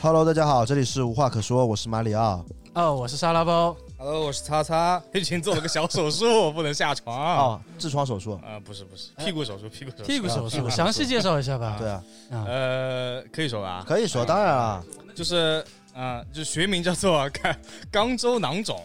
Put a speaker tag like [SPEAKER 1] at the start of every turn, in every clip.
[SPEAKER 1] Hello，大家好，这里是无话可说，我是马里奥。
[SPEAKER 2] 哦，我是沙拉包，
[SPEAKER 3] Hello，我是叉叉，最近做了个小手术，不能下床。啊、
[SPEAKER 1] 哦，痔疮手术。
[SPEAKER 3] 不是不是，屁股手术，屁股手术。
[SPEAKER 2] 啊屁股手
[SPEAKER 1] 屁股手术
[SPEAKER 2] 术，详细介绍一下吧。
[SPEAKER 1] 对啊，
[SPEAKER 2] 啊，
[SPEAKER 3] 呃，可以说吧，
[SPEAKER 1] 可以说，当然了，
[SPEAKER 3] 嗯就是啊、呃就学名叫做肛肛周囊肿，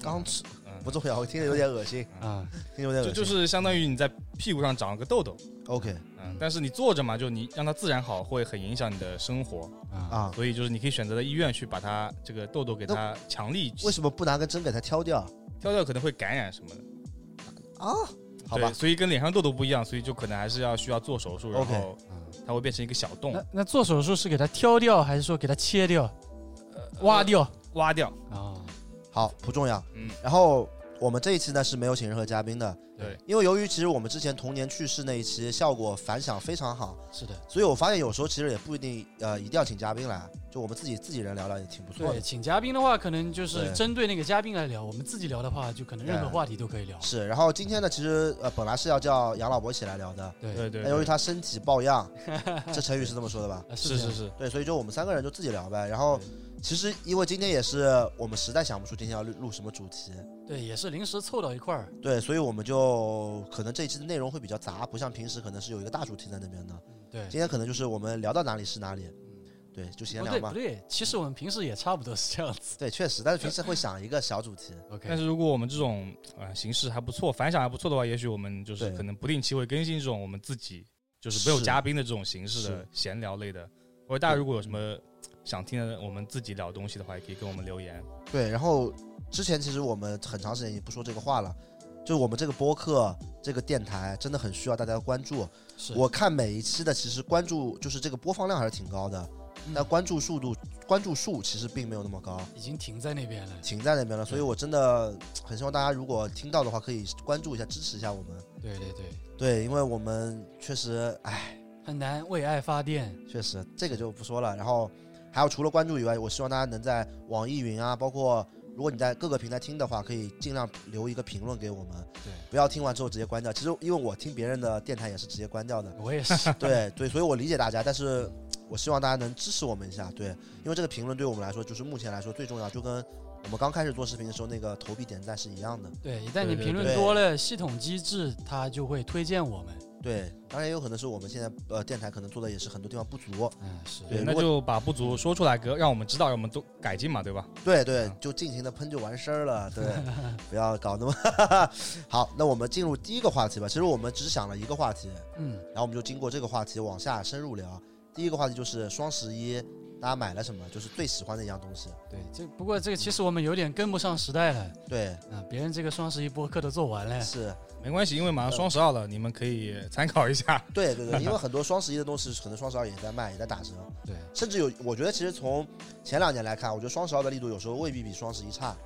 [SPEAKER 1] 刚吃不重要，我听着有点恶心，
[SPEAKER 2] 啊，
[SPEAKER 1] 听着有点恶
[SPEAKER 3] 嗯
[SPEAKER 1] 心。
[SPEAKER 3] 就就是相当于你在屁股上长了个痘痘。
[SPEAKER 1] OK
[SPEAKER 3] 嗯，但是你坐着嘛，就你让它自然好，会很影响你的生活，
[SPEAKER 2] 啊，
[SPEAKER 1] 啊，
[SPEAKER 3] 所以就是你可以选择到医院去把它这个痘痘给它强力
[SPEAKER 1] 为什么不拿根针给它挑掉？
[SPEAKER 3] 挑掉，可能会感染什么的。
[SPEAKER 1] 好吧
[SPEAKER 3] 对，所以跟脸上痘痘不一样，所以就可能还是要需要做手术，然
[SPEAKER 1] OK
[SPEAKER 3] 后它会变成一个小洞，
[SPEAKER 2] 那那做手术是给它挑掉，还是说给它切掉、挖掉？
[SPEAKER 3] 挖掉。
[SPEAKER 2] 啊，
[SPEAKER 1] 好，不重要。
[SPEAKER 3] 嗯
[SPEAKER 1] 然后我们这一期呢是没有请任何嘉宾的，
[SPEAKER 3] 对，
[SPEAKER 1] 因为由于其实我们之前童年趣事那一期效果反响非常好，
[SPEAKER 2] 是的，
[SPEAKER 1] 所以我发现有时候其实也不一定呃一定要请嘉宾来，就我们自己自己人聊聊也挺不错
[SPEAKER 2] 对，
[SPEAKER 1] 的。
[SPEAKER 2] 请嘉宾的话，可能就是
[SPEAKER 1] 对
[SPEAKER 2] 哦针对那个嘉宾来聊，我们自己聊的话，就可能任何
[SPEAKER 1] 对
[SPEAKER 2] 话题都可以聊。
[SPEAKER 1] 是，然后今天呢，其实呃本来是要叫杨老伯一起来聊的，
[SPEAKER 2] 对，
[SPEAKER 3] 对对
[SPEAKER 1] 但由于
[SPEAKER 3] 对，
[SPEAKER 1] 他身体抱恙，这成语是这么说的吧？
[SPEAKER 2] 啊
[SPEAKER 3] 是
[SPEAKER 2] 这
[SPEAKER 3] 是
[SPEAKER 2] 样
[SPEAKER 3] 是，
[SPEAKER 1] 对，所以就我们三个人就自己聊呗。然后其实因为今天也是我们实在想不出今天要录录什么主题，
[SPEAKER 2] 对，也是临时凑到一块儿。
[SPEAKER 1] 对，所以我们就可能这一期的内容会比较杂，不像平时可能是有一个大主题在那边的。
[SPEAKER 2] 对，
[SPEAKER 1] 今天可能就是我们聊到哪里是哪里，对，就闲
[SPEAKER 2] 不
[SPEAKER 1] 聊
[SPEAKER 2] 哦对不
[SPEAKER 1] 嘛。
[SPEAKER 2] 对，其实我们平时也差不多是这样子。
[SPEAKER 1] 对，确实，但是平时会想一个小主 题。
[SPEAKER 3] 但
[SPEAKER 2] OK，
[SPEAKER 3] 是如果我们这种呃形式还不错，反响还不错的话，也许我们就是
[SPEAKER 1] 对
[SPEAKER 3] 可能不定期会更新这种我们自己就是没有
[SPEAKER 1] 是
[SPEAKER 3] 嘉宾的这种形式的
[SPEAKER 1] 是嗯
[SPEAKER 3] 闲聊类的。或者大家如果有什么想听的我们自己聊的东西的话，也可以跟我们留言。
[SPEAKER 1] 对，然后之前其实我们很长时间已经不说这个话了，就是我们这个播客、这个电台真的很需要大家的关注。
[SPEAKER 2] 是
[SPEAKER 1] 我看每一期的其实关注就是这个播放量还是挺高的，但关注速度、关注数其实并没有那么高，
[SPEAKER 2] 已经停在那边了。
[SPEAKER 1] 停在那边了。所以我真的很希望大家如果听到的话，可以关注一下、支持一下我们。
[SPEAKER 2] 对对对，
[SPEAKER 1] 对，因为我们确实，哎，
[SPEAKER 2] 很难为爱发电。
[SPEAKER 1] 确实这个就不说了。然后还有除了关注以外，我希望大家能在网易云啊，包括如果你在各个平台听的话，可以尽量留一个评论给我们，
[SPEAKER 2] 对
[SPEAKER 1] 不要听完之后直接关掉。其实因为我听别人的电台也是直接关掉的，，
[SPEAKER 2] 我也是
[SPEAKER 1] 对对，所以我理解大家，但是我希望大家能支持我们一下，对，因为这个评论对我们来说就是目前来说最重要，就跟我们刚开始做视频的时候那个投币点赞是一样的。
[SPEAKER 2] 对，一旦你
[SPEAKER 3] 对对
[SPEAKER 2] 评论
[SPEAKER 1] 对
[SPEAKER 2] 多了，系统机制它就会推荐我们。
[SPEAKER 1] 对，当然也有可能是我们现在呃电台可能做的也是很多地方不足，
[SPEAKER 2] 嗯，是
[SPEAKER 1] 对如
[SPEAKER 3] 那
[SPEAKER 1] 果
[SPEAKER 3] 就把不足说出来，给让我们知道，让我们都改进嘛，对吧？
[SPEAKER 1] 对对
[SPEAKER 3] 嗯，
[SPEAKER 1] 就尽情的喷就完事儿了，对，不要搞那么 好。那我们进入第一个话题吧。其实我们只想了一个话题，
[SPEAKER 2] 嗯，
[SPEAKER 1] 然后我们就经过这个话题往下深入聊。第一个话题就是双十一，大家买了什么？就是最喜欢的一样东西。
[SPEAKER 2] 对，这不过这个其实我们有点跟不上时代了
[SPEAKER 1] 对，
[SPEAKER 2] 啊，别人这个双十一播客都做完了，
[SPEAKER 1] 是，
[SPEAKER 3] 没关系，因为马上双十二了，你们可以参考一下。
[SPEAKER 1] 对 对对，因为很多双十一的东西，可能双十二也在卖，也在打折，
[SPEAKER 2] 对，
[SPEAKER 1] 甚至有，我觉得其实从前两年来看，我觉得双十二的力度有时候未必比双十一差。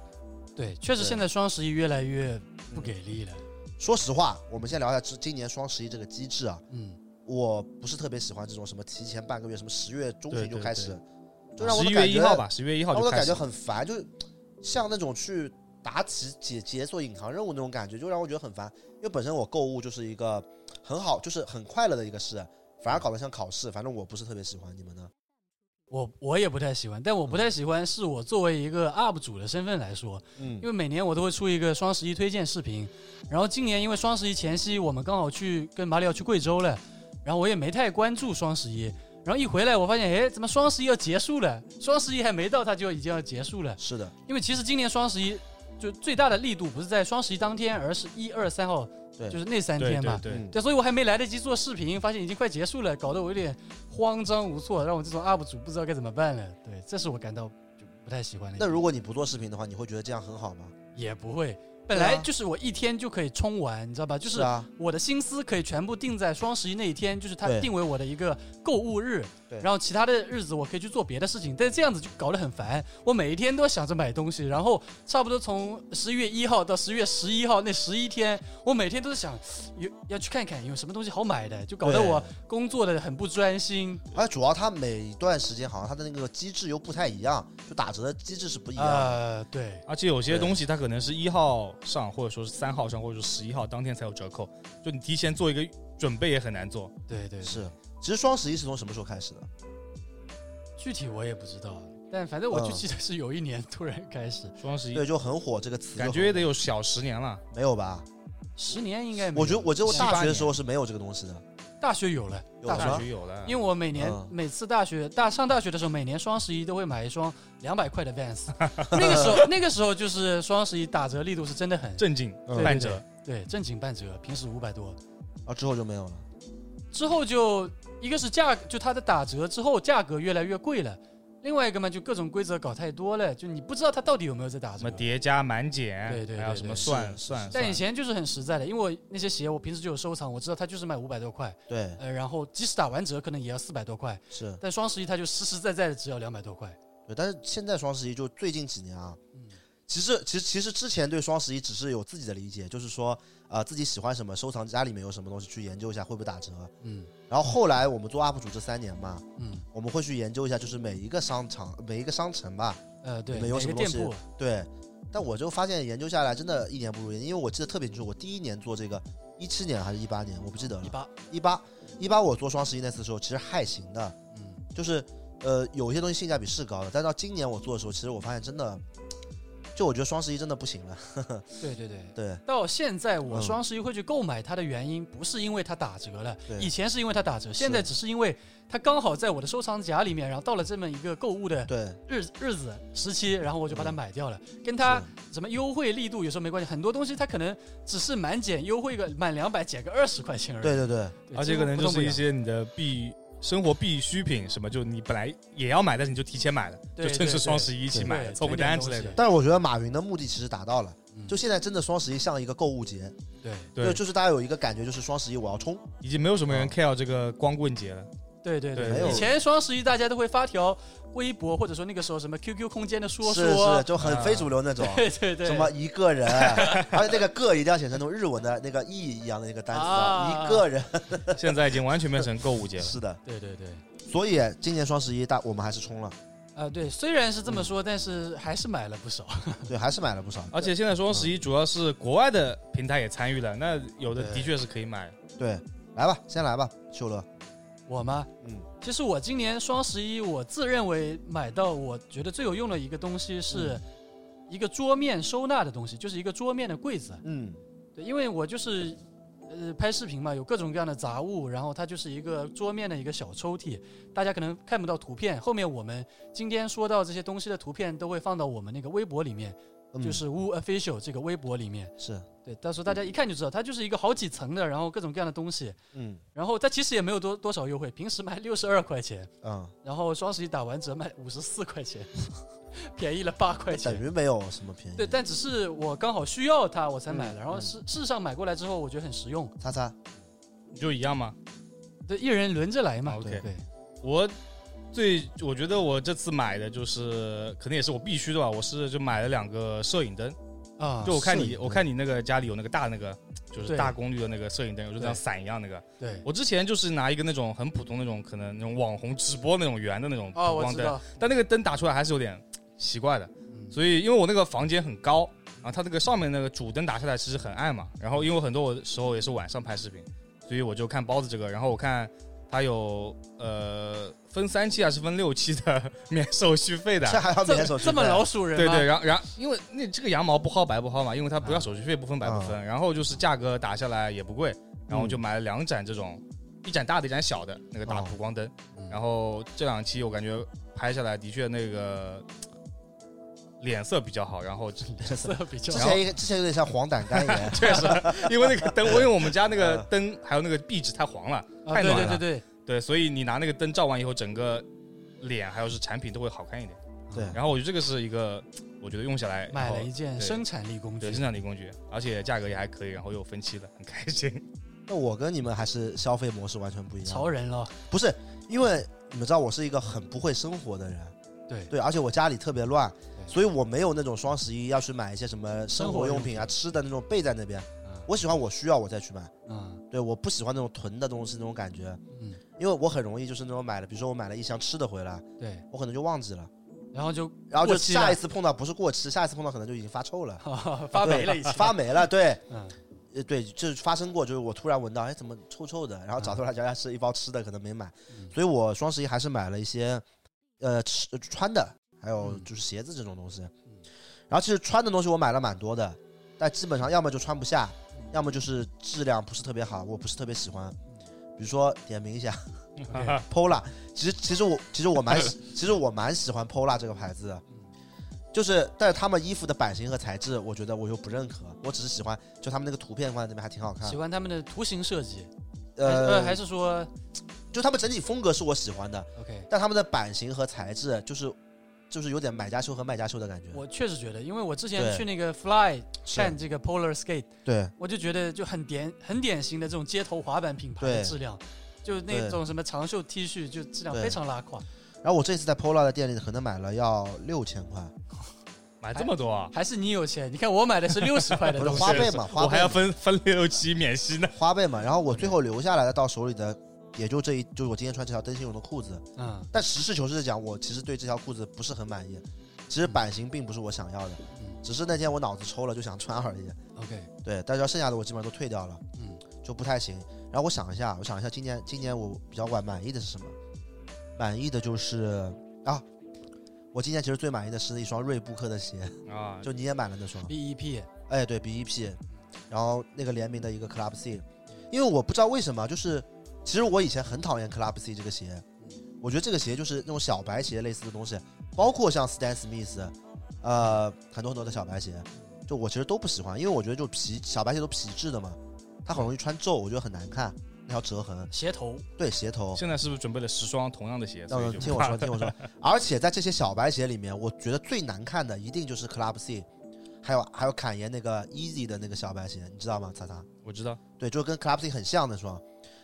[SPEAKER 2] 对，确实
[SPEAKER 1] 对
[SPEAKER 2] 现在双十一越来越不给力了，
[SPEAKER 1] 说实话，我们先聊一下今今年双十一这个机制啊，
[SPEAKER 2] 嗯，
[SPEAKER 1] 我不是特别喜欢这种什么提前半个月，什么十月中旬就开始，就让我
[SPEAKER 3] 十
[SPEAKER 1] 的
[SPEAKER 3] 一
[SPEAKER 1] 感
[SPEAKER 3] 月
[SPEAKER 1] 觉
[SPEAKER 3] 一号吧，十月一号
[SPEAKER 1] 让我的
[SPEAKER 3] 就开
[SPEAKER 1] 感
[SPEAKER 3] 始
[SPEAKER 1] 觉。很烦，就是像那种去答题解解锁隐藏任务那种感觉，就让我觉得很烦。因为本身我购物就是一个很好，就是很快乐的一个事，反而搞得像考试，反正我不是特别喜欢。你们呢？
[SPEAKER 2] 我我也不太喜欢，但我不太喜欢是我作为一个 UP 主的身份来说，
[SPEAKER 1] 嗯
[SPEAKER 2] 因，为每年我都会出一个双十一推荐视频，然后今年因为双十一前夕我们刚好去跟马里奥去贵州了，然后我也没太关注双十一，然后一回来我发现，哎，怎么双十一要结束了？双十一还没到，它就已经要结束了。
[SPEAKER 1] 是的，
[SPEAKER 2] 因为其实今年双十一就最大的力度不是在双十一当天，而是一二三号，
[SPEAKER 1] 对
[SPEAKER 2] 就是那三
[SPEAKER 3] 对
[SPEAKER 2] 天
[SPEAKER 3] 对
[SPEAKER 2] 嘛。
[SPEAKER 3] 对，
[SPEAKER 1] 嗯
[SPEAKER 2] 对，所以我还没来得及做视频，发现已经快结束了，搞得我有点慌张无措，让我这种 UP 主不知道该怎么办了。对，这是我感到就不太喜欢的一
[SPEAKER 1] 那
[SPEAKER 2] 点。
[SPEAKER 1] 如果你不做视频的话，你会觉得这样很好吗？
[SPEAKER 2] 也不会，
[SPEAKER 1] 对
[SPEAKER 2] 本
[SPEAKER 1] 啊
[SPEAKER 2] 来就是我一天就可以冲完，你知道吧？就是
[SPEAKER 1] 啊，
[SPEAKER 2] 我的心思可以全部定在双十一那一天，就是它
[SPEAKER 1] 对
[SPEAKER 2] 定为我的一个购物日
[SPEAKER 1] 对，
[SPEAKER 2] 然后其他的日子我可以去做别的事情，但是这样子就搞得很烦。我每一天都想着买东西，然后差不多从十一月一号到十月十一号那十一天，我每天都是想有要去看看有什么东西好买的，就搞得
[SPEAKER 1] 对
[SPEAKER 2] 我工作的很不专心
[SPEAKER 1] 而且主要它每段时间好像它的那个机制又不太一样，就打折的机制是不一
[SPEAKER 2] 啊、
[SPEAKER 1] 样的。
[SPEAKER 2] 对，
[SPEAKER 3] 而且有些
[SPEAKER 1] 对
[SPEAKER 3] 东西它可能是一号上，或者说是三号上，或者说十一号当天才有折扣，就你提前做一个准备也很难做。
[SPEAKER 2] 对对，
[SPEAKER 1] 是。其实双十一是从什么时候开始的？
[SPEAKER 2] 具体我也不知道，但反正我就
[SPEAKER 1] 嗯
[SPEAKER 2] 记得是有一年突然开始，
[SPEAKER 3] 双十一
[SPEAKER 1] 对，就很火这个词就很
[SPEAKER 3] 感
[SPEAKER 1] 火，
[SPEAKER 3] 觉也得有小十年了，
[SPEAKER 1] 没有吧？
[SPEAKER 2] 十年应该没有。
[SPEAKER 1] 我觉得我觉得我
[SPEAKER 3] 七
[SPEAKER 1] 大
[SPEAKER 3] 八
[SPEAKER 1] 学的
[SPEAKER 3] 年
[SPEAKER 1] 时候是没有这个东西的，
[SPEAKER 2] 大学有了，
[SPEAKER 1] 有
[SPEAKER 2] 大
[SPEAKER 1] 吗
[SPEAKER 3] 学？有了，
[SPEAKER 2] 因为我每年、
[SPEAKER 1] 嗯
[SPEAKER 2] 每次大学大上大学的时候，每年双十一都会买一双两百块的 Vans，那个时候那个时候就是双十一打折力度是真的很
[SPEAKER 3] 正经
[SPEAKER 1] 嗯
[SPEAKER 3] 半折，
[SPEAKER 2] 对，正经半折，平时五百多。
[SPEAKER 1] 啊，之后就没有了。
[SPEAKER 2] 之后就一个是价，就它的打折之后价格越来越贵了，另外一个嘛就各种规则搞太多了，就你不知道它到底有没有在打
[SPEAKER 3] 什么
[SPEAKER 2] 折。
[SPEAKER 3] 叠加满减，
[SPEAKER 2] 对对对
[SPEAKER 3] 还有什么
[SPEAKER 2] 对
[SPEAKER 3] 算
[SPEAKER 1] 是
[SPEAKER 3] 算，
[SPEAKER 2] 但
[SPEAKER 3] 算
[SPEAKER 2] 以前就是很实在的，因为我那些鞋我平时就有收藏，我知道它就是卖五百多块，
[SPEAKER 1] 对，
[SPEAKER 2] 呃，然后即使打完折可能也要四百多块，
[SPEAKER 1] 是
[SPEAKER 2] 但双十一它就实实在在的只要两百多块。
[SPEAKER 1] 对，但是现在双十一就最近几年啊，
[SPEAKER 2] 嗯
[SPEAKER 1] 其实其实其实之前对双十一只是有自己的理解，就是说呃自己喜欢什么，收藏家里面有什么东西去研究一下会不会打折。
[SPEAKER 2] 嗯
[SPEAKER 1] 然后后来我们做 UP 主这三年嘛，
[SPEAKER 2] 嗯，
[SPEAKER 1] 我们会去研究一下，就是每一个商场每一个商城吧，
[SPEAKER 2] 呃，对，
[SPEAKER 1] 你们有
[SPEAKER 2] 每
[SPEAKER 1] 什
[SPEAKER 2] 个
[SPEAKER 1] 么
[SPEAKER 2] 店
[SPEAKER 1] 东西
[SPEAKER 2] 铺，
[SPEAKER 1] 对，但我就发现研究下来真的一年不如一年，因为我记得特别清楚，我第一年做这个一七年还是一八年，我不记得
[SPEAKER 2] 一
[SPEAKER 1] 了。
[SPEAKER 2] 八，
[SPEAKER 1] 一八一八我做双十一那次的时候，其实还行的，
[SPEAKER 2] 嗯，
[SPEAKER 1] 就是呃有一些东西性价比是高的，但到今年我做的时候，其实我发现真的，就我觉得双十一真的不行了。
[SPEAKER 2] 嗯对对对。
[SPEAKER 1] 对
[SPEAKER 2] 到现在，我
[SPEAKER 1] 嗯
[SPEAKER 2] 双十一会去购买它的原因，不是因为它打折了，
[SPEAKER 1] 对
[SPEAKER 2] 以前是因为它打折，现在
[SPEAKER 1] 是
[SPEAKER 2] 只是因为它刚好在我的收藏夹里面，然后到了这么一个购物的
[SPEAKER 1] 对，
[SPEAKER 2] 日日子时期，然后我就把它
[SPEAKER 1] 嗯
[SPEAKER 2] 买掉了。跟它
[SPEAKER 1] 是
[SPEAKER 2] 什么优惠力度有时候没关系，很多东西它可能只是满减优惠个满两百减个二十块钱而已。
[SPEAKER 1] 对对对，
[SPEAKER 2] 对，
[SPEAKER 3] 而且
[SPEAKER 2] 这个
[SPEAKER 3] 可能
[SPEAKER 2] 不
[SPEAKER 3] 就
[SPEAKER 2] 痛不
[SPEAKER 3] 是一
[SPEAKER 2] 痒
[SPEAKER 3] 些你的必生活必需品，什么就你本来也要买，但是你就提前买了，
[SPEAKER 2] 对
[SPEAKER 3] 就趁是双十一一起
[SPEAKER 2] 对
[SPEAKER 3] 买，
[SPEAKER 2] 对
[SPEAKER 3] 凑
[SPEAKER 2] 囤
[SPEAKER 3] 个
[SPEAKER 2] 点
[SPEAKER 3] 单
[SPEAKER 2] 东
[SPEAKER 3] 之类
[SPEAKER 2] 西
[SPEAKER 3] 的。
[SPEAKER 1] 但是我觉得马云的目的其实达到了，
[SPEAKER 2] 嗯
[SPEAKER 1] 就现在真的双十一像一个购物节，
[SPEAKER 2] 对
[SPEAKER 1] 就
[SPEAKER 3] 对，
[SPEAKER 1] 就是大家有一个感觉，就是双十一我要冲，
[SPEAKER 3] 已经没有什么
[SPEAKER 2] 嗯
[SPEAKER 3] 人 care 这个光棍节了。
[SPEAKER 2] 对对
[SPEAKER 3] 对没有
[SPEAKER 2] 以前双十一大家都会发条微博，或者说那个时候什么 QQ 空间的说
[SPEAKER 1] 是是，
[SPEAKER 2] 说，
[SPEAKER 1] 就很非主流那种。
[SPEAKER 2] 对 对对，
[SPEAKER 1] 什么一个 人，而且那个“个”一定要写成那种日文的那个“意”一样的那个单词啊，
[SPEAKER 2] 啊
[SPEAKER 1] 一个人
[SPEAKER 3] 现在已经完全变成购物节了。
[SPEAKER 1] 是的。
[SPEAKER 2] 对对对。
[SPEAKER 1] 所以今年双十一大我们还是冲了，
[SPEAKER 2] 啊，对，虽然是这么说，但是还是买了不少。
[SPEAKER 1] 对，还是买了不少。
[SPEAKER 3] 而且现在
[SPEAKER 2] 嗯
[SPEAKER 3] 双十一主要是国外的平台也参与了，那有的的
[SPEAKER 2] 对
[SPEAKER 3] 确是可以买。
[SPEAKER 1] 对，来吧，先来吧，秀乐，
[SPEAKER 2] 我吗？
[SPEAKER 1] 嗯，
[SPEAKER 2] 其实我今年双十一，我自认为买到我觉得最有用的一个东西是一个桌面收纳的东西，就是一个桌面的柜子。
[SPEAKER 1] 嗯，
[SPEAKER 2] 对，因为我就是呃拍视频嘛，有各种各样的杂物，然后它就是一个桌面的一个小抽屉，大家可能看不到图片。后面我们今天说到这些东西的图片都会放到我们那个微博里面，
[SPEAKER 1] 嗯
[SPEAKER 2] 就是 Wu Official 这个微博里面。
[SPEAKER 1] 是，
[SPEAKER 2] 对，到时候大
[SPEAKER 3] 嗯
[SPEAKER 2] 家一看就知道，它就是一个好几层的，然后各种各样的东西。
[SPEAKER 1] 嗯
[SPEAKER 2] 然后它其实也没有多多少优惠，平时卖六十二块钱，
[SPEAKER 1] 嗯，
[SPEAKER 2] 然后双十一打完折卖五十四块钱， 便宜了八块
[SPEAKER 1] 等
[SPEAKER 2] 钱。
[SPEAKER 1] 于没有什么便宜。
[SPEAKER 2] 对，但只是我刚好需要它，我才买的。
[SPEAKER 1] 嗯
[SPEAKER 2] 然后事事实上买过来之后，我觉得很实用。
[SPEAKER 1] 擦擦，
[SPEAKER 3] 你就一样吗
[SPEAKER 2] 对，一人轮着来嘛。
[SPEAKER 3] 啊？OK，
[SPEAKER 1] 对
[SPEAKER 2] 对，
[SPEAKER 3] 我最我觉得我这次买的就是可能也是我必须的吧，我是就买了两个摄影灯。
[SPEAKER 2] 啊，
[SPEAKER 3] 就我看
[SPEAKER 1] 摄影
[SPEAKER 3] 你，
[SPEAKER 1] 灯
[SPEAKER 3] 我看你那个家里有那个大那个，就是
[SPEAKER 2] 对
[SPEAKER 3] 大功率的那个摄影灯，就像伞一样那个。
[SPEAKER 2] 对，
[SPEAKER 3] 我之前就是拿一个那种很普通那种，可能那种网红直播那种圆的那种
[SPEAKER 2] 哦，
[SPEAKER 3] 补
[SPEAKER 2] 我
[SPEAKER 3] 光
[SPEAKER 2] 知
[SPEAKER 3] 灯，
[SPEAKER 2] 道。
[SPEAKER 3] 但那个灯打出来还是有点奇怪的。
[SPEAKER 2] 嗯
[SPEAKER 3] 所以因为我那个房间很高，然后它那个上面那个主灯打下来其实很暗嘛，然后因为很多我时候也是晚上拍视频，所以我就看包子这个，然后我看它有呃分三期还是分六期的 免手续费的，
[SPEAKER 1] 这还要
[SPEAKER 2] 这
[SPEAKER 1] 免手续
[SPEAKER 2] 这么
[SPEAKER 1] 费
[SPEAKER 2] 老鼠人
[SPEAKER 3] 对
[SPEAKER 2] 吗
[SPEAKER 3] 对，，然后然后因为那这个羊毛不薅白不薅嘛，因为它不要手续费不分白不分，然后就是价格打下来也不贵，然后我就买了两盏这种，一盏大的，一盏小的那个大
[SPEAKER 1] 哦
[SPEAKER 3] 补光灯，
[SPEAKER 2] 嗯
[SPEAKER 3] 然后这两期我感觉拍下来的确那个脸色比较好，然后，
[SPEAKER 2] 色比较
[SPEAKER 1] 之前一之前有点像黄疸肝炎
[SPEAKER 3] 确实因为那个灯，因为我们家那个灯还有那个壁纸太黄了，
[SPEAKER 2] 啊
[SPEAKER 3] 太
[SPEAKER 2] 对
[SPEAKER 3] 暖
[SPEAKER 2] 对对
[SPEAKER 3] 了
[SPEAKER 2] 对，
[SPEAKER 3] 对，所以你拿那个灯照完以后，整个脸还有是产品都会好看一点。
[SPEAKER 1] 对
[SPEAKER 3] 然后我觉得这个是一个，我觉得用下来
[SPEAKER 2] 嗯买
[SPEAKER 3] 然后
[SPEAKER 2] 了一件
[SPEAKER 3] 对
[SPEAKER 2] 生产力工具
[SPEAKER 3] 对，。生产力工具，而且价格也还可以，然后又有分期的，很开心。
[SPEAKER 1] 那我跟你们还是消费模式完全不一样。
[SPEAKER 2] 潮人了，
[SPEAKER 1] 不是因为你们知道我是一个很不会生活的人，
[SPEAKER 2] 对
[SPEAKER 1] 对，而且我家里特别乱，
[SPEAKER 2] 对
[SPEAKER 1] 所以我没有那种双十一要去买一些什么生活用品啊、吃的那种备在那边。
[SPEAKER 2] 嗯
[SPEAKER 1] 我喜欢我需要我再去买，
[SPEAKER 2] 嗯
[SPEAKER 1] 对，我不喜欢那种囤的东西那种感觉，
[SPEAKER 2] 嗯，
[SPEAKER 1] 因为我很容易就是那种买了，比如说我买了一箱吃的回来，
[SPEAKER 2] 对，
[SPEAKER 1] 我可能就忘记了，
[SPEAKER 2] 然后就
[SPEAKER 1] 然后就
[SPEAKER 2] 过期了，
[SPEAKER 3] 啊
[SPEAKER 1] 下一次碰到不是过期，下一次碰到可能就已经发臭了
[SPEAKER 2] 发霉了已经。
[SPEAKER 1] 发霉了，对。
[SPEAKER 2] 嗯
[SPEAKER 1] 呃，对，就是发生过，就是我突然闻到，哎，怎么臭臭的？然后找出来家家吃一包吃的，可能没买，
[SPEAKER 2] 嗯
[SPEAKER 1] 所以我双十一还是买了一些，呃，吃呃穿的，还有
[SPEAKER 2] 嗯
[SPEAKER 1] 就是鞋子这种东西。然后其实穿的东西我买了蛮多的，但基本上要么就穿不下，
[SPEAKER 2] 嗯
[SPEAKER 1] 要么就是质量不是特别好，我不是特别喜欢。比如说点名一下
[SPEAKER 2] OK，
[SPEAKER 1] Pola，其实其实我其实我蛮喜其实我蛮喜欢 Pola 这个牌子的，就是但是他们衣服的版型和材质，我觉得我又不认可，我只是喜欢就他们那个图片放在那边还挺好看
[SPEAKER 2] 喜，欢他们的图形设计，还是
[SPEAKER 1] 啊
[SPEAKER 2] 呃，
[SPEAKER 1] 呃，
[SPEAKER 2] 还是说
[SPEAKER 1] 就他们整体风格是我喜欢的，
[SPEAKER 2] OK？
[SPEAKER 1] 但他们的版型和材质就是就是有点买家秀和卖家秀的感觉，
[SPEAKER 2] 我确实觉得，因为我之前
[SPEAKER 1] 对
[SPEAKER 2] 去那个 Fly
[SPEAKER 1] 是
[SPEAKER 2] 看这个 Polar Skate，
[SPEAKER 1] 对
[SPEAKER 2] 我就觉得就很典很典型的这种街头滑板品牌的
[SPEAKER 1] 对
[SPEAKER 2] 质量，就那
[SPEAKER 1] 对
[SPEAKER 2] 种什么长袖 T 恤，就质量
[SPEAKER 1] 对
[SPEAKER 2] 非常拉胯，
[SPEAKER 1] 然后我这次在 Pola 的店里可能买了要六千块，
[SPEAKER 3] 买这么多啊？
[SPEAKER 2] 还是你有钱？你看我买的 是六十块的
[SPEAKER 1] 不是
[SPEAKER 2] 东西
[SPEAKER 1] 哎花，呗嘛，花
[SPEAKER 3] 我还
[SPEAKER 1] 呗
[SPEAKER 3] 要
[SPEAKER 1] 嘛
[SPEAKER 3] 分分六期免息呢。
[SPEAKER 1] 花呗嘛。然后我最后留下来的到手里的也就这一，就是我今天穿这条灯芯绒的裤子。
[SPEAKER 2] 嗯
[SPEAKER 1] 但实事求是的讲，我其实对这条裤子不是很满意。其实版型并不是我想要的，
[SPEAKER 2] 嗯
[SPEAKER 1] 只是那天我脑子抽了就想穿而已。
[SPEAKER 2] ，OK，
[SPEAKER 1] 对，但是剩下的我基本上都退掉了，
[SPEAKER 2] 嗯
[SPEAKER 1] 就不太行。然后我想一下，我想一下，今年今年我比较晚满意的是什么？满意的就是啊，我今年其实最满意的是一双锐步克的鞋，
[SPEAKER 3] 啊，
[SPEAKER 1] 就你也买了那双。
[SPEAKER 2] ，BEP，
[SPEAKER 1] 哎，对 BEP，然后那个联名的一个 Club C，因为我不知道为什么，就是其实我以前很讨厌 Club C 这个鞋，我觉得这个鞋就是那种小白鞋类似的东西，包括像 Stan Smith，呃，很多很多的小白鞋，就我其实都不喜欢，因为我觉得就皮小白鞋都皮质的嘛，它很容易穿皱，我觉得很难看，那条折痕，
[SPEAKER 2] 鞋头，
[SPEAKER 1] 对鞋头。
[SPEAKER 3] 现在是不是准备了十双同样的鞋？所
[SPEAKER 1] 嗯，
[SPEAKER 3] 以就
[SPEAKER 1] 听我说，听我 说，而且在这些小白鞋里面，我觉得最难看的一定就是 Club C，还有还有侃爷那个 Easy 的那个小白鞋，你知道吗？擦擦，
[SPEAKER 3] 我知道，
[SPEAKER 1] 对，就跟 Club C 很像那双。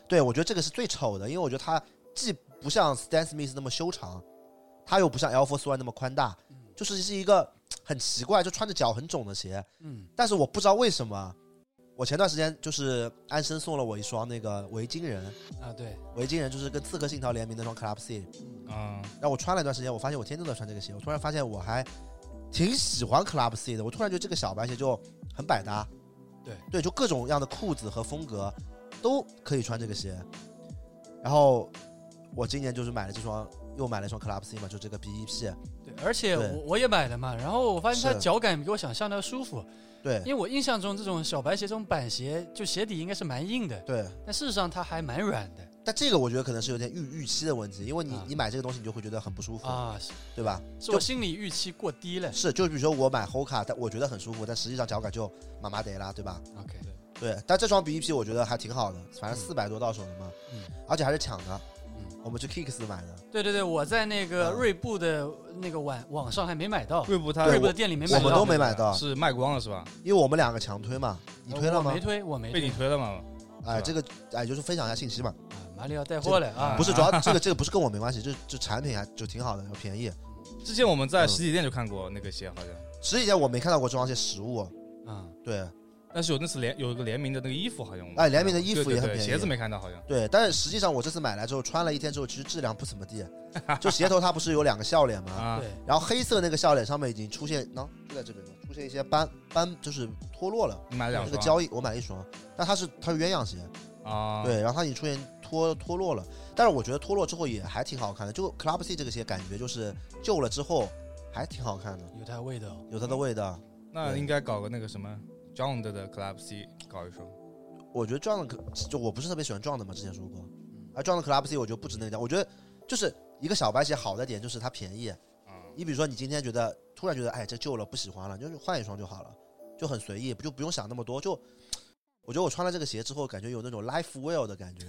[SPEAKER 1] 对，我觉得这个是最丑的，因为我觉得它既不像 Stan Smith 那么修长，它又不像 Air Force One 那么宽大，
[SPEAKER 3] 嗯
[SPEAKER 1] 就是是一个很奇怪，就穿着脚很肿的鞋。
[SPEAKER 2] 嗯
[SPEAKER 1] 但是我不知道为什么，我前段时间就是安生送了我一双那个维京人，
[SPEAKER 2] 啊，对，
[SPEAKER 1] 维京人就是跟刺客信条联名的那双 Club C，
[SPEAKER 3] 嗯，
[SPEAKER 1] 然后我穿了一段时间，我发现我天天都在穿这个鞋，我突然发现我还挺喜欢 Club C 的，我突然觉得这个小白鞋就很百搭，
[SPEAKER 2] 对
[SPEAKER 1] 对，就各种样的裤子和风格都可以穿这个鞋。然后我今年就是买了这双，又买了一双 Club C 嘛，就这个 E BEP，
[SPEAKER 2] 对，而且
[SPEAKER 1] 对
[SPEAKER 2] 我我也买了嘛，然后我发现它
[SPEAKER 1] 是
[SPEAKER 2] 脚感比我想象的要舒服，
[SPEAKER 1] 对
[SPEAKER 2] 因为我印象中这种小白鞋这种板鞋，就鞋底应该是蛮硬的，
[SPEAKER 1] 对。
[SPEAKER 2] 但事实上它还蛮软的
[SPEAKER 1] 但这个我觉得可能是有点预预期的问题，因为你
[SPEAKER 2] 啊
[SPEAKER 1] 你买这个东西你就会觉得很不舒服，
[SPEAKER 2] 啊，是
[SPEAKER 1] 对吧？
[SPEAKER 2] 是我心理预期过低了。
[SPEAKER 1] 是，就比如说我买 Hoka，但我觉得很舒服，但实际上脚感就麻麻得啦，对吧？
[SPEAKER 2] OK，
[SPEAKER 1] 对，但这双 BEP 我觉得还挺好的，反正
[SPEAKER 2] 嗯
[SPEAKER 1] 四百多到手了嘛，
[SPEAKER 2] 嗯
[SPEAKER 1] 而且还是抢的，
[SPEAKER 2] 嗯
[SPEAKER 1] 我们去 Kicks 买的，
[SPEAKER 2] 对对对，我在那个
[SPEAKER 1] 啊
[SPEAKER 2] 锐步的那个网网上还没买到，
[SPEAKER 3] 锐步它
[SPEAKER 1] 对
[SPEAKER 2] 锐
[SPEAKER 1] 我
[SPEAKER 2] 步的店里没
[SPEAKER 1] 我
[SPEAKER 2] 买
[SPEAKER 1] 们
[SPEAKER 2] 到呃
[SPEAKER 1] 都，没买到，
[SPEAKER 3] 是卖光了是吧？
[SPEAKER 1] 因为我们两个强推嘛，你推了
[SPEAKER 2] 我
[SPEAKER 1] 吗
[SPEAKER 2] 没？推，我没
[SPEAKER 3] 被你
[SPEAKER 2] 推。
[SPEAKER 3] 推了嘛？
[SPEAKER 1] 哎，
[SPEAKER 3] 是
[SPEAKER 1] 这个哎就是分享一下信息嘛，
[SPEAKER 2] 啊，马里奥带货了啊！
[SPEAKER 1] 不是主要这个这个不是跟我没关系，就就产品还就挺好的，又便宜。
[SPEAKER 3] 之前我们
[SPEAKER 1] 嗯
[SPEAKER 3] 在实体店就看过那个鞋，好像，
[SPEAKER 1] 实体店我没看到过这双鞋实物，
[SPEAKER 2] 啊，
[SPEAKER 1] 对
[SPEAKER 3] 但是有那次联有一个联名的那个衣服，好像我
[SPEAKER 1] 哎联名的衣服也很
[SPEAKER 3] 对对对
[SPEAKER 1] 便宜
[SPEAKER 3] 鞋子没看到好像。
[SPEAKER 1] 对，但是实际上我这次买来之后穿了一天之后，其实质量不怎么 地，就鞋头它不是有两个笑脸吗？
[SPEAKER 3] 啊，
[SPEAKER 2] 对，
[SPEAKER 1] 然后黑色那个笑脸上面已经出现，喏、就在这边嘛，出现一些斑斑，就是脱落了。
[SPEAKER 3] 你买了
[SPEAKER 1] 那个
[SPEAKER 3] 两双
[SPEAKER 1] 交易我买了一双，但它是它是鸳鸯鞋，
[SPEAKER 3] 啊，，
[SPEAKER 1] 对，然后它已经出现脱脱落了，但是我觉得脱落之后也还挺好看的，就 Club C 这个鞋感觉就是旧了之后还挺好看的，
[SPEAKER 2] 有它味道。
[SPEAKER 1] 有它的味道。
[SPEAKER 3] 那应该搞个那个什么 John 的的 Club C 搞一双。
[SPEAKER 1] 我觉得撞的就我不是特别喜欢撞的嘛，之前说过，
[SPEAKER 3] 嗯
[SPEAKER 1] 而撞的 Club C 我觉得不止那个价，我觉得就是一个小白鞋好的点就是它便宜，
[SPEAKER 3] 嗯，
[SPEAKER 1] 你比如说，你今天觉得突然觉得，哎，这旧了不喜欢了，就是换一双就好了，就很随意，不就不用想那么多。就我觉得我穿了这个鞋之后，感觉有那种 life well 的 感觉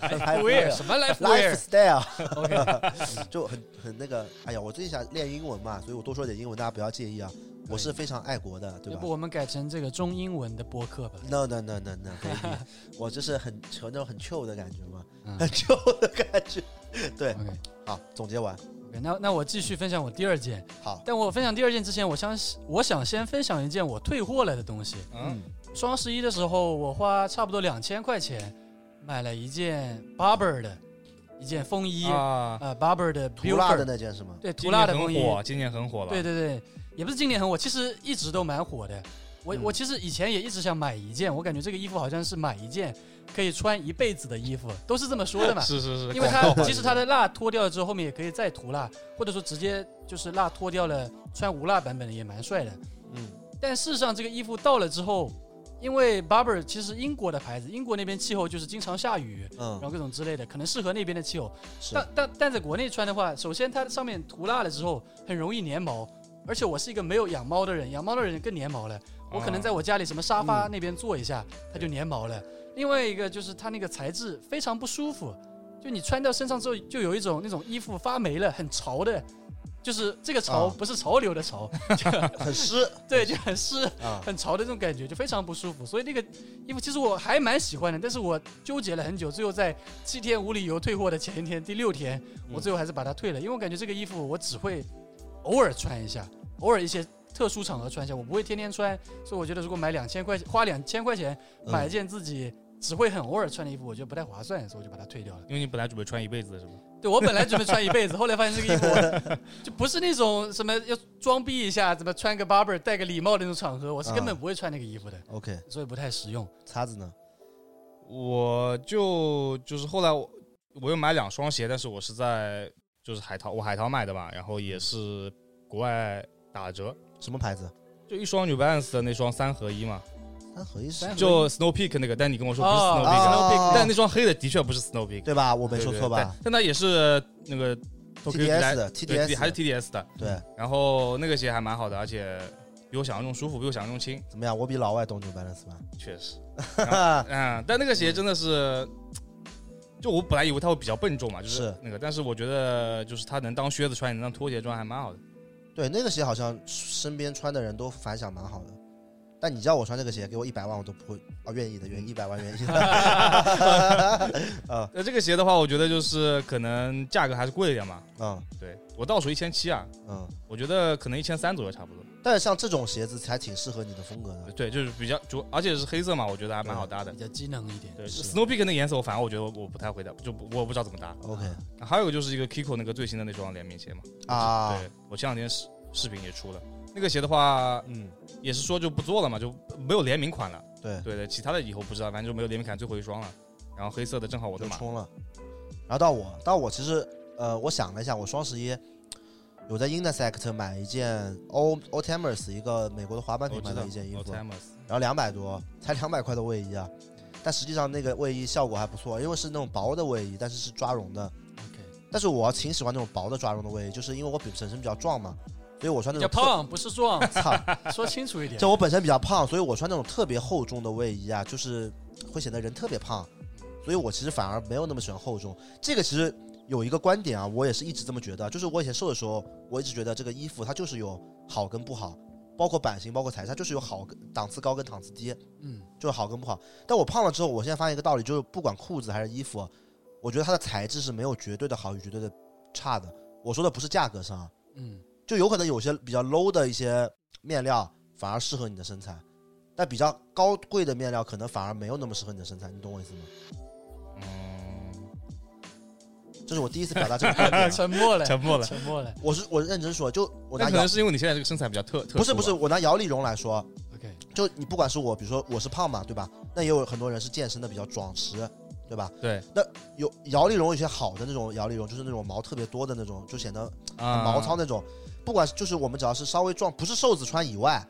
[SPEAKER 1] Life wear
[SPEAKER 2] 什么 life wear？
[SPEAKER 1] ，lifestyle，就 很很那个。哎呀，我最近想练英文嘛，所以我多说点英文，大家不要介意啊。我是非常爱国的，对
[SPEAKER 2] 要
[SPEAKER 1] 吧
[SPEAKER 2] 不我们改成这个中英文的播客吧？
[SPEAKER 1] ？No no no no no，baby 我就是很有那种很 chill 的感觉嘛，
[SPEAKER 2] 嗯
[SPEAKER 1] 很 chill 的感觉。对，
[SPEAKER 3] 嗯
[SPEAKER 2] OK，
[SPEAKER 1] 好，总结完，
[SPEAKER 2] OK，那那我继续分享我第二件。
[SPEAKER 1] 好，
[SPEAKER 2] 但我分享第二件之前，我想我想先分享一件我退货了的东西。
[SPEAKER 3] 嗯，
[SPEAKER 2] 双十一的时候，我花差不多两千块钱买了一件 Barber 的一件风衣，啊、
[SPEAKER 3] 啊，
[SPEAKER 2] Barber 的
[SPEAKER 1] 涂蜡的
[SPEAKER 2] Buford，
[SPEAKER 1] 那件是吗？
[SPEAKER 2] 对涂
[SPEAKER 3] 今
[SPEAKER 2] 蜡
[SPEAKER 3] 年
[SPEAKER 2] 的风
[SPEAKER 3] 很
[SPEAKER 2] 衣，
[SPEAKER 3] 火，今年很火了。
[SPEAKER 2] 对对对，也不是今年很火，其实一直都蛮火的。我我其实以前也一直想买一件，我感觉这个衣服好像是买一件可以穿一辈子的衣服，都是这么说的嘛。
[SPEAKER 3] 是是是，
[SPEAKER 2] 因为它
[SPEAKER 3] 广告嘛
[SPEAKER 2] 即使它的蜡脱掉了之后，后面也可以再涂蜡，或者说直接就是蜡脱掉了，穿无蜡版本的也蛮帅的。
[SPEAKER 1] 嗯，
[SPEAKER 2] 但事实上，这个衣服到了之后，因为 Barber 其实英国的牌子，英国那边气候就是经常下雨，然
[SPEAKER 1] 嗯，
[SPEAKER 2] 后各种之类的，可能适合那边的气候。
[SPEAKER 1] 是
[SPEAKER 2] 但但但在国内穿的话，首先它上面涂蜡了之后，很容易粘毛，而且我是一个没有养猫的人，养猫的人更粘毛了。
[SPEAKER 1] 啊
[SPEAKER 2] 我可能
[SPEAKER 3] 嗯
[SPEAKER 2] 在我家里什么沙发那边坐一下，
[SPEAKER 1] 嗯
[SPEAKER 2] 它就粘毛了。另外一个就是它那个材质非常不舒服，就你穿到身上之后，就有一种那种衣服发霉了，很潮的，就是这个潮
[SPEAKER 1] 啊
[SPEAKER 2] 不是潮流的潮，
[SPEAKER 1] 很湿
[SPEAKER 2] 对，就很湿
[SPEAKER 1] 啊，
[SPEAKER 2] 很潮的这种感觉，就非常不舒服。所以那个衣服其实我还蛮喜欢的，但是我纠结了很久，最后在七天无理由退货的前一天，第六天，我最后还是把它退了，因为我感觉这个衣服我只会偶尔穿一下，偶尔一些特殊场合穿一下，我不会天天穿。所以我觉得如果买两千块钱，花两千块钱
[SPEAKER 1] 嗯
[SPEAKER 2] 买一件自己。只会很偶尔穿的衣服，我觉得不太划算，所以我就把它退掉了。
[SPEAKER 3] 因为你本来准备穿一辈子的是吧？
[SPEAKER 2] 对我本来准备穿一辈子，后来发现这个衣服 就不是那种什么要装逼一下，怎么穿个 barber 戴个礼帽的那种场合，我是根本不会穿那个衣服的，
[SPEAKER 1] 嗯 OK，
[SPEAKER 2] 所以不太实用。
[SPEAKER 1] 叉子呢？
[SPEAKER 3] 我就就是后来我我又买两双鞋，但是我是在就是海淘，我海淘买的吧，然后也是国外打折，
[SPEAKER 1] 什么牌子？
[SPEAKER 3] 就一双 New Balance 的那双三合一嘛，
[SPEAKER 1] 三合一是
[SPEAKER 2] 三合一
[SPEAKER 3] 就 Snow Peak 那个，但你跟我说不是
[SPEAKER 2] 哦
[SPEAKER 3] Snow
[SPEAKER 2] 那
[SPEAKER 3] Peak，、
[SPEAKER 2] 个
[SPEAKER 1] 啊
[SPEAKER 2] Snow Peak，
[SPEAKER 3] 但那双黑的的确不是 Snow Peak，
[SPEAKER 1] 对吧？我
[SPEAKER 3] 对
[SPEAKER 1] 没说
[SPEAKER 3] 对
[SPEAKER 1] 错吧
[SPEAKER 3] 但但它也是那个 Tokyo
[SPEAKER 1] ？TDS
[SPEAKER 3] 来
[SPEAKER 1] 的
[SPEAKER 3] 对
[SPEAKER 1] TDS
[SPEAKER 3] 还是 TDS 的，
[SPEAKER 1] 对，
[SPEAKER 3] 然后那个鞋还蛮好的，而且比我想象中舒服，比我想象中轻，
[SPEAKER 1] 怎么样？我比老外懂 New Balance 吧？
[SPEAKER 3] 确 实。
[SPEAKER 1] 哈，
[SPEAKER 3] 嗯，但那个鞋真的是，就我本来以为它会比较笨重嘛，就是是那个，但是我觉得就是它能当靴子穿，也能当拖鞋穿，还蛮好的。
[SPEAKER 1] 对，那个鞋好像身边穿的人都反响蛮好的。但你叫我穿这个鞋，给我一百万我都不会啊，愿意的，愿意一百万愿意 的。
[SPEAKER 3] 那这个鞋的话，我觉得就是可能价格还是贵一点嘛。
[SPEAKER 1] 嗯
[SPEAKER 3] 对我到手一千七啊，
[SPEAKER 1] 嗯，
[SPEAKER 3] 我觉得可能一千三左右差不多。
[SPEAKER 1] 但是像这种鞋子才挺适合你的风格的。
[SPEAKER 3] 对，就是比较就，而且是黑色嘛，我觉得还蛮好搭的
[SPEAKER 2] 比。较机能一点。
[SPEAKER 3] 对
[SPEAKER 1] 嗯是
[SPEAKER 3] ，Snow Peak 那个颜色，我反而我觉得我我不太会搭，就不我不知道怎么搭。
[SPEAKER 1] OK
[SPEAKER 3] 还有一个就是一个 Kiko 那个最新的那双联名鞋嘛，
[SPEAKER 1] 啊，
[SPEAKER 3] 对我前两天视视频也出了，那个鞋的话
[SPEAKER 1] 嗯，
[SPEAKER 3] 也是说就不做了嘛，就没有联名款了。
[SPEAKER 1] 对，
[SPEAKER 3] 对对，其他的以后不知道，反正就没有联名款，最后一双了。然后黑色的正好我
[SPEAKER 1] 我就
[SPEAKER 3] 的码，
[SPEAKER 1] 冲了。然后到我，到我其实呃，我想了一下，我双十一有在 Intersect 买一件 O O Tamers 一个美国的滑板
[SPEAKER 3] 我
[SPEAKER 1] 品牌
[SPEAKER 3] 知
[SPEAKER 1] 的
[SPEAKER 3] 道哦
[SPEAKER 1] 一件衣服，
[SPEAKER 3] Otamus
[SPEAKER 1] 然后两百多，才两百块的卫衣啊。但实际上那个卫衣效果还不错，因为是那种薄的卫衣，但是是抓绒的。
[SPEAKER 2] OK，
[SPEAKER 1] 但是我挺喜欢那种薄的抓绒的卫衣，就是因为我比本身比较壮嘛，所以我穿那
[SPEAKER 2] 比
[SPEAKER 1] 种
[SPEAKER 2] 较
[SPEAKER 1] 特
[SPEAKER 2] 胖不是壮，
[SPEAKER 1] 操，
[SPEAKER 2] 说清楚一点
[SPEAKER 1] 就。我本身比较胖，所以我穿那种特别厚重的卫衣啊，就是会显得人特别胖，所以我其实反而没有那么喜欢厚重。这个其实有一个观点啊，我也是一直这么觉得，就是我以前瘦的时候，我一直觉得这个衣服它就是有好跟不好，包括版型，包括材质，它就是有好跟档次高跟档次低，
[SPEAKER 2] 嗯，
[SPEAKER 1] 就是好跟不好。但我胖了之后，我现在发现一个道理，就是不管裤子还是衣服，我觉得它的材质是没有绝对的好与绝对的差的。我说的不是价格上啊，
[SPEAKER 2] 嗯，
[SPEAKER 1] 就有可能有些比较 low 的一些面料反而适合你的身材，但比较高贵的面料可能反而没有那么适合你的身材，你懂我意思吗？
[SPEAKER 3] 嗯，
[SPEAKER 1] 这是我第一次表达这个观 点啊。
[SPEAKER 2] 沉默了，
[SPEAKER 3] 沉默了
[SPEAKER 2] 沉默了。
[SPEAKER 1] 我是我认真说，就我
[SPEAKER 3] 那
[SPEAKER 1] 拿
[SPEAKER 3] 可
[SPEAKER 1] 姚
[SPEAKER 3] 能是因为你现在这个身材比较特啊特，
[SPEAKER 1] 不是不是，，我拿姚丽蓉来说，
[SPEAKER 2] OK，
[SPEAKER 1] 就你不管是我，比如说我是胖嘛，对吧？那也有很多人是健身的比较壮实，对吧？
[SPEAKER 3] 对
[SPEAKER 1] 有摇粒绒有些好的那种摇粒绒，就是那种毛特别多的那种，就显得
[SPEAKER 3] 啊，
[SPEAKER 1] 毛糙那种。不管是就是我们只要是稍微壮，不是瘦子穿以外，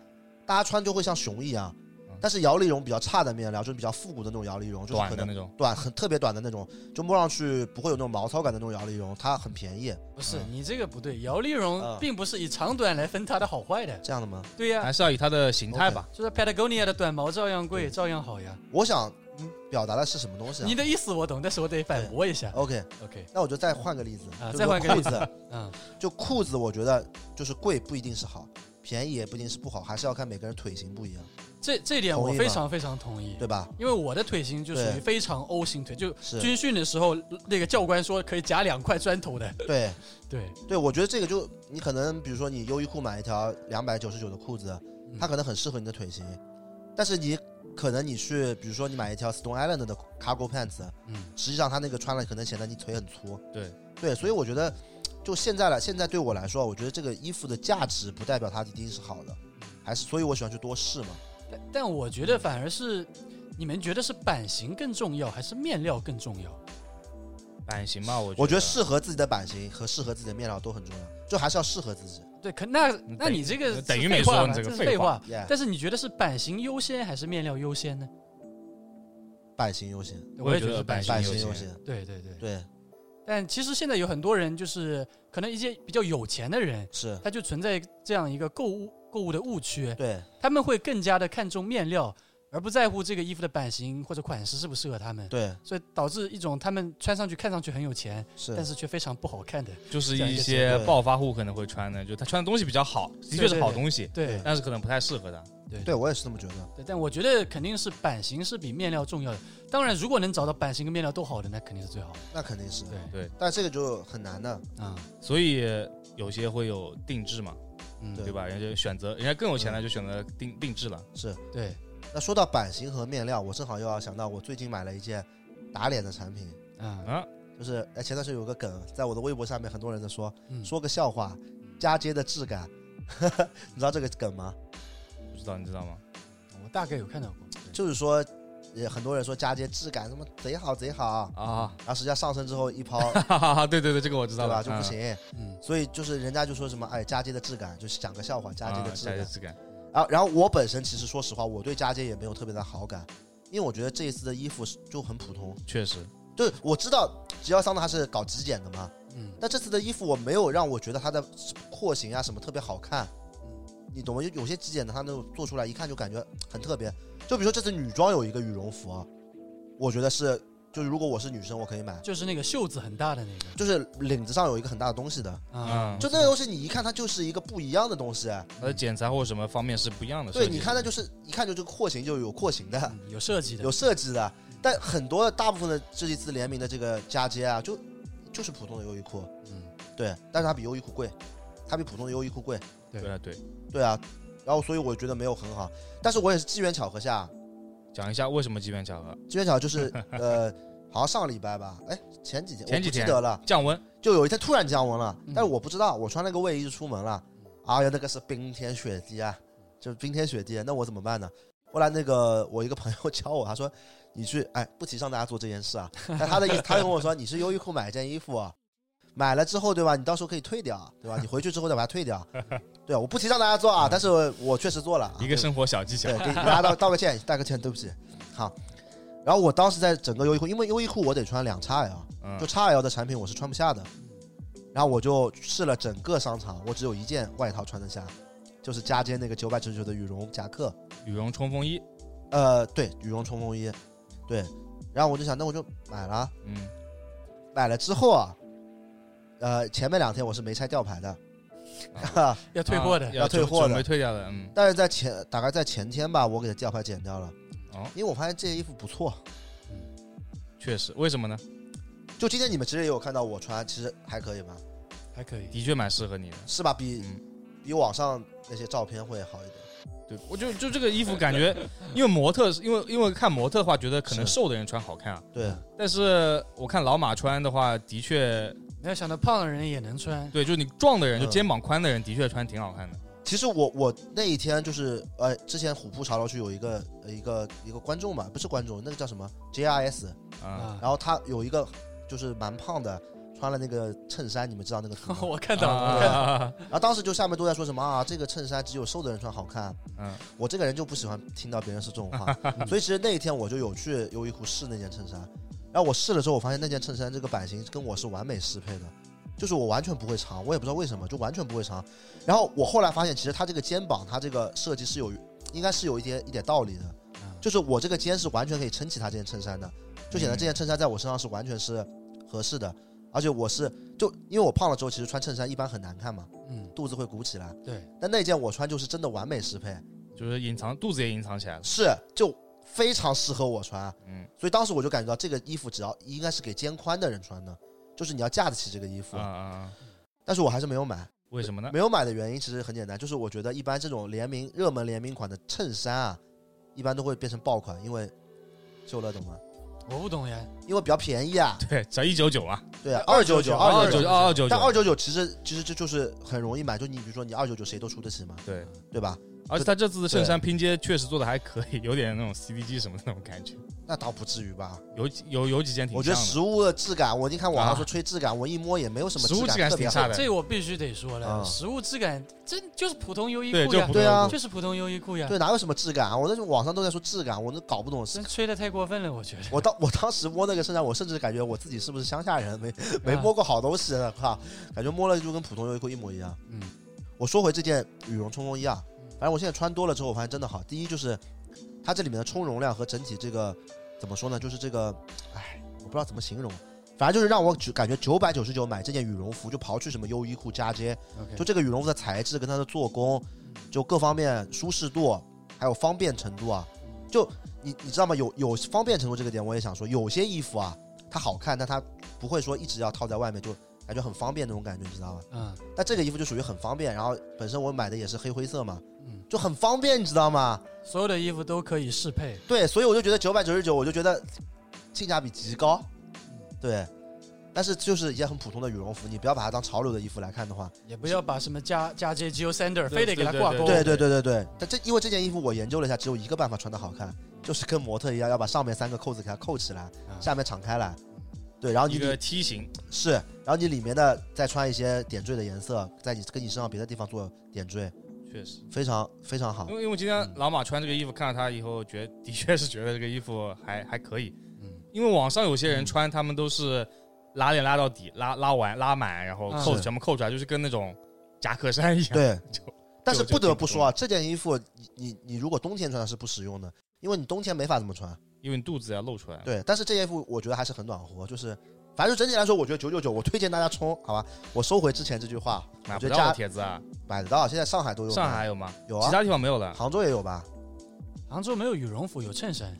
[SPEAKER 1] 大家穿就会像熊一样
[SPEAKER 3] 嗯。
[SPEAKER 1] 但是摇粒绒比较差的面料，就是比较复古的那种摇粒绒，就是
[SPEAKER 3] 短
[SPEAKER 1] 可
[SPEAKER 3] 的
[SPEAKER 1] 能
[SPEAKER 3] 那种，
[SPEAKER 1] 短很特别短的那种，就摸上去不会有那种毛糙感的那种摇粒绒，它很便宜，
[SPEAKER 2] 不是
[SPEAKER 3] 嗯
[SPEAKER 2] 你这个不对，姚丽蓉
[SPEAKER 1] 嗯
[SPEAKER 2] 并不是以长短来分它的好坏的。
[SPEAKER 1] 这样的吗？
[SPEAKER 2] 对呀
[SPEAKER 3] 还，是要以它的形态吧。
[SPEAKER 2] 就是 Patagonia 的短毛照样贵，照样好呀。
[SPEAKER 1] 我想嗯表达的嗯是什么东西啊嗯
[SPEAKER 2] 你的意思我懂，但是我得反驳一下。
[SPEAKER 1] ？OK，
[SPEAKER 2] OK，
[SPEAKER 1] 那我就再换个例子
[SPEAKER 2] 啊，
[SPEAKER 1] 就
[SPEAKER 2] 再
[SPEAKER 1] 是
[SPEAKER 2] 换个例
[SPEAKER 1] 裤子，
[SPEAKER 2] 嗯，
[SPEAKER 1] 就裤子，我觉得就是贵不一定是好，便宜也不一定是不好，还是要看每个人腿型不一样，
[SPEAKER 2] 这这点
[SPEAKER 1] 同
[SPEAKER 2] 我
[SPEAKER 1] 意
[SPEAKER 2] 非
[SPEAKER 1] 吗
[SPEAKER 2] 常非常同意。
[SPEAKER 1] 对吧？
[SPEAKER 2] 因为我的腿型就属于
[SPEAKER 1] 对
[SPEAKER 2] 非常 O 型腿，就是军训的时候那个教官说可以夹两块砖头的。
[SPEAKER 1] 对。
[SPEAKER 2] 对，
[SPEAKER 1] 对，我觉得这个就你可能，比如说你优衣库买一条两百九十九的裤子，它
[SPEAKER 2] 嗯
[SPEAKER 1] 可能很适合你的腿型，但是你可能你去，比如说你买一条 Stone Island 的 cargo pants，
[SPEAKER 2] 嗯，
[SPEAKER 1] 实际上它那个穿了可能显得你腿很粗。
[SPEAKER 3] 对
[SPEAKER 1] 对，所以我觉得就现在了，现在对我
[SPEAKER 2] 嗯
[SPEAKER 1] 来说，我觉得这个衣服的价值不代表它一定是好的，还是所以我喜欢去多试嘛。
[SPEAKER 2] 但但我觉得反而是你们觉得是版型更重要，还是面料更重要？
[SPEAKER 3] 版型吧，我
[SPEAKER 1] 我觉
[SPEAKER 3] 觉
[SPEAKER 1] 得适合自己的版型和适合自己的面料都很重要，就还是要适合自己。
[SPEAKER 2] 对，可那那你这个
[SPEAKER 3] 嗯等等于
[SPEAKER 2] 是
[SPEAKER 3] 没
[SPEAKER 2] 废话吧
[SPEAKER 3] 说你这个
[SPEAKER 2] 是
[SPEAKER 3] 废
[SPEAKER 2] 废
[SPEAKER 3] 话
[SPEAKER 2] 话。
[SPEAKER 1] Yeah，
[SPEAKER 2] 但是你觉得是版型优先还是面料优先呢？
[SPEAKER 1] 版型优先，
[SPEAKER 3] 我也
[SPEAKER 2] 也
[SPEAKER 3] 觉得
[SPEAKER 2] 是版
[SPEAKER 3] 版
[SPEAKER 1] 版
[SPEAKER 3] 型
[SPEAKER 1] 型
[SPEAKER 3] 优
[SPEAKER 1] 优
[SPEAKER 3] 先
[SPEAKER 1] 先。
[SPEAKER 2] 对对对。
[SPEAKER 1] 对，
[SPEAKER 2] 但其实现在有很多人，就是可能一些比较有钱的人，
[SPEAKER 1] 是，
[SPEAKER 2] 他就存在这样一个购物购物的误区，
[SPEAKER 1] 对，
[SPEAKER 2] 他们会更加的看重面料，而不在乎这个衣服的版型或者款式适不适合他们。
[SPEAKER 1] 对，
[SPEAKER 2] 所以导致一种他们穿上去看上去很有钱，
[SPEAKER 1] 是
[SPEAKER 2] 但，是却非常不好看的。
[SPEAKER 3] 就是
[SPEAKER 2] 讲一
[SPEAKER 3] 一
[SPEAKER 2] 个
[SPEAKER 3] 些
[SPEAKER 1] 对
[SPEAKER 3] 暴发户可能会穿的，就他穿的东西比较好，的确是好东西，
[SPEAKER 2] 对
[SPEAKER 3] 但是可能不太适合他。
[SPEAKER 2] 对
[SPEAKER 1] 对我也是这么觉得。
[SPEAKER 2] 对但我觉得肯定是版型是比面料重要的。当然，如果能找到版型跟面料都好的，那肯定是最好的。
[SPEAKER 1] 那肯定是，
[SPEAKER 2] 对，
[SPEAKER 3] 对，
[SPEAKER 1] 但这个就很难的。
[SPEAKER 2] 啊、
[SPEAKER 3] 所以有些会有定制嘛，
[SPEAKER 2] 嗯，
[SPEAKER 3] 对
[SPEAKER 1] 对嗯
[SPEAKER 3] 吧？人家就选择，人家更有钱了就选择定定制了。
[SPEAKER 1] 是，
[SPEAKER 2] 对，
[SPEAKER 1] 那说到版型和面料，我正好又要想到我最近买了一件打脸的产品，
[SPEAKER 2] 啊，
[SPEAKER 3] 啊，
[SPEAKER 1] 就是哎，前段时间有个梗，在我的微博下面很多人在说，
[SPEAKER 2] 嗯，
[SPEAKER 1] 说个笑话，嫁接的质感， 你知道这个梗吗？
[SPEAKER 3] 不知道你知道吗？
[SPEAKER 2] 我大概有看到过，
[SPEAKER 1] 就是说，也很多人说嫁接质感什么贼好贼好，
[SPEAKER 3] 啊，
[SPEAKER 1] 然后实际上上身之后一抛，
[SPEAKER 3] 哈哈 哈，对对对，这个我知
[SPEAKER 1] 对
[SPEAKER 3] 道了，
[SPEAKER 1] 吧就不
[SPEAKER 3] 嗯。
[SPEAKER 1] 行。
[SPEAKER 2] 嗯，
[SPEAKER 1] 所以就是人家就说什么哎嫁接的质感，就是讲个笑话嫁接的质
[SPEAKER 3] 啊
[SPEAKER 1] 感
[SPEAKER 3] 嫁接。质感，
[SPEAKER 1] 然后然后我本身其实说实话，我对嫁接也没有特别的好感，因为我觉得这一次的衣服是就很普通。
[SPEAKER 3] 确实，
[SPEAKER 1] 就是我知道吉奥桑娜他是搞极简的嘛，
[SPEAKER 2] 嗯，
[SPEAKER 1] 但这次的衣服我没有让我觉得它的廓形啊什么特别好看，你懂吗？就有些极简的它那种做出来一看就感觉很特别。就比如说这次女装有一个羽绒服啊，我觉得是，就是如果我是女生，我可以买，
[SPEAKER 2] 就是那个袖子很大的那个
[SPEAKER 1] 就是领子上有一个很大的东西的，
[SPEAKER 2] 啊，
[SPEAKER 3] 嗯，
[SPEAKER 1] 就那个东西你一看它就是一个不一样的东西。啊
[SPEAKER 3] 它的剪裁或者什么方面是不一样的。
[SPEAKER 1] 对，
[SPEAKER 3] 设计
[SPEAKER 1] 你看它就是一看就这个廓形就有廓形的，
[SPEAKER 2] 嗯有设计的，
[SPEAKER 1] 有设计的，但很多大部分的这一次联名的这个嫁接啊，就就是普通的优衣库，
[SPEAKER 2] 嗯，
[SPEAKER 1] 对，但是它比优衣库贵，它比普通的优衣库贵，
[SPEAKER 3] 对啊对，
[SPEAKER 1] 对啊，然后所以我觉得没有很好，但是我也是机缘巧合下，
[SPEAKER 3] 讲一下为什么机缘巧合，
[SPEAKER 1] 机缘巧合就是呃，好像上个礼拜吧，哎，前几天
[SPEAKER 3] 前几
[SPEAKER 1] 我不
[SPEAKER 3] 天
[SPEAKER 1] 记得了，
[SPEAKER 3] 降温，
[SPEAKER 1] 就有一天突然降温了，
[SPEAKER 2] 嗯
[SPEAKER 1] 但是我不知道，我穿了个卫衣就出门了，哎呀，那个是冰天雪地啊，就是冰天雪地，那我怎么办呢？后来那个我一个朋友教我，他说你去，哎，不提倡大家做这件事啊， 但他 的意思，他就跟我说，你去优衣库买一件衣服啊，买了之后对吧，你到时候可以退掉，啊对吧？你回去之后再把它退 掉，啊对，我不提倡大家做啊，但是我确实做了啊，
[SPEAKER 3] 一个生活小技巧
[SPEAKER 1] 对，给大家道道个歉，道个歉，对不起，好。然后我当时在整个优衣库，因为优衣库我得穿两 XL，
[SPEAKER 3] 嗯
[SPEAKER 1] 就 XL 的产品我是穿不下的。然后我就试了整个商场，我只有一件外套穿得下，就是加接那个九百九十九的羽绒夹克，
[SPEAKER 3] 羽绒冲锋衣，
[SPEAKER 1] 呃，对，羽绒冲锋衣，对。然后我就想，那我就买了啊，
[SPEAKER 3] 嗯，
[SPEAKER 1] 买了之后啊，呃，前面两天我是没拆吊牌的，
[SPEAKER 2] 要退货
[SPEAKER 3] 啊
[SPEAKER 2] 的，
[SPEAKER 1] 要退货的
[SPEAKER 3] 准备退掉的，嗯，
[SPEAKER 1] 但是在前大概在前天吧，我给吊牌剪掉了，
[SPEAKER 3] 哦，
[SPEAKER 1] 因为我发现这件衣服不错。
[SPEAKER 3] 确实，为什么呢？
[SPEAKER 1] 就今天你们其实也有看到我穿，其实还可以嘛，
[SPEAKER 2] 还可以，
[SPEAKER 3] 的确蛮适合你的。
[SPEAKER 1] 是吧？比、
[SPEAKER 3] 嗯，
[SPEAKER 1] 比网上那些照片会好一点。
[SPEAKER 3] 对，我就就这个衣服感 觉，因为模特，因为因为看模特的话，觉得可能
[SPEAKER 1] 是
[SPEAKER 3] 瘦的人穿好看啊，
[SPEAKER 1] 对，
[SPEAKER 3] 但是我看老马穿的话，的确，
[SPEAKER 2] 没有想到胖的人也能穿，
[SPEAKER 3] 对，就是你壮的人，
[SPEAKER 1] 嗯
[SPEAKER 3] 就肩膀宽的人，的确穿挺好看的。
[SPEAKER 1] 其实我我那一天就是呃，之前虎扑潮流区有一个呃一个一个观众嘛，不是观众，那个叫什么 JRS，
[SPEAKER 3] 啊，
[SPEAKER 2] 啊，
[SPEAKER 1] 然后他有一个就是蛮胖的。穿了那个衬衫，你们知道那个图吗
[SPEAKER 2] 我看到了，我看到了
[SPEAKER 3] 啊，
[SPEAKER 1] 然后当时就下面都在说什么啊，这个衬衫只有瘦的人穿好看。
[SPEAKER 3] 嗯，
[SPEAKER 1] 我这个人就不喜欢听到别人说这种话，所以其实那一天我就有去优衣库试那件衬衫，然后我试了之后，我发现那件衬衫这个版型跟我是完美适配的，就是我完全不会长，我也不知道为什么，就完全不会长。然后我后来发现，其实它这个肩膀，它这个设计是有，应该是有一点一点道理的， 就是我这个肩是完全可以撑起它这件衬衫的，就显得这件衬衫在我身上是完全是合适的。而且我是就因为我胖了之后，其实穿衬衫一般很难看嘛，
[SPEAKER 2] 嗯，
[SPEAKER 1] 肚子会鼓起来。
[SPEAKER 2] 对，
[SPEAKER 1] 但那件我穿就是真的完美适配，
[SPEAKER 3] 就是隐藏肚子也隐藏起来了。
[SPEAKER 1] 是就非常适合我穿。
[SPEAKER 3] 嗯，
[SPEAKER 1] 所以当时我就感觉到这个衣服只要应该是给肩宽的人穿的，就是你要架得起这个衣服。
[SPEAKER 3] 啊啊，啊
[SPEAKER 1] 但是我还是没有买，
[SPEAKER 3] 为什么呢？
[SPEAKER 1] 没有买的原因其实很简单，就是我觉得一般这种联名热门联名款的衬衫啊，一般都会变成爆款，因为秀乐懂吗？
[SPEAKER 2] 我不懂呀，
[SPEAKER 1] 因为比较便宜啊，
[SPEAKER 3] 对，只要一九九啊，
[SPEAKER 1] 对啊，二九九，二
[SPEAKER 3] 九
[SPEAKER 1] 九九。
[SPEAKER 3] 二九九，
[SPEAKER 1] 但二九九其实其实这就是很容易买，就你比如说你二九九谁都出得起嘛，
[SPEAKER 3] 对，
[SPEAKER 1] 对吧？
[SPEAKER 3] 而且他这次的圣山拼接确实做的还可以，有点那种 CDG 什么的那种感觉，
[SPEAKER 1] 那倒不至于吧？
[SPEAKER 3] 有几有有几件挺
[SPEAKER 1] 我觉
[SPEAKER 3] 像
[SPEAKER 1] 得
[SPEAKER 3] 的。
[SPEAKER 1] 实物的质感，我一看网上
[SPEAKER 3] 啊
[SPEAKER 1] 说吹质感，我一摸也没有什么
[SPEAKER 3] 实物质感
[SPEAKER 1] 特别
[SPEAKER 3] 挺差
[SPEAKER 1] 好。
[SPEAKER 3] 的
[SPEAKER 2] 这我必须得说了，
[SPEAKER 1] 啊
[SPEAKER 2] 实物质感这就是普通优衣
[SPEAKER 3] 对，
[SPEAKER 2] 库
[SPEAKER 3] 就
[SPEAKER 2] 呀
[SPEAKER 3] 普，
[SPEAKER 1] 对啊
[SPEAKER 3] 通
[SPEAKER 2] 就是普通优衣库呀，
[SPEAKER 1] 对，哪有什么质感啊？我那种网上都在说质感，我都搞不懂。
[SPEAKER 2] 真吹的太过分了，我觉得。
[SPEAKER 1] 我当我当时摸那个身上，我甚至感觉我自己是不是乡下人，没 没
[SPEAKER 2] 啊
[SPEAKER 1] 摸过好东西呢，哈，感觉摸了就跟普通优衣库一模一样。
[SPEAKER 2] 嗯，
[SPEAKER 1] 我说回这件羽绒冲锋衣啊，
[SPEAKER 3] 嗯
[SPEAKER 1] 反正我现在穿多了之后，我发现真的好。第一就是它这里面的充绒量和整体这个怎么说呢，就是这个，哎，我不知道怎么形容，反正就是让我只感觉九百九十九买这件羽绒服，就刨去什么优衣库、佳接，
[SPEAKER 2] OK
[SPEAKER 1] 就这个羽绒服的材质跟它的做工，就各方面舒适度还有方便程度啊，就你你知道吗？有有方便程度这个点，我也想说，有些衣服啊，它好看，但它不会说一直要套在外面，就感觉很方便那种感觉，你知道吗？
[SPEAKER 2] 嗯
[SPEAKER 1] 但这个衣服就属于很方便，然后本身我买的也是黑灰色嘛，
[SPEAKER 2] 嗯，
[SPEAKER 1] 就很方便，你知道吗？
[SPEAKER 2] 所有的衣服都可以适配，
[SPEAKER 1] 对，所以我就觉得九百九十九，我就觉得性价比极高，对。但是就是一件很普通的羽绒服，你不要把它当潮流的衣服来看的话，
[SPEAKER 2] 也不要把什么加加接 Geo Sander
[SPEAKER 3] 对
[SPEAKER 2] 非得给它
[SPEAKER 3] 对
[SPEAKER 2] 挂
[SPEAKER 3] 哦对
[SPEAKER 2] 钩。
[SPEAKER 1] 对对对对对。但这因为这件衣服我研究了一下，只有一个办法穿的好看，就是跟模特一样，要把上面三个扣子给它扣起来，
[SPEAKER 2] 嗯
[SPEAKER 1] 下面敞开来，对，然后啊你
[SPEAKER 3] 啊一
[SPEAKER 1] 里
[SPEAKER 3] 个梯形，
[SPEAKER 1] 是，然后你里面的再穿一些点缀的颜色，在你跟你身上别的地方做点缀，
[SPEAKER 3] 确实。
[SPEAKER 1] 非常非常好
[SPEAKER 3] 因。为因为我
[SPEAKER 1] 嗯
[SPEAKER 3] 今天老马穿这个衣服，看到他以后，觉的确是觉得这个衣服还 还可以。
[SPEAKER 2] 嗯
[SPEAKER 3] 因为网上有些人穿，他们都是拉链拉到底，拉拉完拉满，然后
[SPEAKER 2] 啊
[SPEAKER 3] 扣子
[SPEAKER 1] 是
[SPEAKER 3] 全部扣出来，就是跟那种夹克衫一样。
[SPEAKER 1] 嗯对
[SPEAKER 3] 就，
[SPEAKER 1] 但是
[SPEAKER 3] 就就
[SPEAKER 1] 不得
[SPEAKER 3] 挺
[SPEAKER 1] 不
[SPEAKER 3] 普
[SPEAKER 1] 说啊，这件衣服你你你如果冬天穿它是不实用的，因为你冬天没法这么穿。
[SPEAKER 3] 因为你肚子要露出来。，
[SPEAKER 1] 对，但是这件衣服我觉得还是很暖和，就是反正整体来说，我觉得九九九我推荐大家冲，好吧？我收回之前这句话，
[SPEAKER 3] 买
[SPEAKER 1] 我
[SPEAKER 3] 不
[SPEAKER 1] 觉得
[SPEAKER 3] 到的
[SPEAKER 1] 家
[SPEAKER 3] 帖子啊，
[SPEAKER 1] 买得到，现在上海都有卖，
[SPEAKER 3] 上海还有吗？
[SPEAKER 1] 有
[SPEAKER 3] 其
[SPEAKER 1] 啊，
[SPEAKER 3] 他地方没有了。
[SPEAKER 1] 杭州也有吧？
[SPEAKER 2] 杭州没有羽绒服，有衬衫。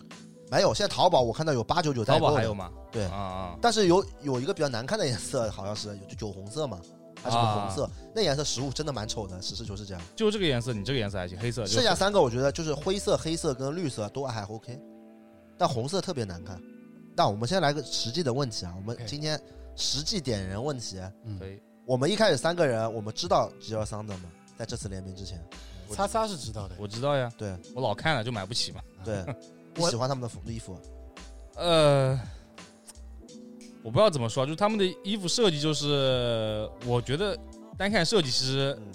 [SPEAKER 1] 没有，现在淘宝我看到有八九九代
[SPEAKER 3] 淘
[SPEAKER 1] 购
[SPEAKER 3] 宝
[SPEAKER 1] 的
[SPEAKER 3] 还有，吗？
[SPEAKER 1] 对
[SPEAKER 3] 啊啊，
[SPEAKER 1] 但是有有一个比较难看的颜色，好像是有就酒红色嘛，还是
[SPEAKER 3] 啊
[SPEAKER 1] 个红色，那颜色实物真的蛮丑的，实事求是讲。
[SPEAKER 3] 就这个颜色，你这个颜色还行，黑色。
[SPEAKER 1] 剩下三个我觉得就是灰色、黑色跟绿色都还 OK，但红色特别难看。那我们先来个实际的问题啊，我们
[SPEAKER 3] 哎
[SPEAKER 2] OK
[SPEAKER 1] 今天实际点人问题。啊
[SPEAKER 2] 嗯
[SPEAKER 3] 可，以，
[SPEAKER 1] 我们一开始三个人，我们知道 G L Thunder 吗？在这次联名之前，
[SPEAKER 2] 擦擦是知道的。
[SPEAKER 3] 我知道呀，
[SPEAKER 1] 对
[SPEAKER 3] 我老看了就买不起嘛。
[SPEAKER 1] 对，你喜欢他们的服衣服？
[SPEAKER 3] 呃，我不知道怎么说，就是他们的衣服设计，就是我觉得单看设计其实
[SPEAKER 1] 嗯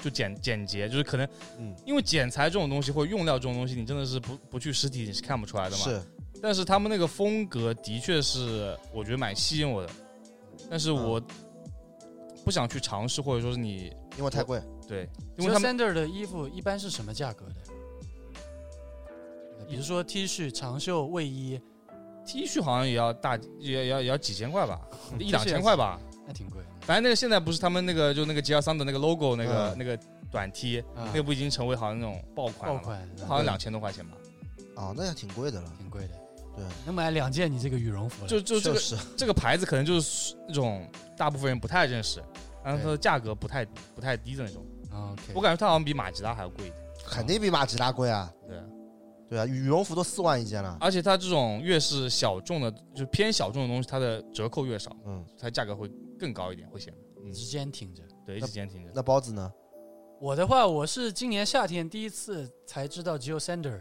[SPEAKER 3] 就简简洁，就是可能
[SPEAKER 1] 嗯，
[SPEAKER 3] 因为剪裁这种东西或者用料这种东西，你真的是不不去实体你是看不出来的嘛。。
[SPEAKER 1] 是
[SPEAKER 3] 但是他们那个风格的确是我觉得蛮吸引我的，但是
[SPEAKER 1] 嗯
[SPEAKER 3] 我不想去尝试，或者说是你
[SPEAKER 1] 因为太贵，
[SPEAKER 3] 对，因为
[SPEAKER 2] Geo
[SPEAKER 3] 他们
[SPEAKER 2] Sander 的衣服一般是什么价格的？比如说 T 恤、长袖、卫衣，
[SPEAKER 3] T 恤好像也要大也要也要也要几千块吧，一两
[SPEAKER 2] T 恤
[SPEAKER 3] 千块吧。
[SPEAKER 2] 那挺贵。
[SPEAKER 3] 反正那个现在不是他们那个就那个吉尔桑的那个 logo 那个、
[SPEAKER 1] 嗯
[SPEAKER 3] 那个短 T，、
[SPEAKER 2] 啊
[SPEAKER 3] 那个不已经成为好像那种爆款
[SPEAKER 2] 爆
[SPEAKER 3] 了吗，
[SPEAKER 2] 款
[SPEAKER 3] 好像
[SPEAKER 1] 对
[SPEAKER 3] 两千多块钱吧。
[SPEAKER 1] 哦，那也挺贵的了。
[SPEAKER 2] 挺贵的。
[SPEAKER 1] 对，
[SPEAKER 2] 能买两件你这个羽绒服了，
[SPEAKER 3] 就就这
[SPEAKER 1] 确
[SPEAKER 3] 个
[SPEAKER 1] 实，
[SPEAKER 3] 这个牌子可能就是那种大部分人不太认识，但是它的价格不太不太低的那种。
[SPEAKER 2] 啊 OK。
[SPEAKER 3] 我感觉它好像比马吉拉还要贵一点。
[SPEAKER 1] 肯定比马吉拉贵啊。
[SPEAKER 3] 对，
[SPEAKER 1] 对啊，羽绒服都四万一件了。
[SPEAKER 2] 啊
[SPEAKER 3] 而且它这种越是小众的，就偏小众的东西，它的折扣越少，
[SPEAKER 1] 嗯，
[SPEAKER 3] 它价格会更高一点，会显得
[SPEAKER 2] 直接挺着。
[SPEAKER 3] 对一直坚挺着。
[SPEAKER 1] 那包子呢？
[SPEAKER 2] 我的话，我是今年夏天第一次才知道 Geo Sander，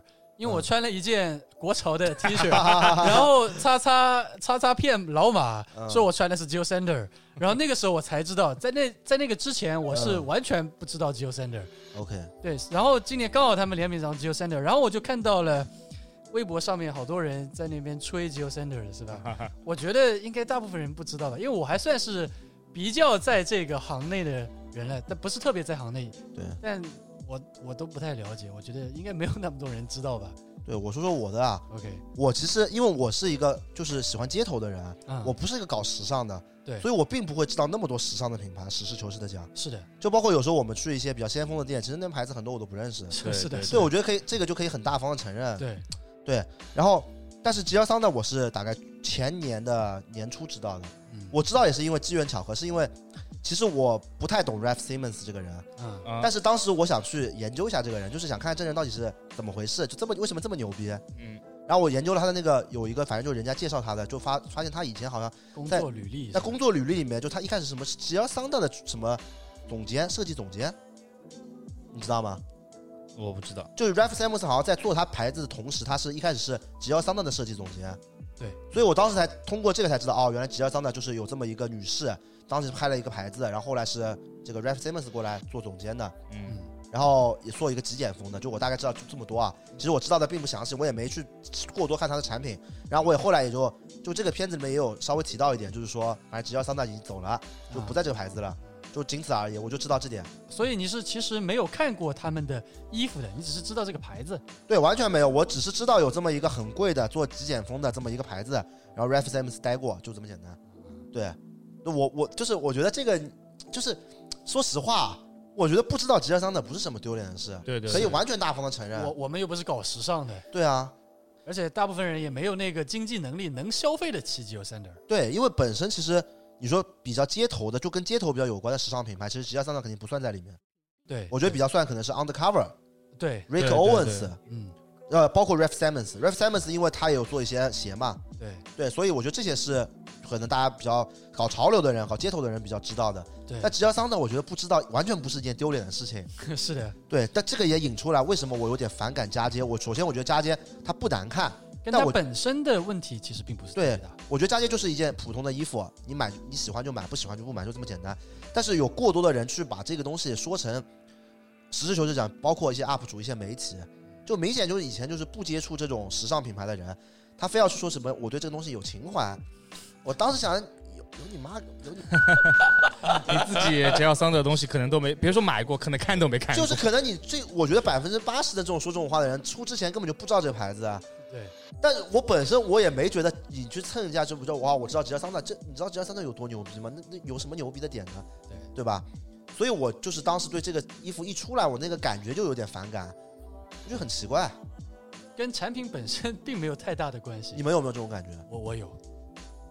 [SPEAKER 1] 嗯
[SPEAKER 2] 因为我穿了一件国潮 的 T 恤，然后擦擦擦擦骗老马
[SPEAKER 1] 嗯
[SPEAKER 2] 说我穿的是 Geo Sander，然后那个时候我才知道，在那在那个之前我是
[SPEAKER 1] 嗯
[SPEAKER 2] 完全不知道 Geo Sander。
[SPEAKER 1] OK，
[SPEAKER 2] 对，然后今年刚好他们联名上 Geo Sander，然后我就看到了微博上面好多人在那边吹 Geo Sander 是吧？我觉得应该大部分人不知道吧，因为我还算是比较在这个行内的人了，但不是特别在行内，
[SPEAKER 1] 对
[SPEAKER 2] 但我我都不太了解，我觉得应该没有那么多人知道吧。
[SPEAKER 1] 对，我说说我的啊。
[SPEAKER 2] OK，
[SPEAKER 1] 我其实因为我是一个就是喜欢街头的人，啊
[SPEAKER 2] 嗯，
[SPEAKER 1] 我不是一个搞时尚的，
[SPEAKER 2] 对
[SPEAKER 1] 所以我并不会知道那么多时尚的品牌。实事求是的讲，
[SPEAKER 2] 是的，
[SPEAKER 1] 就包括有时候我们去一些比较先锋的店，其实那牌子很多我都不认识。
[SPEAKER 2] 是
[SPEAKER 3] 对
[SPEAKER 2] 是的，
[SPEAKER 3] 对
[SPEAKER 2] 是
[SPEAKER 1] 对，
[SPEAKER 2] 的
[SPEAKER 1] 我觉得可以，这个就可以很大方的承认。
[SPEAKER 2] 对，
[SPEAKER 1] 然后，但是吉尔桑呢，我是大概前年的年初知道的。
[SPEAKER 2] 嗯，
[SPEAKER 1] 我知道也是因为机缘巧合，是因为其实我不太懂 Raf Simmons 这个人，
[SPEAKER 2] 嗯
[SPEAKER 3] 啊
[SPEAKER 1] 但是当时我想去研究一下这个人，就是想看看这人到底是怎么回事，就这么为什么这么牛逼。
[SPEAKER 3] 嗯，
[SPEAKER 1] 然后我研究了他的那个有一个，反正就是人家介绍他的，就发发现他以前好像
[SPEAKER 2] 工
[SPEAKER 1] 在
[SPEAKER 2] 作履历，
[SPEAKER 1] 在工作履历里面，就他一开始什么吉尔桑德的什么总监、设计总监，你知道吗？
[SPEAKER 3] 我不知道。
[SPEAKER 1] 就是 Ralph Simons 好像在做他牌子的同时，他是一开始是吉奥桑德的设计总监。
[SPEAKER 2] 对，
[SPEAKER 1] 所以我当时才通过这个才知道，哦，原来吉奥桑德就是有这么一个女士，当时拍了一个牌子，然后后来是这个 Ralph Simons 过来做总监的，
[SPEAKER 3] 嗯，
[SPEAKER 1] 然后也做一个极简风的。就我大概知道就这么多啊，其实我知道的并不详细，我也没去过多看他的产品。然后我也后来也就就这个片子里面也有稍微提到一点，就是说，哎反正吉奥桑德已经走了，就不在这个牌子了，就仅此而已。我就知道这点。
[SPEAKER 2] 所以你是其实没有看过他们的衣服的，你只是知道这个牌子。
[SPEAKER 1] 对，完全没有，我只是知道有这么一个很贵的做极简风的这么一个牌子，然后 Ralph Simons 待过，就这么简单。对，那我我就是我觉得这个就是说实话，我觉得不知道吉尔桑的不是什么丢脸的事，
[SPEAKER 3] 对对
[SPEAKER 1] 可以
[SPEAKER 3] 对
[SPEAKER 1] 完全大方的承
[SPEAKER 2] 我
[SPEAKER 1] 认。
[SPEAKER 2] 我们又不是搞时尚的，
[SPEAKER 1] 对啊，
[SPEAKER 2] 而且大部分人也没有那个经济能力能消费得起 Geo Sander。
[SPEAKER 1] 对，因为本身其实你说比较街头的，就跟街头比较有关的时尚品牌，其实吉尔桑的肯定不算在里面。
[SPEAKER 2] 对，
[SPEAKER 1] 我觉得比较算可能是 Undercover、
[SPEAKER 2] 对，
[SPEAKER 1] Rick
[SPEAKER 3] 对对
[SPEAKER 1] Owens，
[SPEAKER 3] 对
[SPEAKER 2] 嗯，
[SPEAKER 1] 呃，包括 Ralph Simons。Ralph Simons 因为他也有做一些鞋嘛，
[SPEAKER 2] 对
[SPEAKER 1] 对，所以我觉得这些是可能大家比较搞潮流的人、搞街头的人比较知道的。但
[SPEAKER 2] 对，
[SPEAKER 1] 直销商呢，我觉得不知道，完全不是一件丢脸的事情。
[SPEAKER 2] 是的，
[SPEAKER 1] 对，但这个也引出来为什么我有点反感家街。我首先我觉得家街它不难看，
[SPEAKER 2] 跟
[SPEAKER 1] 但
[SPEAKER 2] 他
[SPEAKER 1] 我
[SPEAKER 2] 本身的问题其实并不是特别
[SPEAKER 1] 对
[SPEAKER 2] 大。
[SPEAKER 1] 我觉得家街就是一件普通的衣服，啊你买你喜欢就买，不喜欢就不买，就这么简单。但是有过多的人去把这个东西说成，实事求是讲，包括一些 UP 主、一些媒体，就明显就是以前就是不接触这种时尚品牌的人，他非要去说什么我对这个东西有情怀。我当时想，有有你妈，有你
[SPEAKER 3] 你自己只要桑德的东西可能都没，别说买过，可能看都没看过。
[SPEAKER 1] 就是可能你这，我觉得百分之八十的这种说这种话的人，出之前根本就不知道这个牌子啊。
[SPEAKER 2] 对，
[SPEAKER 1] 但是我本身我也没觉得你去蹭一下就不知道哇，我知道吉拉桑德，这你知道吉拉桑德有多牛逼吗？那那有什么牛逼的点呢？
[SPEAKER 2] 对
[SPEAKER 1] 对吧？所以我就是当时对这个衣服一出来，我那个感觉就有点反感，我就很奇怪。
[SPEAKER 2] 跟产品本身并没有太大的关
[SPEAKER 1] 你
[SPEAKER 2] 系。
[SPEAKER 1] 们有没有这种感觉？
[SPEAKER 2] 我我有，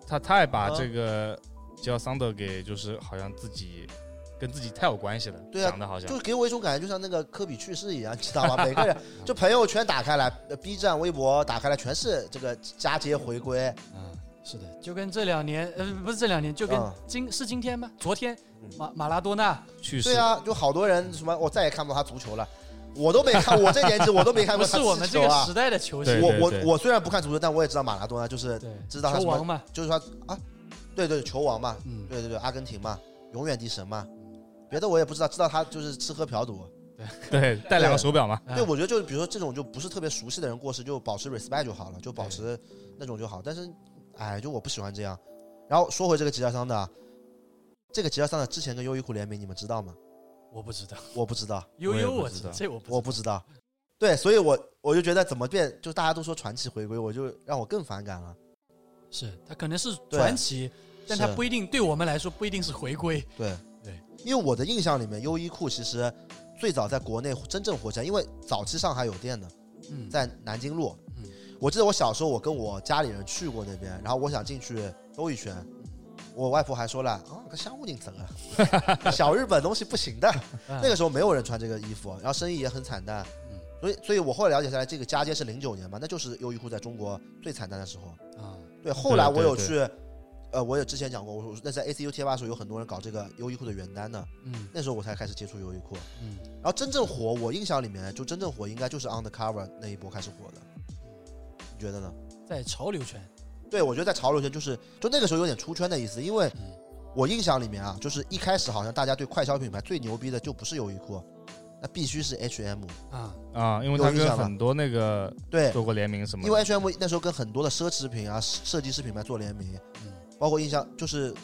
[SPEAKER 3] 他太把
[SPEAKER 1] 啊
[SPEAKER 3] 这个吉奥桑德给就是好像自己跟自己太有关系了，
[SPEAKER 1] 对啊
[SPEAKER 3] 讲的好像
[SPEAKER 1] 就是给我一种感觉，就像那个科比去世一样，你知道 吗？每个人就朋友圈打开来呃，B 站、微博打开来，全是这个佳节回归。
[SPEAKER 2] 嗯，是的，就跟这两年，呃，不是这两年，就跟
[SPEAKER 1] 嗯
[SPEAKER 2] 今是今天吗？昨天
[SPEAKER 1] 嗯
[SPEAKER 2] 马马拉多纳
[SPEAKER 3] 去世
[SPEAKER 1] 对。啊，就好多人什么，我再也看不到他足球了，我都没看，我这年纪我都没看
[SPEAKER 2] 不
[SPEAKER 1] 过他
[SPEAKER 2] 是
[SPEAKER 1] 踢
[SPEAKER 2] 我们这
[SPEAKER 1] 球
[SPEAKER 2] 个
[SPEAKER 1] 啊
[SPEAKER 2] 时。代的球
[SPEAKER 3] 对
[SPEAKER 2] 星，
[SPEAKER 1] 我
[SPEAKER 3] 对
[SPEAKER 1] 我我虽然不看足球，但我也知道马拉多纳就是
[SPEAKER 2] 对，
[SPEAKER 1] 知道他
[SPEAKER 2] 球
[SPEAKER 1] 什么
[SPEAKER 2] 王嘛，
[SPEAKER 1] 就是说啊，对对，球王嘛，
[SPEAKER 2] 嗯，
[SPEAKER 1] 对对对，阿根廷嘛，永远第神嘛，别的我也不知道，知道他就是吃喝嫖赌。
[SPEAKER 3] 对，戴两个手表嘛，
[SPEAKER 2] 啊
[SPEAKER 1] 对，我觉得就是比如说这种就不是特别熟悉的人过世，就保持 respect 就好了，就保持那种就好。但是，哎，就我不喜欢这样。然后说回这个吉他桑的啊，这个吉他桑的之前跟优衣库联名，你们知道吗？
[SPEAKER 2] 我不知道，
[SPEAKER 1] 我不知道。
[SPEAKER 2] 悠
[SPEAKER 3] 我也
[SPEAKER 2] 悠
[SPEAKER 3] 不
[SPEAKER 2] 我
[SPEAKER 3] 知
[SPEAKER 2] 知道，
[SPEAKER 3] 道
[SPEAKER 2] 这我不
[SPEAKER 1] 我
[SPEAKER 2] 知
[SPEAKER 1] 不知道。对，所以我我就觉得怎么变，就大家都说传奇回归，我就让我更反感了。
[SPEAKER 2] 道，是他可能是
[SPEAKER 1] 对
[SPEAKER 2] 传奇，但他
[SPEAKER 1] 是
[SPEAKER 2] 不一定对我们来说不一定是回归，
[SPEAKER 1] 对
[SPEAKER 2] 对，
[SPEAKER 1] 因为我的印象里面，优衣库其实最早在国内真正火起来，因为早期上海有店的，
[SPEAKER 2] 嗯，
[SPEAKER 1] 在南京路。
[SPEAKER 2] 嗯
[SPEAKER 1] 我记得我小时候，我跟我家里人去过那边，然后我想进去兜一圈，
[SPEAKER 2] 嗯
[SPEAKER 1] 我外婆还说了啊，个香屋顶怎啊， 小日本东西不行的。
[SPEAKER 2] 那
[SPEAKER 1] 那个时候没有人穿这个衣服，然后生意也很惨淡。
[SPEAKER 2] 嗯
[SPEAKER 1] 所以，所以我后来了解下来，这个家街是零九年嘛，那就是优衣库在中国最惨淡的时候。
[SPEAKER 2] 啊，
[SPEAKER 1] 对，后来我有
[SPEAKER 3] 对
[SPEAKER 1] 去，呃，我也之前讲过，我说那在 ACU 贴吧的时候，有很多人搞这个优衣库的原单的，
[SPEAKER 2] 嗯
[SPEAKER 1] 那时候我才开始接触优衣库。
[SPEAKER 2] 嗯，
[SPEAKER 1] 然后真正火，我印象里面就真正火应该就是 Undercover 那一波开始火的，你觉得呢？
[SPEAKER 2] 在潮流圈，
[SPEAKER 1] 对，我觉得在潮流圈就是就那个时候有点出圈的意思，因为
[SPEAKER 2] 嗯
[SPEAKER 1] 我印象里面啊，就是一开始好像大家对快消品牌最牛逼的就不是优衣库，那必须是 H&M。
[SPEAKER 2] 啊，
[SPEAKER 3] 啊，因为
[SPEAKER 1] 有
[SPEAKER 3] 他
[SPEAKER 1] 印象
[SPEAKER 3] 跟
[SPEAKER 1] 吧
[SPEAKER 3] 很多那个
[SPEAKER 1] 对，
[SPEAKER 3] 做过联名什么的，
[SPEAKER 1] 因为 H&M 那时候跟很多的奢侈品啊、设计师品牌做联名，
[SPEAKER 2] 嗯
[SPEAKER 1] 包括印象就是，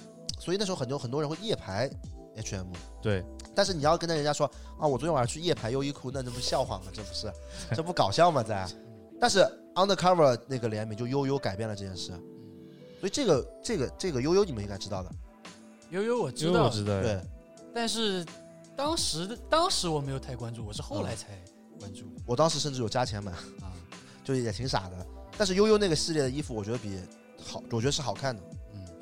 [SPEAKER 1] 所以那时候很多很多人会夜排 H&M，
[SPEAKER 3] 对
[SPEAKER 1] 但是你要跟着人家说啊，我昨天晚上去夜排优衣库，那这不笑话吗？这不 是，这不搞笑吗？在，但是 Undercover 那个联名就悠悠改变了这件事，所以这个这个这个悠悠你们应该知道的，
[SPEAKER 2] 悠悠我知
[SPEAKER 3] 因为我
[SPEAKER 2] 道，
[SPEAKER 3] 知道，
[SPEAKER 1] 对，
[SPEAKER 2] 但是当时的当时我没有太关注，我是后
[SPEAKER 3] 啊
[SPEAKER 2] 来才关注的
[SPEAKER 1] 我当时甚至有加钱买，
[SPEAKER 2] 啊，
[SPEAKER 1] 就也挺傻的，但是悠悠那个系列的衣服，我觉得比好，我觉得是好看的。
[SPEAKER 2] 嗯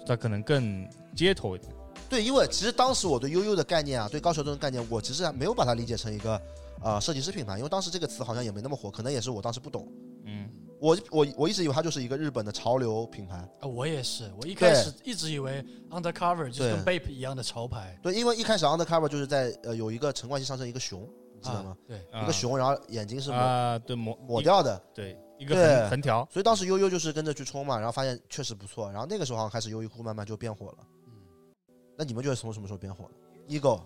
[SPEAKER 3] 他可能更街头一点，
[SPEAKER 1] 对，因为其实当时我对悠悠的概念啊，对高桥这种概念，我其实还没有把它理解成一个呃设计师品牌，因为当时这个词好像也没那么火，可能也是我当时不懂。
[SPEAKER 3] 嗯，
[SPEAKER 1] 我我我一直以为它就是一个日本的潮流品牌，
[SPEAKER 2] 啊，我也是，我一开始一直以为 Undercover 就是跟 Bape 一样的潮牌，
[SPEAKER 1] 对，因为一开始 Undercover 就是在呃有一个陈冠希上身一个熊，记得吗？
[SPEAKER 2] 对，
[SPEAKER 3] 啊
[SPEAKER 1] 一个熊，然后眼睛是抹、
[SPEAKER 3] 啊，对抹
[SPEAKER 1] 抹，掉的，
[SPEAKER 3] 一对一个
[SPEAKER 1] 对
[SPEAKER 3] 横横条，
[SPEAKER 1] 所以当时悠悠就是跟着去冲嘛，然后发现确实不错，然后那个时候好像开始优衣库慢慢就变火了。
[SPEAKER 3] 嗯
[SPEAKER 1] 那你们觉得从什么时候变火的？Ego，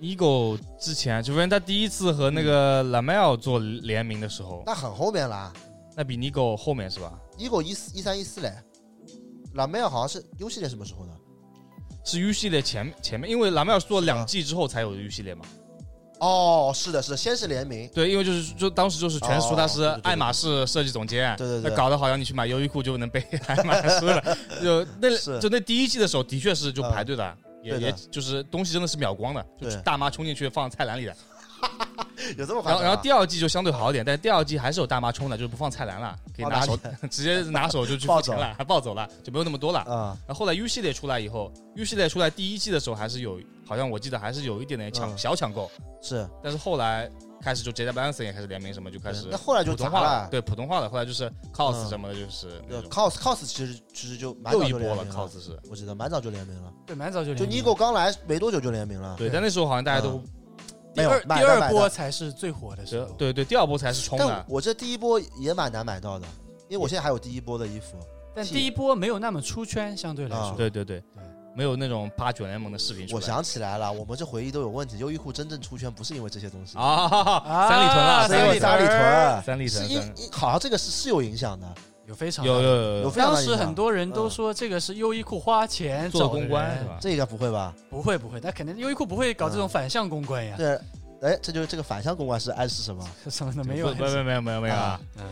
[SPEAKER 3] Ego 之前，就反正他第一次和那个
[SPEAKER 1] 嗯
[SPEAKER 3] Lamel 做联名的时候，
[SPEAKER 1] 那很后面了啊
[SPEAKER 3] 那比 Ego 后面是吧？
[SPEAKER 1] ，Ego 一四一三一四嘞，蓝妹好像是 U 系列什么时候的？
[SPEAKER 3] 是 U 系列前前面，因为 Lamel 做了两季之后才有 U 系列嘛。
[SPEAKER 1] 哦，是的，是的，先是联名，
[SPEAKER 3] 对，因为就是就当时就是全
[SPEAKER 1] 哦
[SPEAKER 3] 叔他是
[SPEAKER 1] 对对对
[SPEAKER 3] 爱马仕设计总监，
[SPEAKER 1] 对对对
[SPEAKER 3] 那搞得好像你去买优衣库就能被爱马 仕了，就那
[SPEAKER 1] 是嗯
[SPEAKER 3] 就那第一季的时候的确是就排队的，也
[SPEAKER 1] 对的
[SPEAKER 3] 也就是东西真的是秒光的，就
[SPEAKER 1] 对
[SPEAKER 3] 大妈冲进去放菜篮里的。
[SPEAKER 1] 有这么夸
[SPEAKER 3] 然
[SPEAKER 1] 张
[SPEAKER 3] 后
[SPEAKER 1] 啊？
[SPEAKER 3] 然后第二季就相对好一点，但第二季还是有大妈冲的，就是不放菜篮了，可以拿手
[SPEAKER 1] 放
[SPEAKER 3] 直接拿手就去付钱了，还抱走了，就没有那么多了。
[SPEAKER 1] 啊，
[SPEAKER 3] 然后后来 U 系列出来以后，U 系列出来第一季的时候还是有，好像我记得还是有一点点抢、
[SPEAKER 1] 嗯
[SPEAKER 3] 小抢购，
[SPEAKER 1] 是，
[SPEAKER 3] 但是后来开始就 J W Benson 也开始联名什么，就开始
[SPEAKER 1] 那后来就
[SPEAKER 3] 普
[SPEAKER 1] 砸
[SPEAKER 3] 通话了，
[SPEAKER 1] 了。
[SPEAKER 3] 对普通话了，后来就是
[SPEAKER 1] 嗯
[SPEAKER 3] cos 什么的，就是那
[SPEAKER 1] 呃
[SPEAKER 3] 种
[SPEAKER 1] cos cos 其实其实就蛮
[SPEAKER 3] 又
[SPEAKER 1] 早
[SPEAKER 3] 一
[SPEAKER 1] 就
[SPEAKER 3] 波
[SPEAKER 1] 联
[SPEAKER 3] 了
[SPEAKER 1] 名了
[SPEAKER 3] ，cos 是
[SPEAKER 1] 我记得蛮早就联名了，
[SPEAKER 2] 对，蛮早就
[SPEAKER 1] 就
[SPEAKER 2] 联名了
[SPEAKER 1] Nigo 刚来没多久就联名了。
[SPEAKER 3] 对，但那时候好像大家都
[SPEAKER 1] 嗯没
[SPEAKER 2] 第
[SPEAKER 1] 有
[SPEAKER 2] 二
[SPEAKER 1] 买
[SPEAKER 2] 第
[SPEAKER 1] 的
[SPEAKER 2] 二
[SPEAKER 1] 买的
[SPEAKER 2] 波才是最火的时
[SPEAKER 3] 对
[SPEAKER 2] 候，
[SPEAKER 3] 对对，第二波才是冲
[SPEAKER 1] 但
[SPEAKER 3] 的，
[SPEAKER 1] 我这第一波也蛮难买到的，因为我现在还有第一波的衣服。
[SPEAKER 2] 但
[SPEAKER 1] 替
[SPEAKER 2] 第一波没有那么出圈，相对来
[SPEAKER 1] 啊
[SPEAKER 2] 说，
[SPEAKER 3] 对对对
[SPEAKER 2] 对，
[SPEAKER 3] 没有那种八九联盟的视频出
[SPEAKER 1] 我
[SPEAKER 3] 来。
[SPEAKER 1] 想起来了，我们这回忆都有问题。优衣库真正出圈不是因为这些东西，
[SPEAKER 3] 啊，
[SPEAKER 2] 啊
[SPEAKER 3] 三里屯啊，
[SPEAKER 1] 是因为
[SPEAKER 3] 里
[SPEAKER 1] 三
[SPEAKER 3] 屯
[SPEAKER 1] 里
[SPEAKER 3] 儿，啊
[SPEAKER 1] 屯，
[SPEAKER 3] 三里
[SPEAKER 1] 是
[SPEAKER 3] 屯，
[SPEAKER 1] 因
[SPEAKER 3] 三里
[SPEAKER 1] 因好像这个是是有影响的，
[SPEAKER 2] 有非常
[SPEAKER 3] 屯有
[SPEAKER 2] 有。
[SPEAKER 3] 有
[SPEAKER 1] 有
[SPEAKER 3] 有
[SPEAKER 1] 非常
[SPEAKER 2] 当
[SPEAKER 1] 大的
[SPEAKER 2] 时
[SPEAKER 1] 影响
[SPEAKER 2] 很多人都说这个是优衣库花钱
[SPEAKER 3] 啊做
[SPEAKER 2] 找
[SPEAKER 3] 公
[SPEAKER 2] 的
[SPEAKER 3] 关
[SPEAKER 2] 人
[SPEAKER 3] 是吧？啊
[SPEAKER 1] 这应该不会吧？
[SPEAKER 2] 不会不会，那肯定优衣库不会搞这种反向公关呀，
[SPEAKER 1] 对，哎，这就是这个反向公关是暗示什么？
[SPEAKER 2] 什么的没有
[SPEAKER 3] 不不不没有没有没有啊，
[SPEAKER 2] 嗯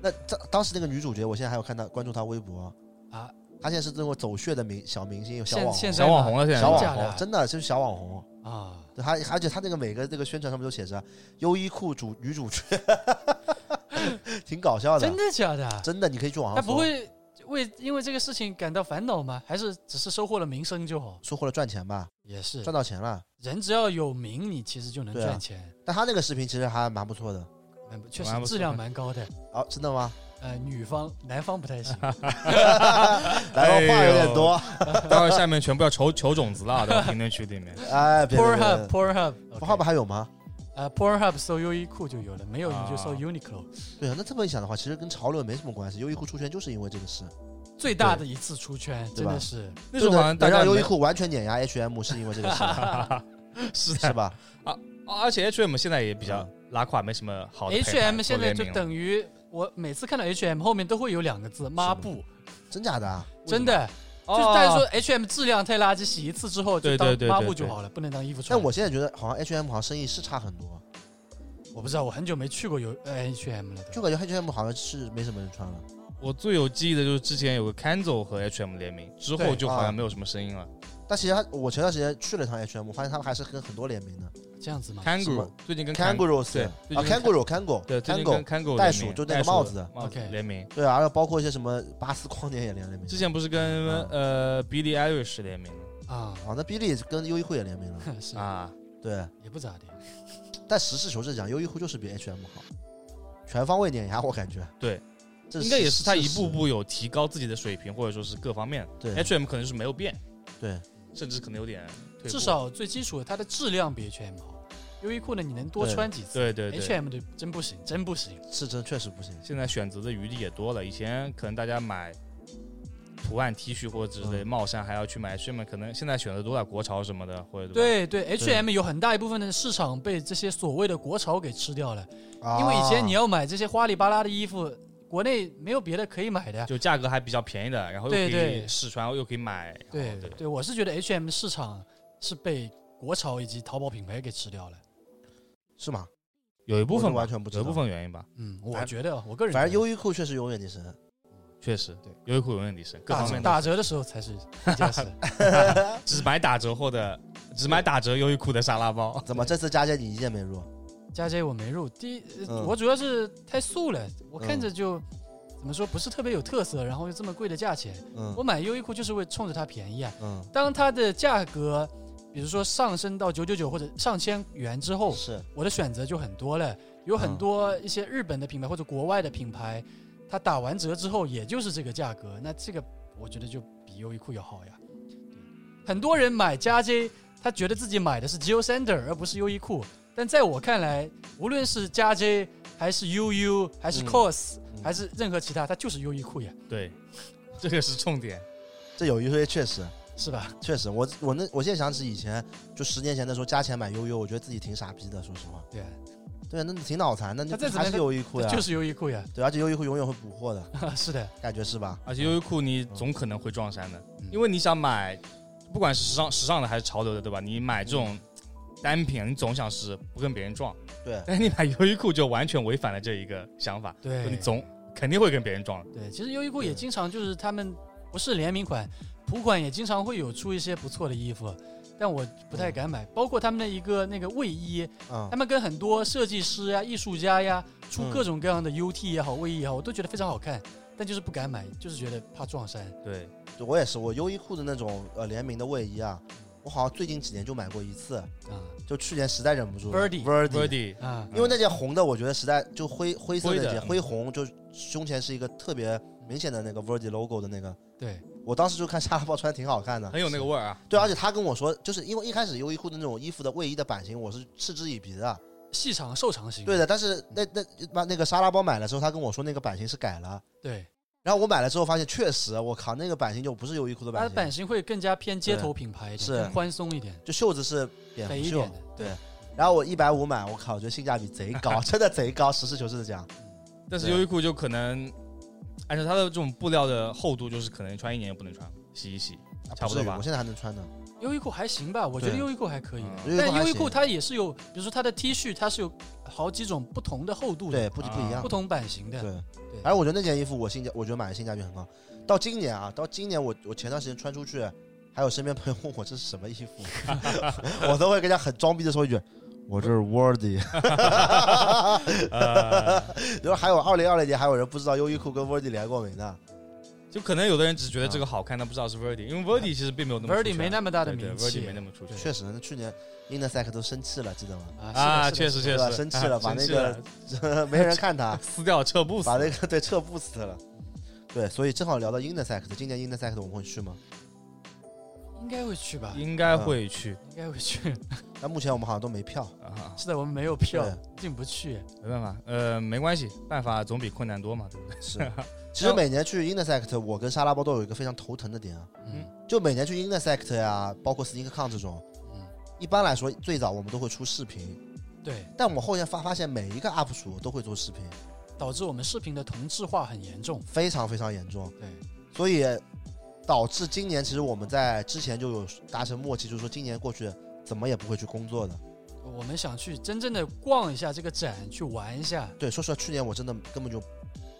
[SPEAKER 1] 那当当时那个女主角，我现在还有看她关注她微博
[SPEAKER 2] 啊，
[SPEAKER 1] 她现在是那种走穴的明小明星，小
[SPEAKER 2] 现
[SPEAKER 1] 网
[SPEAKER 2] 现
[SPEAKER 1] 红，
[SPEAKER 2] 在
[SPEAKER 3] 小网红了现在
[SPEAKER 1] 小
[SPEAKER 2] 真
[SPEAKER 1] 网
[SPEAKER 2] 假的
[SPEAKER 1] 红，真的就是小网红。
[SPEAKER 2] 啊，
[SPEAKER 1] 对她，而且她那个每个这个宣传上面都写着优衣库主女主角， 挺搞笑的。
[SPEAKER 2] 真的假的？
[SPEAKER 1] 真的，你可以去网
[SPEAKER 2] 他
[SPEAKER 1] 上
[SPEAKER 2] 不
[SPEAKER 1] 搜，
[SPEAKER 2] 会为因为这个事情感到烦恼吗？还是只是收获了名声就好？
[SPEAKER 1] 收获了赚钱吧，
[SPEAKER 2] 也是
[SPEAKER 1] 赚，到钱了。
[SPEAKER 2] 人只要有名，你其实就能
[SPEAKER 1] 对啊
[SPEAKER 2] 赚钱，
[SPEAKER 1] 但她那个视频其实还蛮不错的。
[SPEAKER 2] 蛮不确实
[SPEAKER 3] 蛮不错
[SPEAKER 2] 质量蛮高的。
[SPEAKER 1] 哦，真的吗？
[SPEAKER 2] 呃，女方男方不太行，哎
[SPEAKER 1] 来吧，话有点 多。
[SPEAKER 3] 待会儿下面全部要求求种子了啊，到评论区 里面。
[SPEAKER 1] 哎，别别别
[SPEAKER 2] Pornhub
[SPEAKER 1] 别
[SPEAKER 2] Pornhub
[SPEAKER 1] 不画吧还有吗？
[SPEAKER 2] 呃 Pornhub 搜优衣库就有了，没有你就搜
[SPEAKER 3] 啊
[SPEAKER 2] Uniqlo。
[SPEAKER 1] 对啊，那这么一想的话，其实跟潮流也没什么关系。优衣库出圈就是因为这个事，
[SPEAKER 2] 最大的一次出圈
[SPEAKER 1] 对
[SPEAKER 2] 真
[SPEAKER 1] 吧
[SPEAKER 2] 的是
[SPEAKER 3] 那时候好像
[SPEAKER 1] 对的
[SPEAKER 3] 大
[SPEAKER 1] 能
[SPEAKER 3] 家
[SPEAKER 1] 让优
[SPEAKER 3] 没
[SPEAKER 1] 衣 库完全碾压 H&M 是因为这个事，
[SPEAKER 3] 是
[SPEAKER 1] 是
[SPEAKER 3] 的，
[SPEAKER 1] 吧？
[SPEAKER 3] 啊而且 H&M 现在也比较拉胯，没什么好的配
[SPEAKER 2] H
[SPEAKER 3] 牌
[SPEAKER 2] M
[SPEAKER 3] 做
[SPEAKER 2] 现在就
[SPEAKER 3] 联名了
[SPEAKER 2] 等于我每次看到 H M 后面都会有两个字抹布，
[SPEAKER 1] 真假的啊？
[SPEAKER 2] 真的就
[SPEAKER 3] 哦
[SPEAKER 2] 是大家说 H M 质量太垃圾，洗一次之后就
[SPEAKER 3] 对
[SPEAKER 2] 当
[SPEAKER 3] 对对
[SPEAKER 2] 抹
[SPEAKER 3] 对
[SPEAKER 2] 布就
[SPEAKER 3] 对
[SPEAKER 2] 好了，不能当衣服穿
[SPEAKER 1] 但。我现在觉得好像 H&M 好像生意是差很多，
[SPEAKER 2] 我不知道，我很久没去过有呃 H M 了，
[SPEAKER 1] 就
[SPEAKER 2] 对吧
[SPEAKER 1] 感觉 H&M 好像是没什么人穿了。
[SPEAKER 3] 我最有记忆的就是之前有个 Kanzo 和 H&M 联名，之后
[SPEAKER 2] 对
[SPEAKER 3] 就好
[SPEAKER 1] 啊
[SPEAKER 3] 像没有什么声音了。
[SPEAKER 1] 但其实他我前段时间去了一趟 H&M，我发现他们还是跟很多联名的
[SPEAKER 2] 这样子嘛。
[SPEAKER 1] 什
[SPEAKER 3] Kangaroo
[SPEAKER 1] 么
[SPEAKER 3] 最近跟
[SPEAKER 1] ，Kangaroo 是
[SPEAKER 3] 对
[SPEAKER 1] 啊
[SPEAKER 3] 最近跟
[SPEAKER 1] ，Kangaroo Kangaroo
[SPEAKER 3] 对最近
[SPEAKER 1] Kangaroo，
[SPEAKER 3] 跟 Kangaroo
[SPEAKER 1] 袋
[SPEAKER 3] 联
[SPEAKER 1] 鼠
[SPEAKER 3] 名
[SPEAKER 1] 就那个
[SPEAKER 3] 袋鼠
[SPEAKER 1] 帽子的
[SPEAKER 3] 帽子
[SPEAKER 2] OK
[SPEAKER 3] 联名。
[SPEAKER 1] 对啊，然后包括一些什么巴斯光年也联联名。
[SPEAKER 3] 之前不是跟
[SPEAKER 1] 啊
[SPEAKER 3] 呃 Billie Eilish 联名了
[SPEAKER 2] 啊，
[SPEAKER 1] 啊，那 Billy 跟优衣库也联名了，
[SPEAKER 2] 是
[SPEAKER 3] 啊？
[SPEAKER 1] 对。
[SPEAKER 2] 也不咋地。
[SPEAKER 1] 但实事求是讲，优衣库就是比 H&M 好，全方位碾压，我感觉。
[SPEAKER 3] 对，
[SPEAKER 1] 这
[SPEAKER 3] 应该也是他一步
[SPEAKER 1] 事实
[SPEAKER 3] 步有提高自己的水平，或者说是各方面。
[SPEAKER 1] 对
[SPEAKER 2] 哎
[SPEAKER 3] H&M 可能是没有变，
[SPEAKER 1] 对，
[SPEAKER 3] 甚至可能有点退步
[SPEAKER 2] 至少最基础的，它的质量比 H M 好。优衣库呢，你能多
[SPEAKER 1] 对
[SPEAKER 2] 穿几次
[SPEAKER 3] 对对对。
[SPEAKER 2] ？H M 的真不行，真不行。
[SPEAKER 1] 是真确实不行。
[SPEAKER 3] 现在选择的余地也多了，以前可能大家买图案 T 恤或者之类的
[SPEAKER 1] 嗯
[SPEAKER 3] 帽衫还要去买 H&M，可能现在选择多了国潮什么的，或者吧
[SPEAKER 2] 对对，H M 有很大一部分的市场被这些所谓的国潮给吃掉了。
[SPEAKER 1] 啊
[SPEAKER 2] 因为以前你要买这些花里巴拉的衣服，国内没有别的可以买的呀。
[SPEAKER 3] 就价格还比较便宜的，然后又可
[SPEAKER 2] 对
[SPEAKER 3] 以
[SPEAKER 2] 对
[SPEAKER 3] 试穿，又可以买。
[SPEAKER 2] 对
[SPEAKER 3] 对
[SPEAKER 2] 对，我是觉得 H&M 市场是被国潮以及淘宝品牌给吃掉了。
[SPEAKER 1] 是吗？
[SPEAKER 3] 有一部分
[SPEAKER 1] 我
[SPEAKER 3] 吧
[SPEAKER 1] 完，全不知
[SPEAKER 3] 有一
[SPEAKER 1] 道。
[SPEAKER 3] 部分原因吧，
[SPEAKER 2] 嗯，
[SPEAKER 1] 反
[SPEAKER 2] 我觉得我个人
[SPEAKER 1] 反正
[SPEAKER 2] 觉得
[SPEAKER 1] 优衣库确实永远的神。
[SPEAKER 3] 确实，
[SPEAKER 1] 对
[SPEAKER 3] 优衣库永远领先，各
[SPEAKER 2] 打
[SPEAKER 3] 方
[SPEAKER 2] 折
[SPEAKER 3] 面都
[SPEAKER 2] 打折的时候才是一家 事。
[SPEAKER 3] 只买打折货的，只买打折优衣库的沙拉包。
[SPEAKER 1] 怎么这次佳佳你一件没入？
[SPEAKER 2] 佳佳我没入，第一、呃
[SPEAKER 1] 嗯
[SPEAKER 2] 我主要是太素了，我看
[SPEAKER 1] 嗯
[SPEAKER 2] 着就、怎么说不是特别有特色，然后又这么贵的价钱，我
[SPEAKER 1] 嗯
[SPEAKER 2] 买优衣库就是为冲着它便宜啊。
[SPEAKER 1] 嗯，
[SPEAKER 2] 当它的价格比如说上升到九九九或者上千元之后，
[SPEAKER 1] 是
[SPEAKER 2] 我的选择就很多了，有很
[SPEAKER 1] 嗯
[SPEAKER 2] 多一些日本的品牌或者国外的品牌，它打完折之后也就是这个价格，那这个我觉得就比优衣库要好呀。很多人买加 J 他觉得自己买的是 Geo Sander 而不是优衣库。但在我看来，无论是加 J 还是 UU 还是
[SPEAKER 1] 嗯
[SPEAKER 2] COS、
[SPEAKER 1] 嗯
[SPEAKER 2] 还是任何其他，它就是优衣库呀，
[SPEAKER 3] 对，这个是重点。
[SPEAKER 1] 这有一说一，确实
[SPEAKER 2] 是吧？
[SPEAKER 1] 确实，我我那我现在想起以前就十年前的时候加钱买悠悠，我觉得自己挺傻逼的，说实话。
[SPEAKER 2] 对啊，
[SPEAKER 1] 对，那挺脑残的，
[SPEAKER 2] 他
[SPEAKER 1] 那
[SPEAKER 2] 再怎
[SPEAKER 1] 还
[SPEAKER 2] 么
[SPEAKER 1] 是
[SPEAKER 2] 样
[SPEAKER 1] 优衣库呀，
[SPEAKER 2] 就是优衣库呀，
[SPEAKER 1] 对，而且优衣库永远会补货的，
[SPEAKER 2] 是的，
[SPEAKER 1] 感觉是吧？
[SPEAKER 3] 而且优衣库你总可能会撞衫的，
[SPEAKER 2] 嗯
[SPEAKER 3] 因为你想买，不管是时尚时尚的还是潮流的，对吧？你买这种单品，你总想是不跟别人撞，
[SPEAKER 1] 对，
[SPEAKER 3] 但是你买优衣库就完全违反了这一个想法，就
[SPEAKER 2] 对，
[SPEAKER 3] 你总肯定会跟别人撞的。
[SPEAKER 2] 对，其实优衣库也经常就是他们不是联名款，普款也经常会有出一些不错的衣服，但我不太敢买。包括他们的一个那个卫衣，
[SPEAKER 1] 嗯
[SPEAKER 2] 他，们跟很多设计师呀、艺术家呀出
[SPEAKER 1] 嗯
[SPEAKER 2] 各种各样的 UT 也好、卫衣也好，我都觉得非常好看，但就是不敢买，就是觉得怕撞衫。
[SPEAKER 3] 对，
[SPEAKER 1] 对我也是，我优衣库的那种呃联名的卫衣啊，我好像最近几年就买过一次，
[SPEAKER 2] 啊
[SPEAKER 1] 就去年实在忍不住了
[SPEAKER 2] Verdi
[SPEAKER 3] v e r
[SPEAKER 1] Verdi，
[SPEAKER 3] d i
[SPEAKER 2] 啊，
[SPEAKER 1] 因为那件红的，我觉得实在就灰灰色
[SPEAKER 3] 灰
[SPEAKER 1] 那
[SPEAKER 3] 的
[SPEAKER 1] 件
[SPEAKER 3] 嗯
[SPEAKER 1] 灰红，就胸前是一个特别明显的那个 Verdi logo 的那个，
[SPEAKER 2] 对，
[SPEAKER 1] 我当时就看沙拉包穿挺好看的，
[SPEAKER 3] 很有那个味儿啊。
[SPEAKER 1] 对，而且他跟我说，就是因为一开始优衣库的那种衣服的卫衣的版型，我是嗤之以鼻的。
[SPEAKER 2] 细长瘦长型。
[SPEAKER 1] 对的，但是那那把那个沙拉包买了之后，他跟我说那个版型是改了。
[SPEAKER 2] 对，
[SPEAKER 1] 然后我买了之后发现，确实，我靠，那个版型就不是优衣库的
[SPEAKER 2] 它的
[SPEAKER 1] 版
[SPEAKER 2] 版
[SPEAKER 1] 型，
[SPEAKER 2] 型会更加偏街头品牌一
[SPEAKER 1] 是
[SPEAKER 2] 点，更宽松一点，
[SPEAKER 1] 就袖子是蝙
[SPEAKER 2] 肥
[SPEAKER 1] 蝠
[SPEAKER 2] 一
[SPEAKER 1] 袖
[SPEAKER 2] 点。的。
[SPEAKER 1] 对，然后我一百五买，我靠，我觉得性价比贼高，真的贼高，实事求是的讲。
[SPEAKER 3] 但是
[SPEAKER 2] 啊
[SPEAKER 1] 对
[SPEAKER 3] 优衣库就可能按照它的这种布料的厚度，就是可能穿一年也不能穿，洗 一洗。
[SPEAKER 1] 啊
[SPEAKER 3] 差不
[SPEAKER 1] 至
[SPEAKER 3] 多
[SPEAKER 1] 于
[SPEAKER 3] 吧
[SPEAKER 1] 我现在还能穿呢。
[SPEAKER 2] 优衣库还行吧，我觉得
[SPEAKER 1] 对
[SPEAKER 2] 优衣库还可以。
[SPEAKER 3] 嗯
[SPEAKER 1] 优衣
[SPEAKER 2] 但
[SPEAKER 1] 库还
[SPEAKER 2] 优衣
[SPEAKER 1] 行
[SPEAKER 2] 库它也是有，比如说它的 T 恤，它是有好几种不同的厚度的，
[SPEAKER 1] 对，不不一样
[SPEAKER 2] 不。同版型的。
[SPEAKER 1] 对，
[SPEAKER 2] 对
[SPEAKER 1] 反正我觉得那件衣服我性价，我觉得买的性价比很高。到今年啊，到今年我我前段时间穿出去，还有身边朋友问我这是什么衣服， 我都会跟人家很装逼的说一句。我这是 Wordy，
[SPEAKER 3] 呃，
[SPEAKER 1] 然后还有二零二零年还有人不知道优衣库跟 Wordy 连过名的，
[SPEAKER 3] 就可能有的人只觉得这个好看，但不知道是 Verdi，因为 Verdi 其实并没有那么
[SPEAKER 2] 啊 Verdi 没那么大
[SPEAKER 3] 大
[SPEAKER 2] 的名气
[SPEAKER 3] Verdi 没那么出圈。
[SPEAKER 1] 确实，那去年 Innersec 都生气了，记得吗？
[SPEAKER 3] 啊，
[SPEAKER 2] 啊，
[SPEAKER 3] 确
[SPEAKER 2] 是的是
[SPEAKER 1] 对
[SPEAKER 2] 的
[SPEAKER 3] 实确
[SPEAKER 1] 吧
[SPEAKER 3] 实啊
[SPEAKER 1] 生气了把
[SPEAKER 3] 生气
[SPEAKER 1] 那个
[SPEAKER 3] 了
[SPEAKER 1] 没人看 他，
[SPEAKER 3] 撕掉撤步死
[SPEAKER 1] 把。那个对撤 boost 了。对，所以正好聊到 Innersec，今年 Innersec 我们会去吗？
[SPEAKER 2] 应该会去吧，应
[SPEAKER 3] 应该会去
[SPEAKER 2] 该会去。
[SPEAKER 1] 但目前我们好像都没票，
[SPEAKER 3] 啊，
[SPEAKER 2] 是的，我们没有票
[SPEAKER 1] 对，
[SPEAKER 2] 进不去。
[SPEAKER 3] 没办法，呃，没关系，办法总比困难多嘛，对不对？
[SPEAKER 1] 是， 其实每年去 Intersect，我跟沙拉包都有一个非常头疼的点啊，
[SPEAKER 2] 嗯
[SPEAKER 1] 就每年去 Intersect 呀、包括 SneakerCon 这种，
[SPEAKER 2] 嗯，
[SPEAKER 1] 一般来说最早我们都会出视频，
[SPEAKER 2] 对，
[SPEAKER 1] 但我后面发发现每一个 UP 主都会做视频，
[SPEAKER 2] 导致我们视频的同质化很严重。
[SPEAKER 1] 非常非常严重，
[SPEAKER 2] 对，
[SPEAKER 1] 所以导致今年其实我们在之前就有达成默契，就是说今年过去怎么也不会去工作的。
[SPEAKER 2] 我们想去真正的逛一下这个展，去玩一下。
[SPEAKER 1] 对，说实话，去年我真的根本就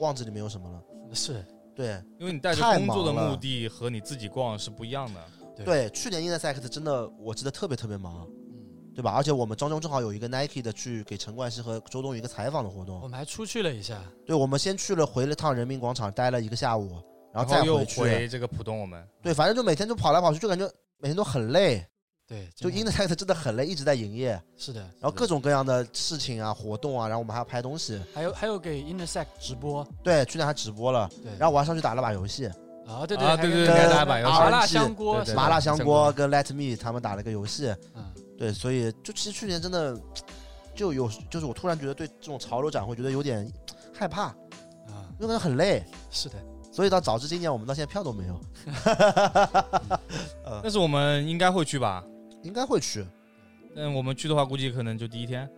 [SPEAKER 1] 忘记里面有什么了。
[SPEAKER 2] 是，
[SPEAKER 1] 对
[SPEAKER 3] 因为你带着
[SPEAKER 1] 太
[SPEAKER 3] 工作的
[SPEAKER 1] 忙了
[SPEAKER 3] 目的和你自己逛是不一样的。
[SPEAKER 1] 对，去年 Intersect 真的我记得特别特别忙。
[SPEAKER 2] 嗯，
[SPEAKER 1] 对吧？而且我们当中正好有一个 Nike 的去给陈冠希和周冬雨一个采访的活
[SPEAKER 2] 我
[SPEAKER 1] 动。
[SPEAKER 2] 们还出去了一下。
[SPEAKER 1] 对，我们先去了回了趟人民广场，待了一个下午，然后再
[SPEAKER 3] 又
[SPEAKER 1] 回去。
[SPEAKER 3] 回这个浦东，我们
[SPEAKER 1] 对，反正就每天就跑来跑去，就感觉每天都很累。
[SPEAKER 2] 对，
[SPEAKER 1] 就
[SPEAKER 2] 真的
[SPEAKER 1] Intersect 真的很累，一直在营业，
[SPEAKER 2] 是的，
[SPEAKER 1] 然后各种各样的事情啊、活动啊，然后我们还要拍东西。
[SPEAKER 2] 还有还有给 Intersect 直播。
[SPEAKER 1] 对，去年还直播了，
[SPEAKER 2] 对，
[SPEAKER 1] 然后我还上去打了把游戏，
[SPEAKER 2] 啊，对
[SPEAKER 3] 啊
[SPEAKER 2] 对
[SPEAKER 3] 对对
[SPEAKER 1] 对
[SPEAKER 2] 跟
[SPEAKER 1] 大
[SPEAKER 3] 家把游戏
[SPEAKER 2] 麻辣
[SPEAKER 1] 玩起
[SPEAKER 2] 香锅
[SPEAKER 3] 对
[SPEAKER 2] 是
[SPEAKER 3] 对
[SPEAKER 2] 吧，
[SPEAKER 1] 麻辣香锅
[SPEAKER 3] 香锅
[SPEAKER 1] 跟 Let Me 他们打了个游戏。
[SPEAKER 2] 嗯，
[SPEAKER 1] 对，所以就其实去年真的就有，就是我突然觉得对这种潮流展会觉得有点害怕，
[SPEAKER 2] 啊，
[SPEAKER 1] 因为感觉很累。
[SPEAKER 2] 是的，
[SPEAKER 1] 所以到早知今年我们到现在票都没有，嗯
[SPEAKER 3] 但是我们应该会去吧？
[SPEAKER 1] 应该会去。
[SPEAKER 3] 但我们去的话，估计可能就第一天。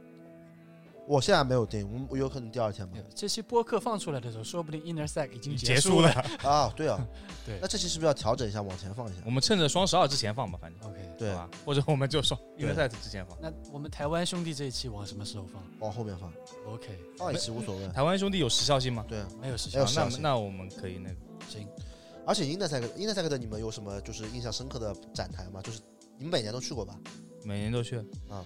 [SPEAKER 1] 我现在没有定，我们有可能第二天吧
[SPEAKER 2] 对。这期播客放出来的时候，说不定 Intersect 已经
[SPEAKER 3] 结
[SPEAKER 2] 束
[SPEAKER 3] 了，。
[SPEAKER 1] 啊，对啊，
[SPEAKER 2] 对
[SPEAKER 1] 那这期是不是要调整一下，往前放一下
[SPEAKER 3] 我？们趁着双十二之前放吧，反正
[SPEAKER 2] OK，
[SPEAKER 1] 对
[SPEAKER 3] 好，啊吧，或者我们就双
[SPEAKER 1] 对
[SPEAKER 3] Intersect 之前放。
[SPEAKER 2] 那我们台湾兄弟这一期往什么时候放
[SPEAKER 1] 往后面放，
[SPEAKER 2] ？OK，
[SPEAKER 1] 放一期无所谓。
[SPEAKER 3] 台湾兄弟有时效性吗？
[SPEAKER 1] 对，
[SPEAKER 2] 没有时
[SPEAKER 1] 没
[SPEAKER 2] 间
[SPEAKER 1] 有
[SPEAKER 3] 啊
[SPEAKER 1] 时
[SPEAKER 3] 那
[SPEAKER 1] 效性
[SPEAKER 3] 那我们可以那个，
[SPEAKER 2] 行。
[SPEAKER 1] 而且 Intersect Intersect 你们有什么就是印象深刻的展台吗？就是你们每年都去过吧？
[SPEAKER 3] 每年都去
[SPEAKER 1] 啊。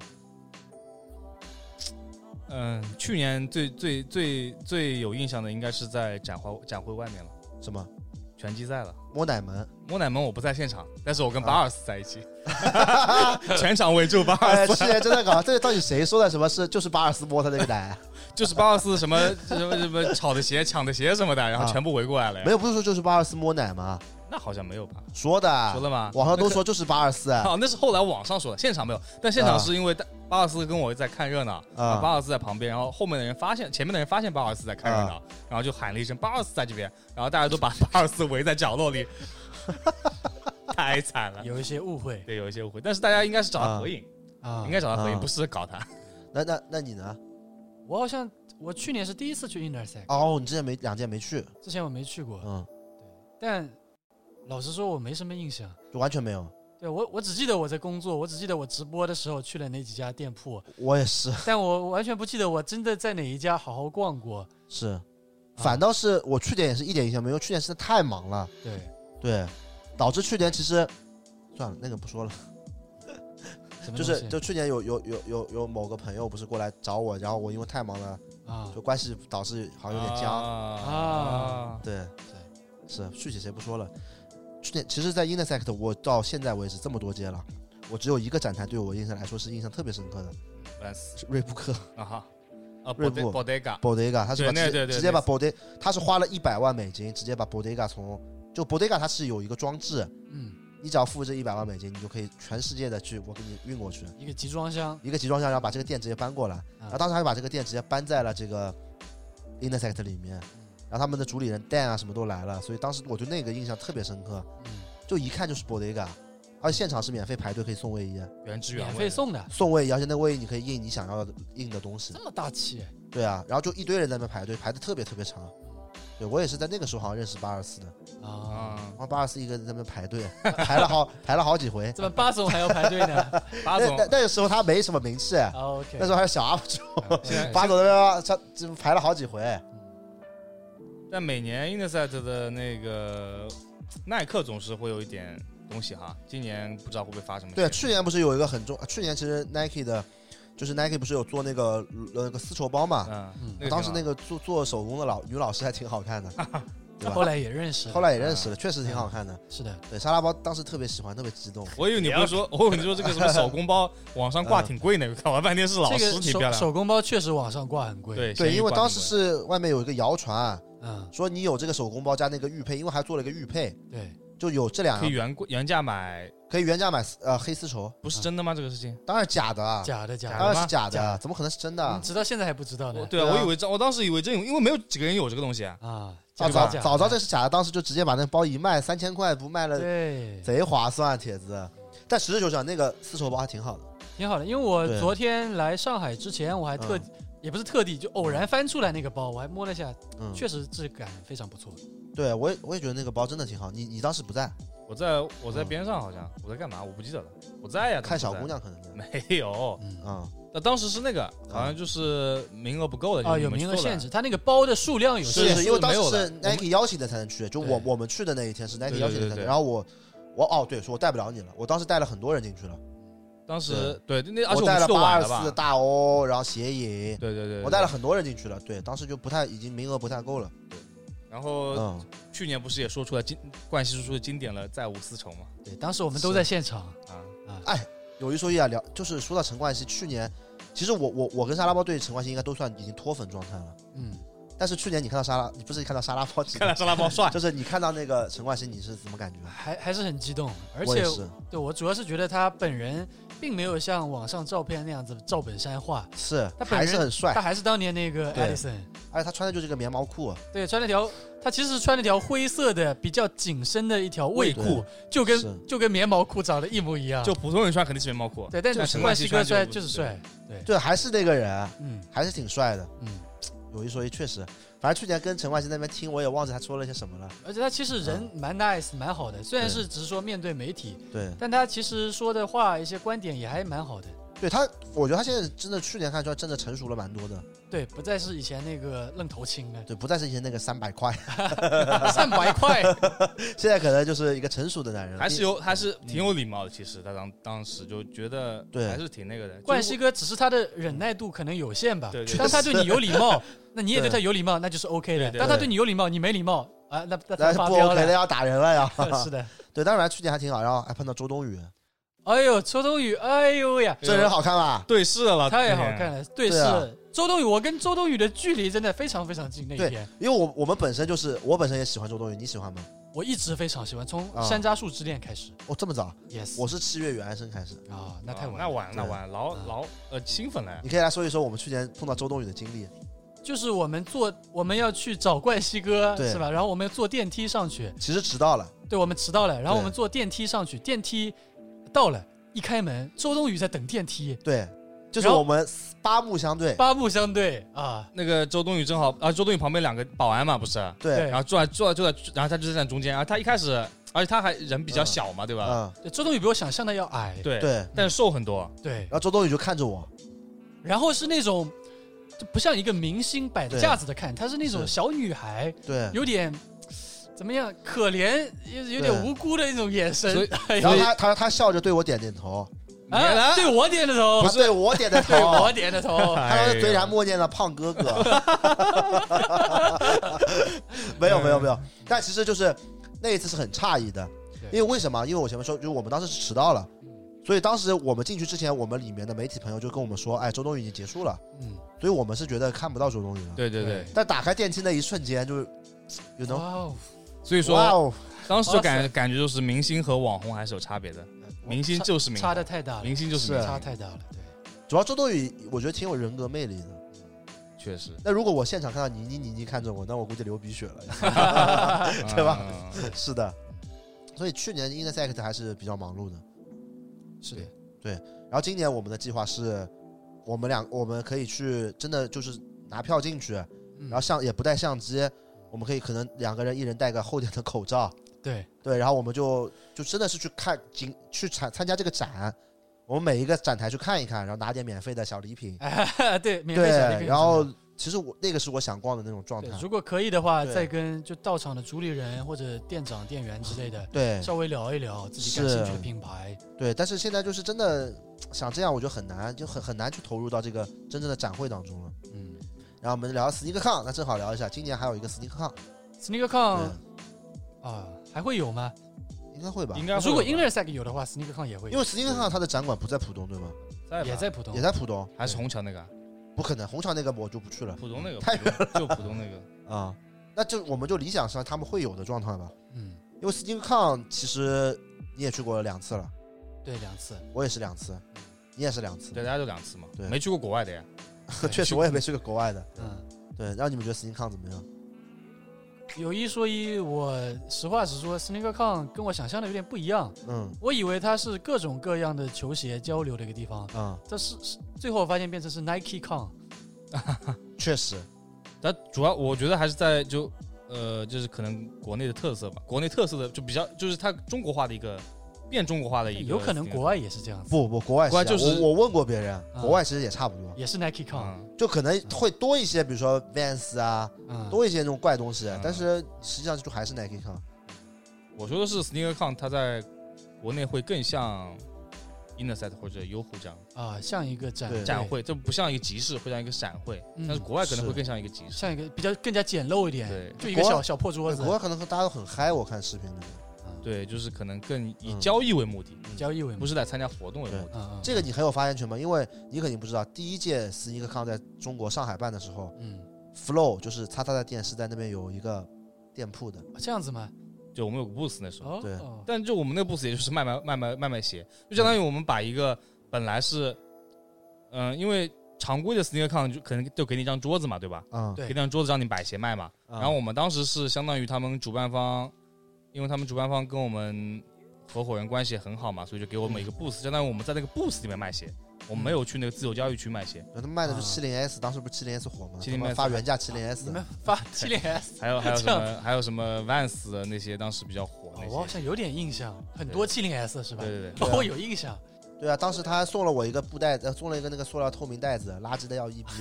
[SPEAKER 3] 嗯，去年最最最最有印象的应该是在展会展会外面了，
[SPEAKER 1] 什么
[SPEAKER 3] 拳击赛了。
[SPEAKER 1] 摸奶门？
[SPEAKER 3] 摸奶门我不在现场，但是我跟
[SPEAKER 1] 啊
[SPEAKER 3] 巴尔斯在一起， 全场围住巴尔
[SPEAKER 1] 哎，
[SPEAKER 3] 斯，
[SPEAKER 1] 去年真的搞，这个到底谁说的？什么是就是巴尔斯摸他那个奶？
[SPEAKER 3] 就是巴尔斯什么
[SPEAKER 1] 啊
[SPEAKER 3] 什么什么炒的鞋、抢的鞋什么的，然后全部围过来了呀。
[SPEAKER 1] 没有，不是说就是巴尔斯摸奶吗？
[SPEAKER 3] 那好像没有吧？
[SPEAKER 1] 说的，
[SPEAKER 3] 说了吗？
[SPEAKER 1] 啊网上都
[SPEAKER 3] 那
[SPEAKER 1] 说就是八二四哎
[SPEAKER 3] 可。啊，那是后来网上说的，现场没有。但现场
[SPEAKER 1] 啊
[SPEAKER 3] 是因为大巴尔斯跟我在看热闹，
[SPEAKER 1] 啊
[SPEAKER 3] 巴尔斯在旁边，然后后面的人发现，前面的人发现巴尔斯在看热
[SPEAKER 1] 啊
[SPEAKER 3] 闹，然后就喊了一声“巴尔斯在这边”，然后大家都把巴尔斯围在角 落里，太惨了。
[SPEAKER 2] 有一些误会
[SPEAKER 3] 对，有一些误会，但是大家应该是找他合影，
[SPEAKER 2] 啊
[SPEAKER 3] 应。该找他合影，
[SPEAKER 1] 啊
[SPEAKER 3] 不是搞他。
[SPEAKER 1] 那那那你呢？
[SPEAKER 2] 我好像我去年是第一次去 Intersect，
[SPEAKER 1] 哦，你之前没两届没去，
[SPEAKER 2] 之前我没去过，
[SPEAKER 1] 嗯，
[SPEAKER 2] 但老实说我没什么印象。
[SPEAKER 1] 就完全没有。
[SPEAKER 2] 对我，我只记得我在工作，我只记得我直播的时候去了哪几家店铺，
[SPEAKER 1] 我也是，
[SPEAKER 2] 但我完全不记得我真的在哪一家好好逛过。
[SPEAKER 1] 是，反倒是我去年也是一点印象没有，去年真的太忙了，
[SPEAKER 2] 对，
[SPEAKER 1] 对，导致去年其实算了，那个不说了。
[SPEAKER 2] 什么
[SPEAKER 1] 就
[SPEAKER 2] 东
[SPEAKER 1] 是
[SPEAKER 2] 西
[SPEAKER 1] 就去年有有有有有某个朋友不是过来找我，然后我因为太忙了，
[SPEAKER 2] 啊
[SPEAKER 1] 就关系导致好啊像有点僵。
[SPEAKER 2] 啊！
[SPEAKER 1] 对，是具体谁不说了。去年其实，在 Intersect 我到现在为止这么多届了，我只有一个展台对我印象来说是印象特别深刻的，
[SPEAKER 3] 烦死
[SPEAKER 1] 是瑞布克
[SPEAKER 3] 啊哈！啊
[SPEAKER 1] 锐步
[SPEAKER 3] Bodega，
[SPEAKER 1] Bodega，他是把直
[SPEAKER 3] 对那对
[SPEAKER 1] 接
[SPEAKER 3] 对
[SPEAKER 1] 直接把
[SPEAKER 3] 那
[SPEAKER 1] Bodega，他是花了一百万美金直接把 Bodega 从就 Bodega 它是有一个装置，
[SPEAKER 2] 嗯，
[SPEAKER 1] 你只要付这一百万美金，你就可以全世界的去我给你运过去。
[SPEAKER 2] 一个集装箱
[SPEAKER 1] 一个集装箱，然后把这个店直接搬过来，然后当时还把这个店直接搬在了这个 Intersect 里面，然后他们的主理人 Dan 啊什么都来了，所以当时我对那个印象特别深刻，
[SPEAKER 2] 嗯
[SPEAKER 1] 就一看就是 Bodega，而且现场是免费排队可以送卫衣，啊
[SPEAKER 3] 原汁原味
[SPEAKER 2] 免
[SPEAKER 3] 的，
[SPEAKER 2] 费送的，
[SPEAKER 1] 送卫衣，而且那个卫衣你可以印你想要的印的东西
[SPEAKER 2] 这，么大气，
[SPEAKER 1] 对啊，然后就一堆人在那边排队，排的特别特别长。对我也是在那个时候好像认识巴尔斯的，
[SPEAKER 2] 啊！
[SPEAKER 3] 啊
[SPEAKER 1] 然！后巴尔斯一个人在那边排队，排了好排了好几 回。
[SPEAKER 2] 怎么巴总还要排队呢
[SPEAKER 1] 那
[SPEAKER 3] 巴 总
[SPEAKER 1] 那那个时候他没什么名气，
[SPEAKER 2] 啊
[SPEAKER 1] 那
[SPEAKER 2] ？OK，
[SPEAKER 1] 时候还是小 UP 主，
[SPEAKER 3] 现在
[SPEAKER 1] 巴总那边他排了好几回。
[SPEAKER 3] 但每年 Intersect 的那个耐克总是会有一点东西哈，今年不知道会不会发什么。
[SPEAKER 1] 对，，去年不是有一个很重，去年其实 Nike 的，就是 Nike 不是有做那个呃那个丝绸包嘛？
[SPEAKER 3] 嗯，
[SPEAKER 2] 嗯
[SPEAKER 3] 那个
[SPEAKER 1] 当时
[SPEAKER 3] 挺好
[SPEAKER 1] 那个做做手工的老女老师还挺好看的，对
[SPEAKER 2] 后
[SPEAKER 1] 吧？
[SPEAKER 2] 来也认识了，
[SPEAKER 1] 后来也认识了，确实挺好看的。
[SPEAKER 2] 是的，
[SPEAKER 1] 对，沙拉包当时特别喜欢，特别激动。
[SPEAKER 3] 我以为你不是说，我以为你说这个什么手 工包网上挂挺贵呢，搞
[SPEAKER 1] 嗯
[SPEAKER 3] 了半天是老
[SPEAKER 2] 这
[SPEAKER 3] 师
[SPEAKER 2] 个
[SPEAKER 3] 挺
[SPEAKER 2] 手
[SPEAKER 3] 漂亮。
[SPEAKER 2] 手工包确实网上挂很贵，，
[SPEAKER 3] 对
[SPEAKER 1] 对，因为当时
[SPEAKER 3] 是
[SPEAKER 1] 是外面有一个谣传，啊
[SPEAKER 2] 嗯，
[SPEAKER 1] 说你有这个手工包加那个玉佩，因为还做了一个玉佩，
[SPEAKER 2] 对，
[SPEAKER 1] 就有这两
[SPEAKER 3] 可以
[SPEAKER 1] 样，
[SPEAKER 3] 原原价买，
[SPEAKER 1] 可以原价买丝呃黑丝绸，
[SPEAKER 3] 不是真的吗？这个事情？
[SPEAKER 1] 当然假的啊，
[SPEAKER 2] 假的假
[SPEAKER 1] 当
[SPEAKER 2] 的，嗯
[SPEAKER 1] 然是假
[SPEAKER 2] 假
[SPEAKER 1] 的，怎么可能是真的
[SPEAKER 2] 你
[SPEAKER 1] 啊？
[SPEAKER 2] 直到现在还不知道呢
[SPEAKER 3] 我对啊，
[SPEAKER 1] 对啊
[SPEAKER 3] 我以为真，我当时以为真有，因为没有几个人有这个东西啊。
[SPEAKER 2] 啊！
[SPEAKER 1] 早
[SPEAKER 2] 假
[SPEAKER 1] 早早
[SPEAKER 2] 的假的
[SPEAKER 1] 知道这是假的，当时就直接把那包一卖，三千块不卖了
[SPEAKER 2] 对，
[SPEAKER 1] 贼划算，啊铁子。但实事求是，啊那个丝绸包还挺好的。
[SPEAKER 2] 挺好的，因为我
[SPEAKER 1] 对
[SPEAKER 2] 昨天来上海之前，我还特、也不是特地，就偶然翻出来那个包，我还摸了一下，
[SPEAKER 1] 嗯，
[SPEAKER 2] 确实质感非常不错。
[SPEAKER 1] 对我也我也觉得那个包真的挺好。你你当时不在，
[SPEAKER 3] 我在我在边上好像我在干嘛？我不记得了。我在呀，
[SPEAKER 1] 嗯看小
[SPEAKER 3] 当
[SPEAKER 1] 姑
[SPEAKER 3] 时
[SPEAKER 1] 娘可嗯能在。
[SPEAKER 3] 在没有？
[SPEAKER 2] 嗯
[SPEAKER 1] 嗯，
[SPEAKER 3] 那当时是那个好像就是名额不够的
[SPEAKER 2] 啊，有名额限。
[SPEAKER 3] 就你们去做的
[SPEAKER 2] 制，它那个包的数量有
[SPEAKER 1] 是
[SPEAKER 2] 限
[SPEAKER 1] 是，
[SPEAKER 3] 是
[SPEAKER 1] 因为当时
[SPEAKER 3] 没有的
[SPEAKER 1] 是 Nike 邀请的才能去，就我
[SPEAKER 2] 对
[SPEAKER 1] 我们去的那一天是 Nike
[SPEAKER 3] 对对
[SPEAKER 1] 邀请的才能
[SPEAKER 3] 对对
[SPEAKER 1] 去。然后我我哦对，说我带不了你了，我当时带了很多人进去了，
[SPEAKER 3] 当时对那而且
[SPEAKER 1] 我
[SPEAKER 3] 我
[SPEAKER 1] 带
[SPEAKER 3] 们
[SPEAKER 1] 了
[SPEAKER 3] 去的
[SPEAKER 1] 八
[SPEAKER 3] 晚
[SPEAKER 1] 二
[SPEAKER 3] 了吧
[SPEAKER 1] 四？大欧，然后斜影，
[SPEAKER 3] 对对对，对
[SPEAKER 1] 我带了。很多人进去了。对，当时就不太已经名额不太够了。
[SPEAKER 3] 然后
[SPEAKER 1] 嗯，
[SPEAKER 3] 去年不是也说出来经冠希叔叔的经典了“再无丝绸”嘛？
[SPEAKER 2] 对，当时我们都在现场，
[SPEAKER 3] 啊，
[SPEAKER 1] 有一说一啊，聊就是说到陈冠希，去年其实我我我跟沙拉包对陈冠希应该都算已经脱粉状态了。
[SPEAKER 2] 嗯，
[SPEAKER 1] 但是去年你看到沙拉，你不是看到沙拉包，
[SPEAKER 3] 看来沙拉包帅。
[SPEAKER 1] 就是你看到那个陈冠希，你是怎么感觉？
[SPEAKER 2] 还还是很激动，而
[SPEAKER 1] 我
[SPEAKER 2] 且
[SPEAKER 1] 也是，
[SPEAKER 2] 对我主要是觉得他本人并没有像网上照片那样子照本山化，
[SPEAKER 1] 是
[SPEAKER 2] 他本
[SPEAKER 1] 还
[SPEAKER 2] 人
[SPEAKER 1] 是很帅
[SPEAKER 2] 他，还是当年那个
[SPEAKER 1] 哎对
[SPEAKER 2] Edison，
[SPEAKER 1] 而且他穿的就是个棉毛裤，啊
[SPEAKER 2] 对，穿了条，他其实是穿了条灰色的比较紧身的一条卫裤，就
[SPEAKER 1] 是
[SPEAKER 2] 跟就跟棉毛裤长得一模
[SPEAKER 1] 啊
[SPEAKER 2] 一样。
[SPEAKER 3] 就普通人穿肯定是棉毛裤，
[SPEAKER 2] 对，但
[SPEAKER 3] 就是陈
[SPEAKER 2] 冠
[SPEAKER 3] 冠
[SPEAKER 2] 希
[SPEAKER 3] 希
[SPEAKER 2] 哥
[SPEAKER 3] 穿
[SPEAKER 2] 帅
[SPEAKER 3] 就
[SPEAKER 2] 就是
[SPEAKER 3] 是
[SPEAKER 2] 帅，
[SPEAKER 1] 对，还是那个人，
[SPEAKER 2] 嗯
[SPEAKER 1] 还是挺帅的。
[SPEAKER 2] 嗯，
[SPEAKER 1] 有一说一，确实，反正去年跟陈冠希在那边听，我也忘记他说了些什么了。
[SPEAKER 2] 而且他其实人蛮 nice 蛮好的，虽然是只是说面对媒体，
[SPEAKER 1] 对，
[SPEAKER 2] 但他其实说的话一些观点也还蛮好的，
[SPEAKER 1] 对他，我觉得他现在真的去年看出来真的成熟了蛮多的，
[SPEAKER 2] 对，不再是以前那个愣头青了，
[SPEAKER 1] 对，不再是以前那个三百块，
[SPEAKER 2] 三百块，
[SPEAKER 1] 现在可能就是一个成熟的男人了，
[SPEAKER 3] 还是
[SPEAKER 2] 嗯
[SPEAKER 3] 有还是挺有礼貌的。其实他当当时就觉得
[SPEAKER 1] 对
[SPEAKER 3] 还是挺那个的。
[SPEAKER 2] 冠希哥只是他的忍耐度可能有限吧
[SPEAKER 3] 对对，对
[SPEAKER 2] 当他对你有礼 貌，那你也对
[SPEAKER 1] 对
[SPEAKER 2] 他有礼貌，那就是 OK 的；
[SPEAKER 3] 对对对
[SPEAKER 2] 当他对你有礼貌，你没礼貌啊，那
[SPEAKER 1] 那
[SPEAKER 2] 那他
[SPEAKER 1] 不
[SPEAKER 2] 发飙
[SPEAKER 1] OK 的
[SPEAKER 2] 了，
[SPEAKER 1] 要打人了呀。
[SPEAKER 2] 是的。
[SPEAKER 1] 对，当然去年还挺好，然后还碰到周冬雨，
[SPEAKER 2] 哎呦，周冬雨，哎呦呀，
[SPEAKER 3] 对
[SPEAKER 1] 这人好看吧？
[SPEAKER 3] 对视了，
[SPEAKER 2] 太好看了！对
[SPEAKER 1] 对啊
[SPEAKER 2] 是周冬雨，我跟周冬雨的距离真的非常非常近。那一天
[SPEAKER 1] 因为我我们本身就是我本身也喜欢周冬雨，你喜欢吗？
[SPEAKER 2] 我一直非常喜欢，从
[SPEAKER 1] 啊
[SPEAKER 2] 《山楂树之恋》开始。
[SPEAKER 1] 哦，这么早？
[SPEAKER 2] Yes，
[SPEAKER 1] 我是七月与安生开始。
[SPEAKER 2] 啊，那太
[SPEAKER 3] 啊
[SPEAKER 2] 晚
[SPEAKER 3] 那
[SPEAKER 2] 了。
[SPEAKER 3] 晚那
[SPEAKER 1] 对嗯
[SPEAKER 3] 晚老
[SPEAKER 2] 啊
[SPEAKER 3] 老呃新粉了，
[SPEAKER 1] 你可以来说一说我们去年碰到周冬雨的经历。
[SPEAKER 2] 就是我们坐，我们要去找怪西哥，
[SPEAKER 1] 对
[SPEAKER 2] 是吧？然后我们坐电梯上去，
[SPEAKER 1] 其实迟到了，
[SPEAKER 2] 对，我们迟到了。然后
[SPEAKER 1] 对
[SPEAKER 2] 我们坐电梯上去，电梯到了，一开门，周冬雨在等电梯，
[SPEAKER 1] 对，就是
[SPEAKER 2] 然后
[SPEAKER 1] 我们八目相对，
[SPEAKER 2] 八目相对啊，
[SPEAKER 3] 那个周冬雨正好啊，周冬雨旁边两个保安嘛，不是？
[SPEAKER 1] 对，
[SPEAKER 2] 对
[SPEAKER 3] 然后坐在坐在坐在，然后他就站中间，然后他一开始，而且他还人比较小嘛，对吧？
[SPEAKER 1] 嗯，
[SPEAKER 2] 对周冬雨比我想象的要矮，
[SPEAKER 3] 对
[SPEAKER 1] 对。然
[SPEAKER 3] 但是瘦很多，
[SPEAKER 2] 对
[SPEAKER 1] 后周冬雨就看着我，
[SPEAKER 2] 然后是那种，就不像一个明星摆着架子的看，她是那种
[SPEAKER 1] 是
[SPEAKER 2] 小女孩，
[SPEAKER 1] 对，
[SPEAKER 2] 有点怎么样，可怜有有点
[SPEAKER 1] 对
[SPEAKER 2] 无辜的那种眼神
[SPEAKER 3] 所以，
[SPEAKER 2] 哎
[SPEAKER 1] 然后
[SPEAKER 2] 呦
[SPEAKER 1] 他他他笑着对我点点头，
[SPEAKER 3] 没了
[SPEAKER 2] 啊，对我点的头
[SPEAKER 1] 他，对我点的
[SPEAKER 2] 对
[SPEAKER 1] 头
[SPEAKER 2] 我，点的头，
[SPEAKER 1] 他当
[SPEAKER 3] 哎
[SPEAKER 1] 时
[SPEAKER 3] 呦
[SPEAKER 1] 虽然默念了胖哥哥， 没有没有没有，但其实就是那一次是很诧异的，
[SPEAKER 2] 对
[SPEAKER 1] 因为为什么？因为我前面说，就是我们当时是迟到了，
[SPEAKER 3] 嗯
[SPEAKER 1] 所以当时我们进去之前，我们里面的媒体朋友就跟我们说，哎，周冬雨已经结束了，
[SPEAKER 2] 嗯，
[SPEAKER 1] 所以我们是觉得看不到周冬雨了。
[SPEAKER 3] 对对对，
[SPEAKER 1] 但打开电梯那一瞬间，就是有能
[SPEAKER 2] 哇哦，
[SPEAKER 3] 所以
[SPEAKER 1] 哇
[SPEAKER 3] 说
[SPEAKER 1] 哦，
[SPEAKER 3] 当时就
[SPEAKER 2] 哇
[SPEAKER 3] 感
[SPEAKER 2] 塞
[SPEAKER 3] 感觉就是明星和网红还是有差别的，
[SPEAKER 1] 嗯
[SPEAKER 3] 明星就是明星，
[SPEAKER 2] 差的太大了，
[SPEAKER 3] 啊明星就是
[SPEAKER 1] 对
[SPEAKER 3] 明
[SPEAKER 1] 是啊
[SPEAKER 2] 差
[SPEAKER 3] 星，
[SPEAKER 2] 太大了，对。
[SPEAKER 1] 主要周冬雨我觉得挺有人格魅力的。
[SPEAKER 3] 确 实，
[SPEAKER 1] 那如果我现场看到倪妮妮妮看着我，那我估计流鼻血了。
[SPEAKER 3] 对
[SPEAKER 1] 吧？
[SPEAKER 3] 嗯
[SPEAKER 1] 是的，所以去年 Intersect 还是比较忙碌的。
[SPEAKER 2] 是的，
[SPEAKER 1] 然后今年我们的计划是，我们两我们可以去真的就是拿票进去，
[SPEAKER 2] 嗯
[SPEAKER 1] 然后相也不带相机，我们可以可能两个人一人戴个厚点的口罩，
[SPEAKER 2] 嗯对，
[SPEAKER 1] 对，然后我们就就真的是去看景去参参加这个展，我们每一个展台去看一看，然后拿点免费的小礼品，
[SPEAKER 2] 哎， 对，免
[SPEAKER 1] 对
[SPEAKER 2] 费小礼品，
[SPEAKER 1] 然后其实我那个是我想逛的那种状
[SPEAKER 2] 对
[SPEAKER 1] 态，
[SPEAKER 2] 如果可以的话，
[SPEAKER 1] 对
[SPEAKER 2] 再跟就到场的主理人或者店长、店员之类的
[SPEAKER 1] 对
[SPEAKER 2] 稍微聊一聊自己感
[SPEAKER 1] 嗯是
[SPEAKER 2] 兴趣的品牌，
[SPEAKER 1] 对，但是现在就是真的想这样，我觉得很难，就很很难去投入到这个真正的展会当中了。
[SPEAKER 2] 嗯
[SPEAKER 1] 然后我们聊 Sneaker Con，那正好聊一下，今年还有一个 Sneaker
[SPEAKER 3] 嗯
[SPEAKER 1] Con，
[SPEAKER 2] ，SneakerCon 啊还会有吗？
[SPEAKER 1] 应该会吧？
[SPEAKER 3] 应该会
[SPEAKER 2] 如果
[SPEAKER 3] 有吧
[SPEAKER 2] InnerSec 有的话，SneakerCon 也会
[SPEAKER 1] 因
[SPEAKER 2] 有，
[SPEAKER 1] 为 Sneaker Con 它的展馆不在浦东对吗？
[SPEAKER 3] 在
[SPEAKER 2] 也
[SPEAKER 3] 吧
[SPEAKER 2] 在浦东
[SPEAKER 1] 也，在浦东，
[SPEAKER 3] 还是虹桥那个啊
[SPEAKER 1] 不可能，虹桥那个我就不去了
[SPEAKER 3] 浦东那个
[SPEAKER 1] 太
[SPEAKER 3] 浦东就浦东那个，
[SPEAKER 1] 啊、那就我们就理想上他们会有的状态吧。
[SPEAKER 2] 嗯，
[SPEAKER 1] 因为 Sneaker Con 其实你也去过两次了，
[SPEAKER 2] 对，两次，
[SPEAKER 1] 我也是两次，你也是两次，
[SPEAKER 3] 对，大家都两次嘛
[SPEAKER 1] 对，
[SPEAKER 3] 没去过国外的呀，
[SPEAKER 1] 确实我也没去过国外的。
[SPEAKER 2] 嗯，
[SPEAKER 1] 对，然后你们觉得 Sneaker Con 怎么样？
[SPEAKER 2] 有一说一，我实话实说，SneakerCon 跟我想象的有点不一样，
[SPEAKER 1] 嗯
[SPEAKER 2] 我以为它是各种各样的球鞋交流的一个地方，
[SPEAKER 1] 啊、
[SPEAKER 2] 这是是最后我发现变成是 NikeCon，
[SPEAKER 1] 确实，
[SPEAKER 3] 但主要我觉得还是在就呃，就是可能国内的特色吧，国内特色的就比较就是它中国化的一个变中国化的一个，
[SPEAKER 2] 有可能国外也是这样子，
[SPEAKER 1] 不不，国外
[SPEAKER 3] 国外
[SPEAKER 1] 是这样
[SPEAKER 3] 就是
[SPEAKER 1] 我我问过别人，
[SPEAKER 2] 嗯
[SPEAKER 1] 国外其实也差不多，
[SPEAKER 2] 也是 NikeCon，
[SPEAKER 3] 嗯，
[SPEAKER 1] 就可能会多一些，比如说 Vans 啊，
[SPEAKER 2] 嗯，
[SPEAKER 1] 多一些那种怪东西
[SPEAKER 3] 嗯，
[SPEAKER 1] 但是实际上就还是 Nike Con。
[SPEAKER 3] 我说的是 SneakerCon，它在国内会更像 Insight 或者优酷这样
[SPEAKER 2] 啊，像一个展
[SPEAKER 1] 对
[SPEAKER 3] 展会，这不像一个集市，会像一个展会，
[SPEAKER 2] 嗯
[SPEAKER 3] 但是国外可能
[SPEAKER 1] 是
[SPEAKER 3] 会更像一个集市。
[SPEAKER 2] 像一个比较更加简陋一点
[SPEAKER 3] 对，
[SPEAKER 2] 就一个
[SPEAKER 1] 国
[SPEAKER 2] 小小破桌
[SPEAKER 1] 对
[SPEAKER 2] 子
[SPEAKER 1] 国，外可能大家都很嗨，我看视频里面。
[SPEAKER 2] 嗯，
[SPEAKER 3] 对，就是可能更以
[SPEAKER 1] 嗯
[SPEAKER 3] 交易为目的，
[SPEAKER 2] 交易为
[SPEAKER 3] 不
[SPEAKER 2] 是，
[SPEAKER 3] 是来参加活动为目的。
[SPEAKER 2] 嗯嗯，
[SPEAKER 1] 这个你很有发言权吧？因为你肯定不知道，第一届 Sneaker Con 在中国上海办的时候
[SPEAKER 2] 嗯
[SPEAKER 1] ，Flow 就是叉叉的店是在那边有一个店铺的，
[SPEAKER 2] 啊这样子吗？
[SPEAKER 3] 就我们有个 booth 那时候，
[SPEAKER 2] 哦，
[SPEAKER 1] 对
[SPEAKER 2] 哦
[SPEAKER 3] 但就我们那个 booth 也就是卖卖卖卖卖卖鞋，就相当于我们把一个本来是，嗯、因为常规的 SneakerCon 就可能就给你一张桌子嘛，对吧？
[SPEAKER 1] 嗯，
[SPEAKER 2] 对啊
[SPEAKER 3] 给你张桌子让你摆鞋卖嘛。
[SPEAKER 1] 嗯
[SPEAKER 3] 然后我们当时是相当于他们主办方，因为他们主办方跟我们合伙人关系很好嘛，所以就给我
[SPEAKER 2] 嗯
[SPEAKER 3] 们一个 booth，相当于我们在那个 booth 里面卖鞋，我们没有去那个自由交易区卖鞋，
[SPEAKER 1] 然后他们卖的就是
[SPEAKER 2] 啊
[SPEAKER 1] 七零 S，当时不是七零 S 火吗？
[SPEAKER 3] 70S
[SPEAKER 1] 他们发原价七零 S，
[SPEAKER 2] 你们发七连 S，
[SPEAKER 3] 还有还有什
[SPEAKER 2] 这样
[SPEAKER 3] 么还有什么 Vans 的那些当时比较火
[SPEAKER 2] 哦
[SPEAKER 3] 那
[SPEAKER 2] 我好
[SPEAKER 3] 些，
[SPEAKER 2] 像有点印象，很多七零 S 是吧
[SPEAKER 3] 对？对对。
[SPEAKER 1] 对啊
[SPEAKER 2] 我有印象，
[SPEAKER 1] 对啊，当时他还送了我一个布袋，呃，送了一个那个塑料透明袋子，垃圾的要一逼。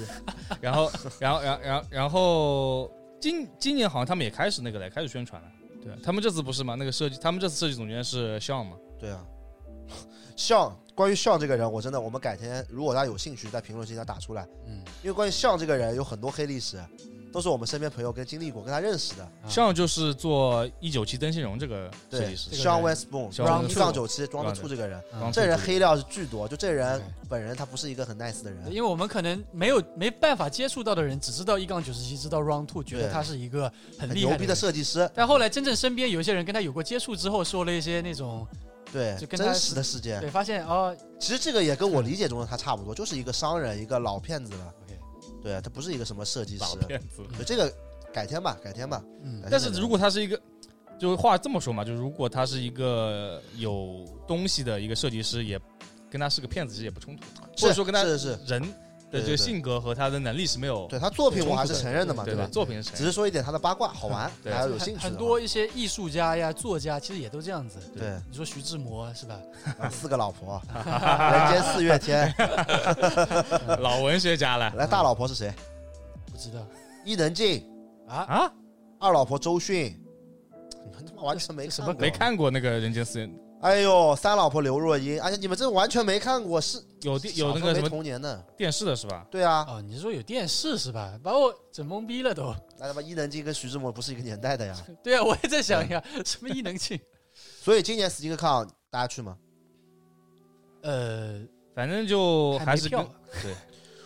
[SPEAKER 3] 然后， 然后，然后，然后，然后，今今年好像他们也开始那个了，开始宣传了。对啊他们这次不是嘛？那个设计，他们这次设计总监是 Sean 嘛？
[SPEAKER 1] 对啊， 像关于像这个人，我真的，我们改天如果大家有兴趣，在评论区再打出来，
[SPEAKER 2] 嗯，
[SPEAKER 1] 因为关于像这个人有很多黑历史，都是我们身边朋友跟经历过、跟他认识的。
[SPEAKER 3] 像就是做一九七灯芯绒这个设
[SPEAKER 1] 对
[SPEAKER 3] 计师
[SPEAKER 2] 这个
[SPEAKER 1] ，Sean
[SPEAKER 2] 人
[SPEAKER 1] Westbrook，
[SPEAKER 3] Sean
[SPEAKER 1] 装
[SPEAKER 3] Westbrook
[SPEAKER 1] 一杠九七装的醋这个人，
[SPEAKER 2] 嗯
[SPEAKER 3] 帮助
[SPEAKER 1] 这人
[SPEAKER 3] 助
[SPEAKER 1] 黑料是巨多。就这人
[SPEAKER 2] 对
[SPEAKER 1] 本人他不是一个很 nice 的人，
[SPEAKER 2] 因为我们可能没有没办法接触到的人，只知道一杠九十七，知道 Round Two，觉得
[SPEAKER 1] 对
[SPEAKER 2] 他是一个很
[SPEAKER 1] 很
[SPEAKER 2] 厉害
[SPEAKER 1] 牛逼的
[SPEAKER 2] 人
[SPEAKER 1] 设计师。
[SPEAKER 2] 但后来真正身边有一些人跟他有过接触之后，说了一些那种
[SPEAKER 1] 对
[SPEAKER 2] 就，跟他
[SPEAKER 1] 真
[SPEAKER 2] 是
[SPEAKER 1] 实的世界。
[SPEAKER 2] 对，发现哦，
[SPEAKER 1] 其实这个也跟我理解中的他差不多，就是一个商人，一个老骗子了
[SPEAKER 2] OK。
[SPEAKER 1] 对啊他不是一个什么设计
[SPEAKER 3] 老
[SPEAKER 1] 师。
[SPEAKER 3] 骗子。
[SPEAKER 1] 对这个改天吧，改天吧。
[SPEAKER 2] 嗯
[SPEAKER 1] 改天再
[SPEAKER 3] 但是
[SPEAKER 1] 聊
[SPEAKER 3] 如果他是一个，就话这么说嘛，就如果他是一个有东西的一个设计师，也跟他是个骗子，其实也不冲突。或者
[SPEAKER 1] 是
[SPEAKER 3] 说跟他
[SPEAKER 1] 是是，
[SPEAKER 3] 人的
[SPEAKER 1] 对
[SPEAKER 3] 这
[SPEAKER 1] 对对
[SPEAKER 3] 个性格和他的能力是没有
[SPEAKER 1] 对啊他作品我还是承认的嘛，
[SPEAKER 3] 对
[SPEAKER 1] 吧
[SPEAKER 3] 吧？？作品是
[SPEAKER 1] 只
[SPEAKER 3] 谁？
[SPEAKER 1] 是说一点他的八卦好玩，
[SPEAKER 3] 对
[SPEAKER 1] 大家有兴
[SPEAKER 2] 很
[SPEAKER 1] 趣
[SPEAKER 2] 很
[SPEAKER 1] 的
[SPEAKER 2] 多一些艺术家呀、作家，其实也都这样子。
[SPEAKER 1] 对
[SPEAKER 2] 你说徐志摩是吧？
[SPEAKER 1] 话啊四个老婆，人间四月天，
[SPEAKER 3] 啊老文学家了
[SPEAKER 1] 来大老婆是谁？
[SPEAKER 2] 不知道
[SPEAKER 1] 伊能静，
[SPEAKER 2] 啊，
[SPEAKER 3] 啊！
[SPEAKER 1] 二老婆周迅，你们他妈完全没
[SPEAKER 2] 这什
[SPEAKER 1] 看
[SPEAKER 2] 么
[SPEAKER 1] 过
[SPEAKER 3] 没？看过那个《人间四月》，
[SPEAKER 1] 哎呦，三老婆刘若英，而且你们这完全没看过，是
[SPEAKER 3] 有电有那
[SPEAKER 1] 小
[SPEAKER 3] 个
[SPEAKER 1] 时候
[SPEAKER 3] 什
[SPEAKER 1] 没
[SPEAKER 3] 么
[SPEAKER 1] 童年的？
[SPEAKER 3] 电视的是吧？
[SPEAKER 1] 对啊，
[SPEAKER 2] 哦，你是说有电视是吧？把我整懵逼了都。
[SPEAKER 1] 那他妈伊能静跟徐志摩不是一个年代的 呀。
[SPEAKER 2] 对啊，我也在想呀，
[SPEAKER 1] 嗯
[SPEAKER 2] 什么异能 性？
[SPEAKER 1] 所以今年 SneakerCon 大家去吗？
[SPEAKER 2] 呃，
[SPEAKER 3] 反正就还
[SPEAKER 2] 没
[SPEAKER 3] 是
[SPEAKER 2] 票
[SPEAKER 3] 跟，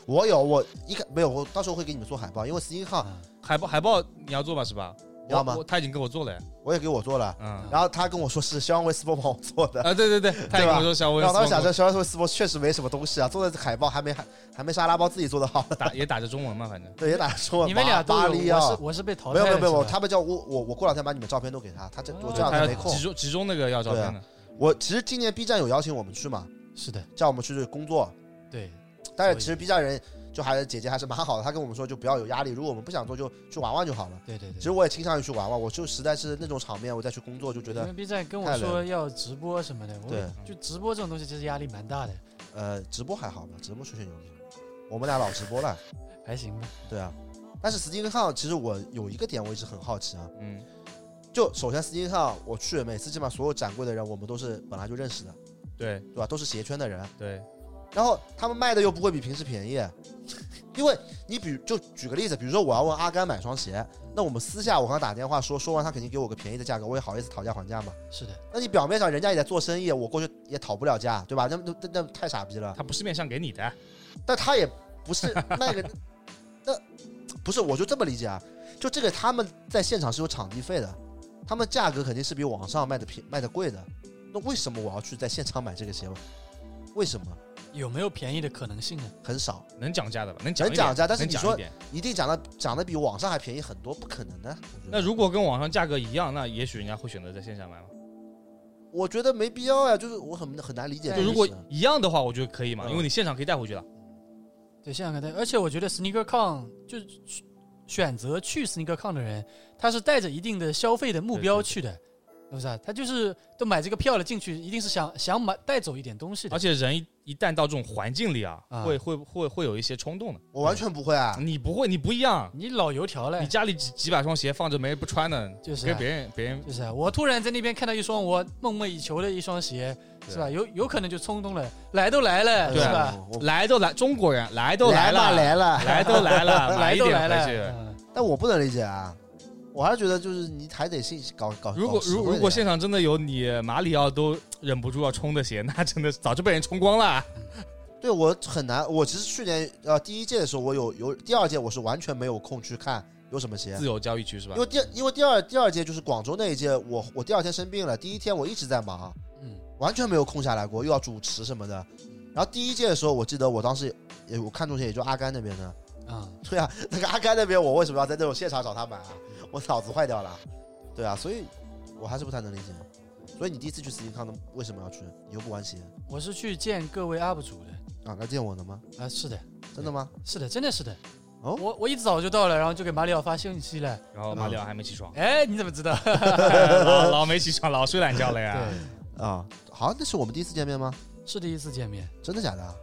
[SPEAKER 1] 我有，我一看没有，我到时候会给你们做海报，因为 SneakerCon
[SPEAKER 3] 海报海报你要做吧是吧？
[SPEAKER 1] 你要吗
[SPEAKER 3] 我我他已经给我做了呀，
[SPEAKER 1] 我也给我做了，
[SPEAKER 3] 嗯
[SPEAKER 1] 然后他跟我说是肖恩威斯伯帮我做的，
[SPEAKER 3] 啊对对对，他已经跟我说小文，
[SPEAKER 1] 然后当时想着肖恩威斯伯确实没什么东西啊，做的海报还没还还没沙拉包自己做的好，
[SPEAKER 3] 打也打着中文嘛，反正
[SPEAKER 1] 对，也打出
[SPEAKER 2] 你们俩都
[SPEAKER 1] 巴
[SPEAKER 2] 有，
[SPEAKER 1] 黎
[SPEAKER 2] 我
[SPEAKER 1] 啊
[SPEAKER 2] 是，我是被淘
[SPEAKER 1] 没
[SPEAKER 2] 汰
[SPEAKER 1] 有
[SPEAKER 2] 了。
[SPEAKER 1] 没有没有，
[SPEAKER 2] 是吧哦
[SPEAKER 1] 他们叫我我我过两天把你们照片都给他，他这我这两
[SPEAKER 3] 他
[SPEAKER 1] 天
[SPEAKER 3] 要
[SPEAKER 1] 没空啊
[SPEAKER 3] 集，中集中那个要照片的，
[SPEAKER 1] 我其实今年 B 站有邀请我们去嘛，
[SPEAKER 2] 是的，
[SPEAKER 1] 叫我们去工作，
[SPEAKER 2] 对，
[SPEAKER 1] 但是
[SPEAKER 2] 所以
[SPEAKER 1] 其实 B 站人就还是姐姐还是蛮好的，她跟我们说就不要有压力，如果我们不想做就去玩玩就好了。
[SPEAKER 2] 对对对。
[SPEAKER 1] 其实我也倾向于去玩玩，我就实在是那种场面我再去工作就觉
[SPEAKER 2] 因
[SPEAKER 1] 得
[SPEAKER 2] 为 B 站跟我
[SPEAKER 1] 太累
[SPEAKER 2] 说
[SPEAKER 1] 了
[SPEAKER 2] 要直播什么的，我
[SPEAKER 1] 对
[SPEAKER 2] 就直播这种东西其实压力蛮大的，
[SPEAKER 1] 呃直播还好吧，直播吹吹牛逼，我们俩老直播了。
[SPEAKER 2] 还行吧。
[SPEAKER 1] 对啊，但是 Steam 上其实我有一个点我一直很好奇啊，
[SPEAKER 3] 嗯，
[SPEAKER 1] 就首先 Steam 上我去每次基本上所有展柜的人我们都是本来就认识的，
[SPEAKER 3] 对
[SPEAKER 1] 对吧？都是鞋圈的人，
[SPEAKER 3] 对，
[SPEAKER 1] 然后他们卖的又不会比平时便宜， 因为你比就举个例子，比如说我要问阿甘买双鞋，那我们私下我跟他打电话说，说完他肯定给我个便宜的价格，我也好意思讨价还价嘛。
[SPEAKER 2] 是的，
[SPEAKER 1] 那你表面上人家也在做生意，我过去也讨不了价，对吧？那那那那太傻逼了。
[SPEAKER 3] 他不是面向给你的，
[SPEAKER 1] 但他也不是卖给，那不是我就这么理解啊，就这个他们在现场是有场地费的，他们价格肯定是比网上卖的便卖的贵的，那为什么我要去在现场买这个鞋？为什么？
[SPEAKER 2] 有没有便宜的可能性呢？
[SPEAKER 1] 很少，
[SPEAKER 3] 能讲价的吧？能讲一
[SPEAKER 1] 能
[SPEAKER 3] 点
[SPEAKER 1] 讲价但是
[SPEAKER 3] 能
[SPEAKER 1] 你
[SPEAKER 3] 讲
[SPEAKER 1] 说
[SPEAKER 3] 一点
[SPEAKER 1] 一定涨的涨的比网上还便宜很多，不可能的。我觉得
[SPEAKER 3] 那如果跟网上价格一样，那也许人家会选择在线下买嘛。
[SPEAKER 1] 我觉得没必要呀、就是我很很难理解这个
[SPEAKER 3] 就
[SPEAKER 1] 意思。
[SPEAKER 3] 如果一样的话，我觉得可以嘛，
[SPEAKER 1] 嗯
[SPEAKER 3] 因为你现场可以带回去了。
[SPEAKER 2] 对，现场看待。而且我觉得 SneakerCon 就是去选择去 SneakerCon 的人，他是带着一定的消费的目标
[SPEAKER 3] 对对对
[SPEAKER 2] 去的，是不是啊？他就是都买这个票了进去，一定是想想买带走一点东西的
[SPEAKER 3] 而。且人一一旦到这种环境里啊，
[SPEAKER 2] 啊
[SPEAKER 3] 会会会会有一些冲动的。
[SPEAKER 1] 我完全不会啊，
[SPEAKER 3] 你不会，你不一样，
[SPEAKER 2] 你老油条嘞
[SPEAKER 3] 你，家里几几百双鞋放着没人不穿的，
[SPEAKER 2] 就是啊
[SPEAKER 3] 跟别人别人
[SPEAKER 2] 就是啊我突然在那边看到一双我梦寐以求的一双鞋，
[SPEAKER 3] 对
[SPEAKER 2] 是吧？有有可能就冲动了，来都来了，
[SPEAKER 3] 嗯对啊
[SPEAKER 2] 是吧？
[SPEAKER 1] 我
[SPEAKER 3] 来都来，中国人来都
[SPEAKER 1] 啊来吧
[SPEAKER 3] 了，
[SPEAKER 1] 来了，
[SPEAKER 3] 来都来了， 买
[SPEAKER 2] 来
[SPEAKER 3] 一
[SPEAKER 2] 都
[SPEAKER 3] 点
[SPEAKER 2] 来
[SPEAKER 3] 回去
[SPEAKER 2] 了，嗯
[SPEAKER 1] 但我不能理解啊，我还是觉得就是你还得信搞搞。
[SPEAKER 3] 如果
[SPEAKER 1] 搞实
[SPEAKER 3] 如
[SPEAKER 1] 惠的呀
[SPEAKER 3] 如果现场真的有你马里奥都忍不住要冲的鞋， 那真的早就被人冲光了。
[SPEAKER 1] 对我很难，我其实去年呃第一届的时候，我有有第二届我是完全没有空去看有什么鞋
[SPEAKER 3] 自，由交易区是吧
[SPEAKER 1] 因？为第因为第二第二届就是广州那一届，我我第二天生病了，第一天我一直在忙，
[SPEAKER 2] 嗯，
[SPEAKER 1] 完全没有空下来过，又要主持什么的。然后第一届的时候，我记得我当时也我看中些也就阿甘那边的，
[SPEAKER 2] 啊，
[SPEAKER 1] 对啊，那个阿甘那边我为什么要在那种现场找他买啊？我脑子坏掉了，对啊，所以我还是不太能理解。所以你第一次去斯金康的为什么要去？你又不玩鞋
[SPEAKER 2] 我是去见各位 UP 主
[SPEAKER 1] 啊？来见我的吗？
[SPEAKER 2] 的啊，是的，
[SPEAKER 1] 真的吗？
[SPEAKER 2] 是的，真的是的。
[SPEAKER 1] 哦
[SPEAKER 2] 我我一早就到了，然后就给马里奥发信息了。，
[SPEAKER 3] 然后马里奥还没起床
[SPEAKER 2] 哎，你怎么知道？
[SPEAKER 1] 嗯
[SPEAKER 3] 老老没起床，老睡懒觉了呀。
[SPEAKER 2] 对，
[SPEAKER 1] 啊，好，那是我们第一次见面吗？
[SPEAKER 2] 是第一次见面。
[SPEAKER 1] 真的假的啊？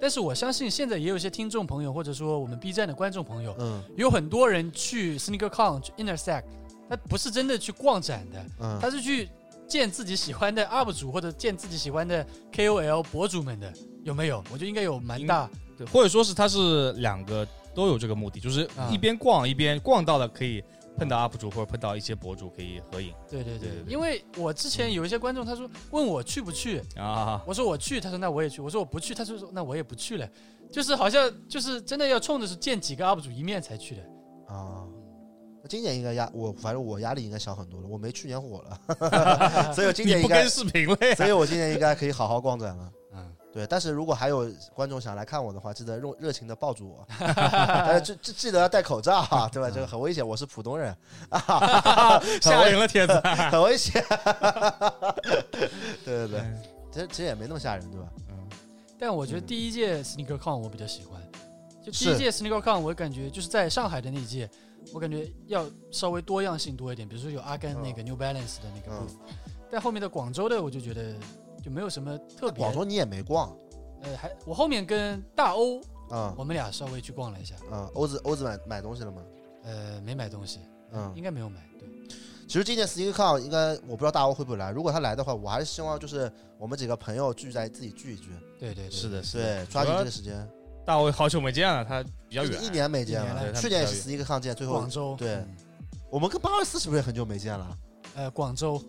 [SPEAKER 2] 但是我相信现在也有一些听众朋友，或者说我们 B 站的观众朋友，
[SPEAKER 1] 嗯
[SPEAKER 2] 有很多人去 SneakerCon 去 Intersect，他不是真的去逛展的，
[SPEAKER 1] 嗯，
[SPEAKER 2] 他是去见自己喜欢的 UP 主或者见自己喜欢的 KOL 博主们的，有没有？我觉得应该有蛮大。
[SPEAKER 3] 对，或者说是它是两个都有这个目的，就是
[SPEAKER 2] 啊
[SPEAKER 3] 一边逛一边逛到了可以碰到 UP 主或者碰到一些博主可以合影
[SPEAKER 2] 对对对
[SPEAKER 3] 对对，对
[SPEAKER 2] 因为我之前有一些观众，他说问我去不去，
[SPEAKER 3] 啊。
[SPEAKER 2] 我说我去，他说那我也去，我说我不去，他说那我也不去了，就是好像就是真的要冲着是见几个 UP 主一面才去的。
[SPEAKER 1] 啊。那今年应该压我，反正我压力应该小很多了。我没去年火了，所以我今
[SPEAKER 3] 你
[SPEAKER 1] 年
[SPEAKER 3] 不
[SPEAKER 1] 应该
[SPEAKER 3] 跟，视啊 频了呀？
[SPEAKER 1] 所以我今年应该可以好好逛展了。
[SPEAKER 2] 嗯，
[SPEAKER 1] 对，但是如果还有观众想来看我的话，记得热热情的抱住我，但是记记记得要戴口罩啊，对吧？这个很危险，我是浦东人，
[SPEAKER 3] 吓人了，帖子。
[SPEAKER 1] 很危险。对对对，
[SPEAKER 3] 嗯
[SPEAKER 1] 其实其实也没那么吓人，对吧？
[SPEAKER 2] 但我觉得
[SPEAKER 3] 嗯
[SPEAKER 2] 第一届 SneakerCon 我比较喜欢，就第一
[SPEAKER 1] 是
[SPEAKER 2] 届 SneakerCon 我感觉就是在上海的那一届，我感觉要稍微多样性多一点，比如说有阿甘那个 New Balance 的那个
[SPEAKER 1] 嗯
[SPEAKER 2] booth，、但后面的广州的我就觉得就没有什么特别。
[SPEAKER 1] 广州你也没逛，
[SPEAKER 2] 呃，还我后面跟大欧
[SPEAKER 1] 嗯
[SPEAKER 2] 我们俩稍微去逛了一下，
[SPEAKER 1] 嗯，欧子欧子买买东西了吗？
[SPEAKER 2] 呃，没买东西，
[SPEAKER 1] 嗯，
[SPEAKER 2] 应该没有买。对，
[SPEAKER 1] 其实今年 SneakerCon 应该我不知道大欧会不会来，如果他来的话，我还是希望就是我们几个朋友聚在自己聚一聚，
[SPEAKER 2] 对对对，
[SPEAKER 3] 是的，是的。
[SPEAKER 1] 对，抓紧这个时间。
[SPEAKER 3] 大卫好久没见了，他比较远
[SPEAKER 1] 一，年没见
[SPEAKER 2] 一年
[SPEAKER 1] 了，
[SPEAKER 2] 了
[SPEAKER 1] 去年也是 SneakerCon 见，最后
[SPEAKER 2] 广州
[SPEAKER 1] 对
[SPEAKER 2] 嗯
[SPEAKER 1] 我们跟八二四是不是也很久没见了？
[SPEAKER 2] 呃，广州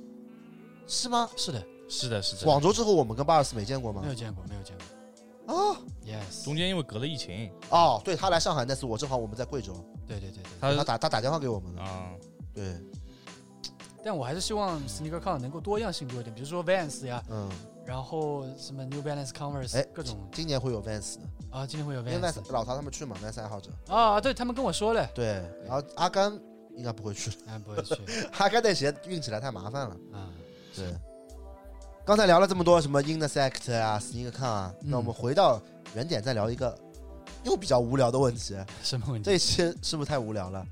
[SPEAKER 1] 是吗？
[SPEAKER 2] 是的，
[SPEAKER 3] 是的，是嗯的。
[SPEAKER 1] 广州之后我们跟八二四没见过吗
[SPEAKER 2] 没？有见过，没有见过。
[SPEAKER 1] 啊，
[SPEAKER 2] Yes，
[SPEAKER 3] 中间因为隔了疫情，
[SPEAKER 1] 哦，对他来上海那次，我正好我们在贵州，
[SPEAKER 2] 对对对对。
[SPEAKER 3] 他
[SPEAKER 1] 他打啊他打嗯电话给我们的，
[SPEAKER 3] 啊，
[SPEAKER 1] 对，
[SPEAKER 2] 但我还是希望 SneakerCon 能够多样性多一点，比如说 Vans 呀，
[SPEAKER 1] 嗯，
[SPEAKER 2] 然后什么 New Balance、
[SPEAKER 1] 哎
[SPEAKER 2] Converse 各种
[SPEAKER 1] 今年会有 Vans，的
[SPEAKER 2] 啊，今天会有
[SPEAKER 1] 因为
[SPEAKER 2] Vans
[SPEAKER 1] Vans 老陶他们去嘛，Vans 爱好者，
[SPEAKER 2] 啊，对他们跟我说了，
[SPEAKER 1] 对，然后阿甘应该不会去，
[SPEAKER 2] 啊，不会去
[SPEAKER 1] 阿甘那鞋运起来太麻烦了。
[SPEAKER 2] 啊，
[SPEAKER 1] 对，刚才聊了这么多什么 intersect 啊，sneakercon 啊，
[SPEAKER 2] 嗯
[SPEAKER 1] 那我们回到原点再聊一个又比较无聊的问题。
[SPEAKER 2] 什么问
[SPEAKER 1] 这
[SPEAKER 2] 题？
[SPEAKER 1] 一期是不是太无聊了？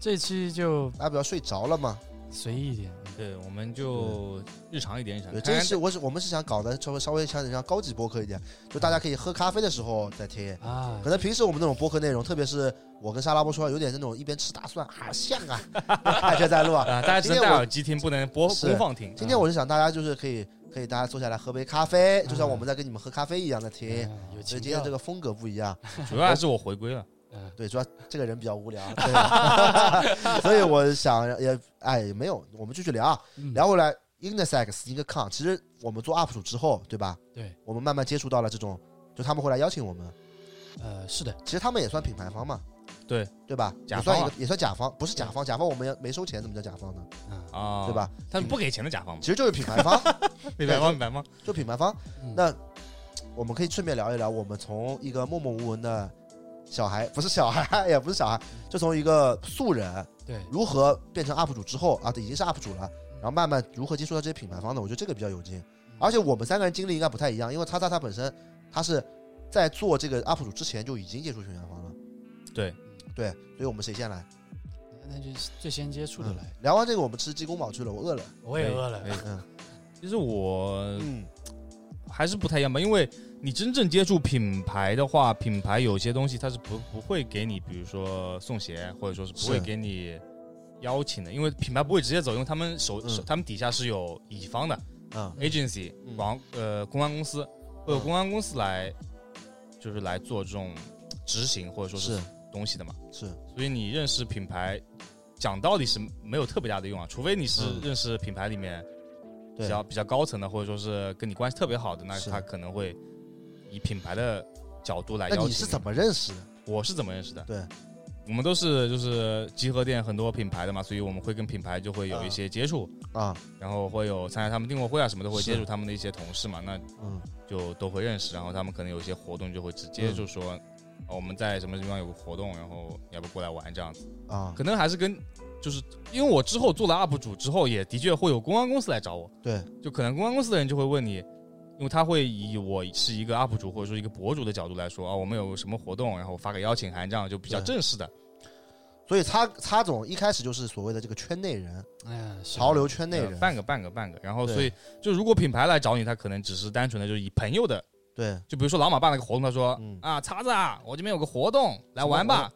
[SPEAKER 2] 这期就
[SPEAKER 1] 大家不要睡着了嘛。
[SPEAKER 2] 随意一点，
[SPEAKER 3] 对，我们就日常一
[SPEAKER 2] 嗯
[SPEAKER 3] 点，日常。
[SPEAKER 1] 对，
[SPEAKER 3] 看
[SPEAKER 1] 这一
[SPEAKER 3] 看
[SPEAKER 1] 期我是我们是想搞的稍微稍微像像高级播客一点，就大家可以喝咖啡的时候再听。
[SPEAKER 2] 啊
[SPEAKER 1] 可，能平时我们那种播客内容，特别是我跟沙拉波说，有点那种一边吃大蒜啊香啊，大家在录 啊。
[SPEAKER 3] 啊，大家只
[SPEAKER 1] 今
[SPEAKER 3] 能
[SPEAKER 1] 天
[SPEAKER 3] 戴
[SPEAKER 1] 我
[SPEAKER 3] 耳机听，不能播
[SPEAKER 1] 是
[SPEAKER 3] 播放听。
[SPEAKER 1] 今天我是想大家就是可以可以大家坐下来喝杯咖啡，就像我们在跟你们喝咖啡一样在听。
[SPEAKER 2] 嗯有
[SPEAKER 1] 所
[SPEAKER 2] 情
[SPEAKER 1] 以今天
[SPEAKER 2] 调
[SPEAKER 1] 这，个风格不一样。
[SPEAKER 3] 主要还是我回归了，
[SPEAKER 2] 嗯
[SPEAKER 1] 对，主要这个人比较无聊，对 所以我想也哎也没有，我们继续聊啊，
[SPEAKER 2] 嗯
[SPEAKER 1] 聊回来 intersex 一个 con，其实我们做 UP 主之后，对吧？
[SPEAKER 2] 对，
[SPEAKER 1] 我们慢慢接触到了这种，就他们会来邀请我们，
[SPEAKER 2] 呃，是的，
[SPEAKER 1] 其实他们也算品牌方嘛，
[SPEAKER 3] 对
[SPEAKER 1] 对吧？
[SPEAKER 3] 甲
[SPEAKER 1] 也算一
[SPEAKER 3] 方啊
[SPEAKER 1] 个也算甲方，不是甲方，甲方我们也没收钱，怎么叫甲方呢？
[SPEAKER 2] 嗯
[SPEAKER 3] 啊，
[SPEAKER 1] 对？吧？
[SPEAKER 3] 他们不给钱的甲方嘛
[SPEAKER 1] 其，实就是品牌方，
[SPEAKER 3] 明白吗？明白吗？
[SPEAKER 1] 就品牌方。
[SPEAKER 2] 嗯
[SPEAKER 1] 那我们可以顺便聊一聊，我们从一个默默无闻的小孩，不是小孩，也不是小孩，就从一个素人。
[SPEAKER 2] 对，
[SPEAKER 1] 如何变成 UP 主之后啊，已经是 UP 主了，然后慢慢如何接触到这些品牌方的，我觉得这个比较有劲。而且我们三个人经历应该不太一样，因为叉叉他本身他是在做这个 UP 主之前就已经接触品牌方了，
[SPEAKER 3] 对，
[SPEAKER 1] 对，所以我们谁先来？嗯
[SPEAKER 2] 那就是最先接触的来，
[SPEAKER 1] 聊完这个，我们吃鸡公煲去了，我饿了。
[SPEAKER 2] 我也饿了
[SPEAKER 3] 可以。可以
[SPEAKER 1] 嗯
[SPEAKER 3] 其实我
[SPEAKER 1] 嗯，
[SPEAKER 3] 还是不太一样吧，因为你真正接触品牌的话，品牌有些东西它是不不会给你，比如说送鞋，或者说是不会
[SPEAKER 1] 是
[SPEAKER 3] 给你邀请的，因为品牌不会直接走，因为他们手、
[SPEAKER 1] 嗯
[SPEAKER 3] 手他们底下是有乙方的
[SPEAKER 1] 啊
[SPEAKER 3] agency
[SPEAKER 1] 嗯
[SPEAKER 3] 广、呃公关公司会有
[SPEAKER 1] 嗯
[SPEAKER 3] 公关公司来就是来做这种执行或者说
[SPEAKER 1] 是
[SPEAKER 3] 是东西的嘛，
[SPEAKER 1] 是，
[SPEAKER 3] 所以你认识品牌。讲道理是没有特别大的用啊，除非你是
[SPEAKER 1] 嗯
[SPEAKER 3] 认识品牌里面比
[SPEAKER 1] 对，
[SPEAKER 3] 较比较高层的，或者说是跟你关系特别好的，那
[SPEAKER 1] 是
[SPEAKER 3] 他可能会以品牌的角度来
[SPEAKER 1] 那
[SPEAKER 3] 邀请。
[SPEAKER 1] 你是怎？么认识的？
[SPEAKER 3] 我是怎么认识的？
[SPEAKER 1] 对，
[SPEAKER 3] 我们都是就是集合店很多品牌的嘛，所以我们会跟品牌就会
[SPEAKER 1] 嗯
[SPEAKER 3] 有一些接触，
[SPEAKER 1] 啊，
[SPEAKER 3] 然后会有参加他们订货会啊什么的，会
[SPEAKER 1] 是
[SPEAKER 3] 接触他们的一些同事嘛，那
[SPEAKER 1] 嗯
[SPEAKER 3] 就都会认识。然后他们可能有一些活动就会直接就说，哦我们在什么地方有个活动，然后你要不过来玩这样子。
[SPEAKER 1] 啊，
[SPEAKER 3] 可能还是跟就是因为我之后做了 UP 主之后，也的确会有公关公司来找我。
[SPEAKER 1] 对，
[SPEAKER 3] 就可能公关公司的人就会问你，因为他会以我是一个 UP 主或者说一个博主的角度来说啊，我们有什么活动，然后发个邀请函，这样就比较
[SPEAKER 1] 对
[SPEAKER 3] 正式的。
[SPEAKER 1] 所以擦擦总一开始就是所谓的这个圈内人，
[SPEAKER 2] 嗯，是的
[SPEAKER 1] 潮流圈内
[SPEAKER 3] 呃
[SPEAKER 1] 人，
[SPEAKER 3] 半个半个半个，然后
[SPEAKER 1] 对
[SPEAKER 3] 所以就如果品牌来找你，他可能只是单纯的就是以朋友的，
[SPEAKER 1] 对，
[SPEAKER 3] 就比如说老马办了个活动，他说、
[SPEAKER 1] 嗯
[SPEAKER 3] 啊，叉子啊，我这边有个活动，来玩吧。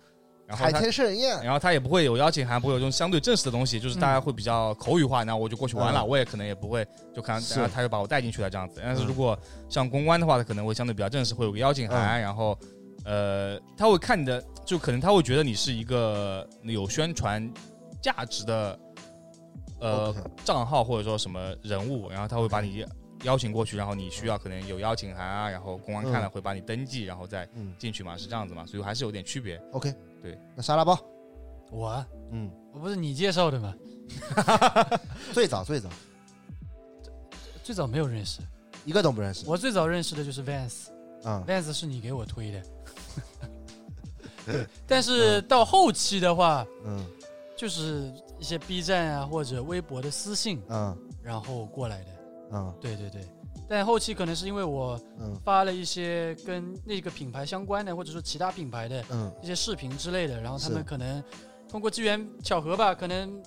[SPEAKER 3] 然后
[SPEAKER 1] 海
[SPEAKER 3] 他，
[SPEAKER 1] 天盛宴，
[SPEAKER 3] 然后他也不会有邀请函，不会有这种相对正式的东西，就是大家会比较口语化，那我就过去玩了，
[SPEAKER 1] 嗯
[SPEAKER 3] 我也可能也不会就看，
[SPEAKER 1] 是
[SPEAKER 3] 然后他就把我带进去了这样子。但是
[SPEAKER 1] 嗯
[SPEAKER 3] 如果像公关的话，他可能会相对比较正式，会有个邀请函，然后呃，他会看你的，就可能他会觉得你是一个有宣传价值的呃
[SPEAKER 1] OK
[SPEAKER 3] 账号或者说什么人物，然后他会把
[SPEAKER 2] 嗯
[SPEAKER 3] 你邀请过去，然后你需要可能有邀请函啊，然后公安看
[SPEAKER 2] 嗯
[SPEAKER 3] 了会把你登记，然后再
[SPEAKER 1] 嗯
[SPEAKER 3] 进去嘛，是这样子嘛，所以还是有点区别。
[SPEAKER 1] ，OK，
[SPEAKER 3] 对，
[SPEAKER 1] 那沙拉包，
[SPEAKER 2] 我啊
[SPEAKER 1] 嗯，
[SPEAKER 2] 我不是你介绍的吗？
[SPEAKER 1] 最早最早
[SPEAKER 2] 最早没有认识，
[SPEAKER 1] 一个都不认识
[SPEAKER 2] 我最早认识的就是 Vans，Vans
[SPEAKER 1] 啊、
[SPEAKER 2] 是你给我推的。对，但是到后期的话，
[SPEAKER 1] 嗯
[SPEAKER 2] 就是一些 B 站啊或者微博的私信，
[SPEAKER 1] 嗯
[SPEAKER 2] 然后过来的。
[SPEAKER 1] 嗯
[SPEAKER 2] 对对对，但后期可能是因为我
[SPEAKER 1] 嗯
[SPEAKER 2] 发了一些跟那个品牌相关的，或者说其他品牌的
[SPEAKER 1] 嗯
[SPEAKER 2] 一些视频之类的，然后他们
[SPEAKER 1] 是
[SPEAKER 2] 可能通过机缘巧合吧，可能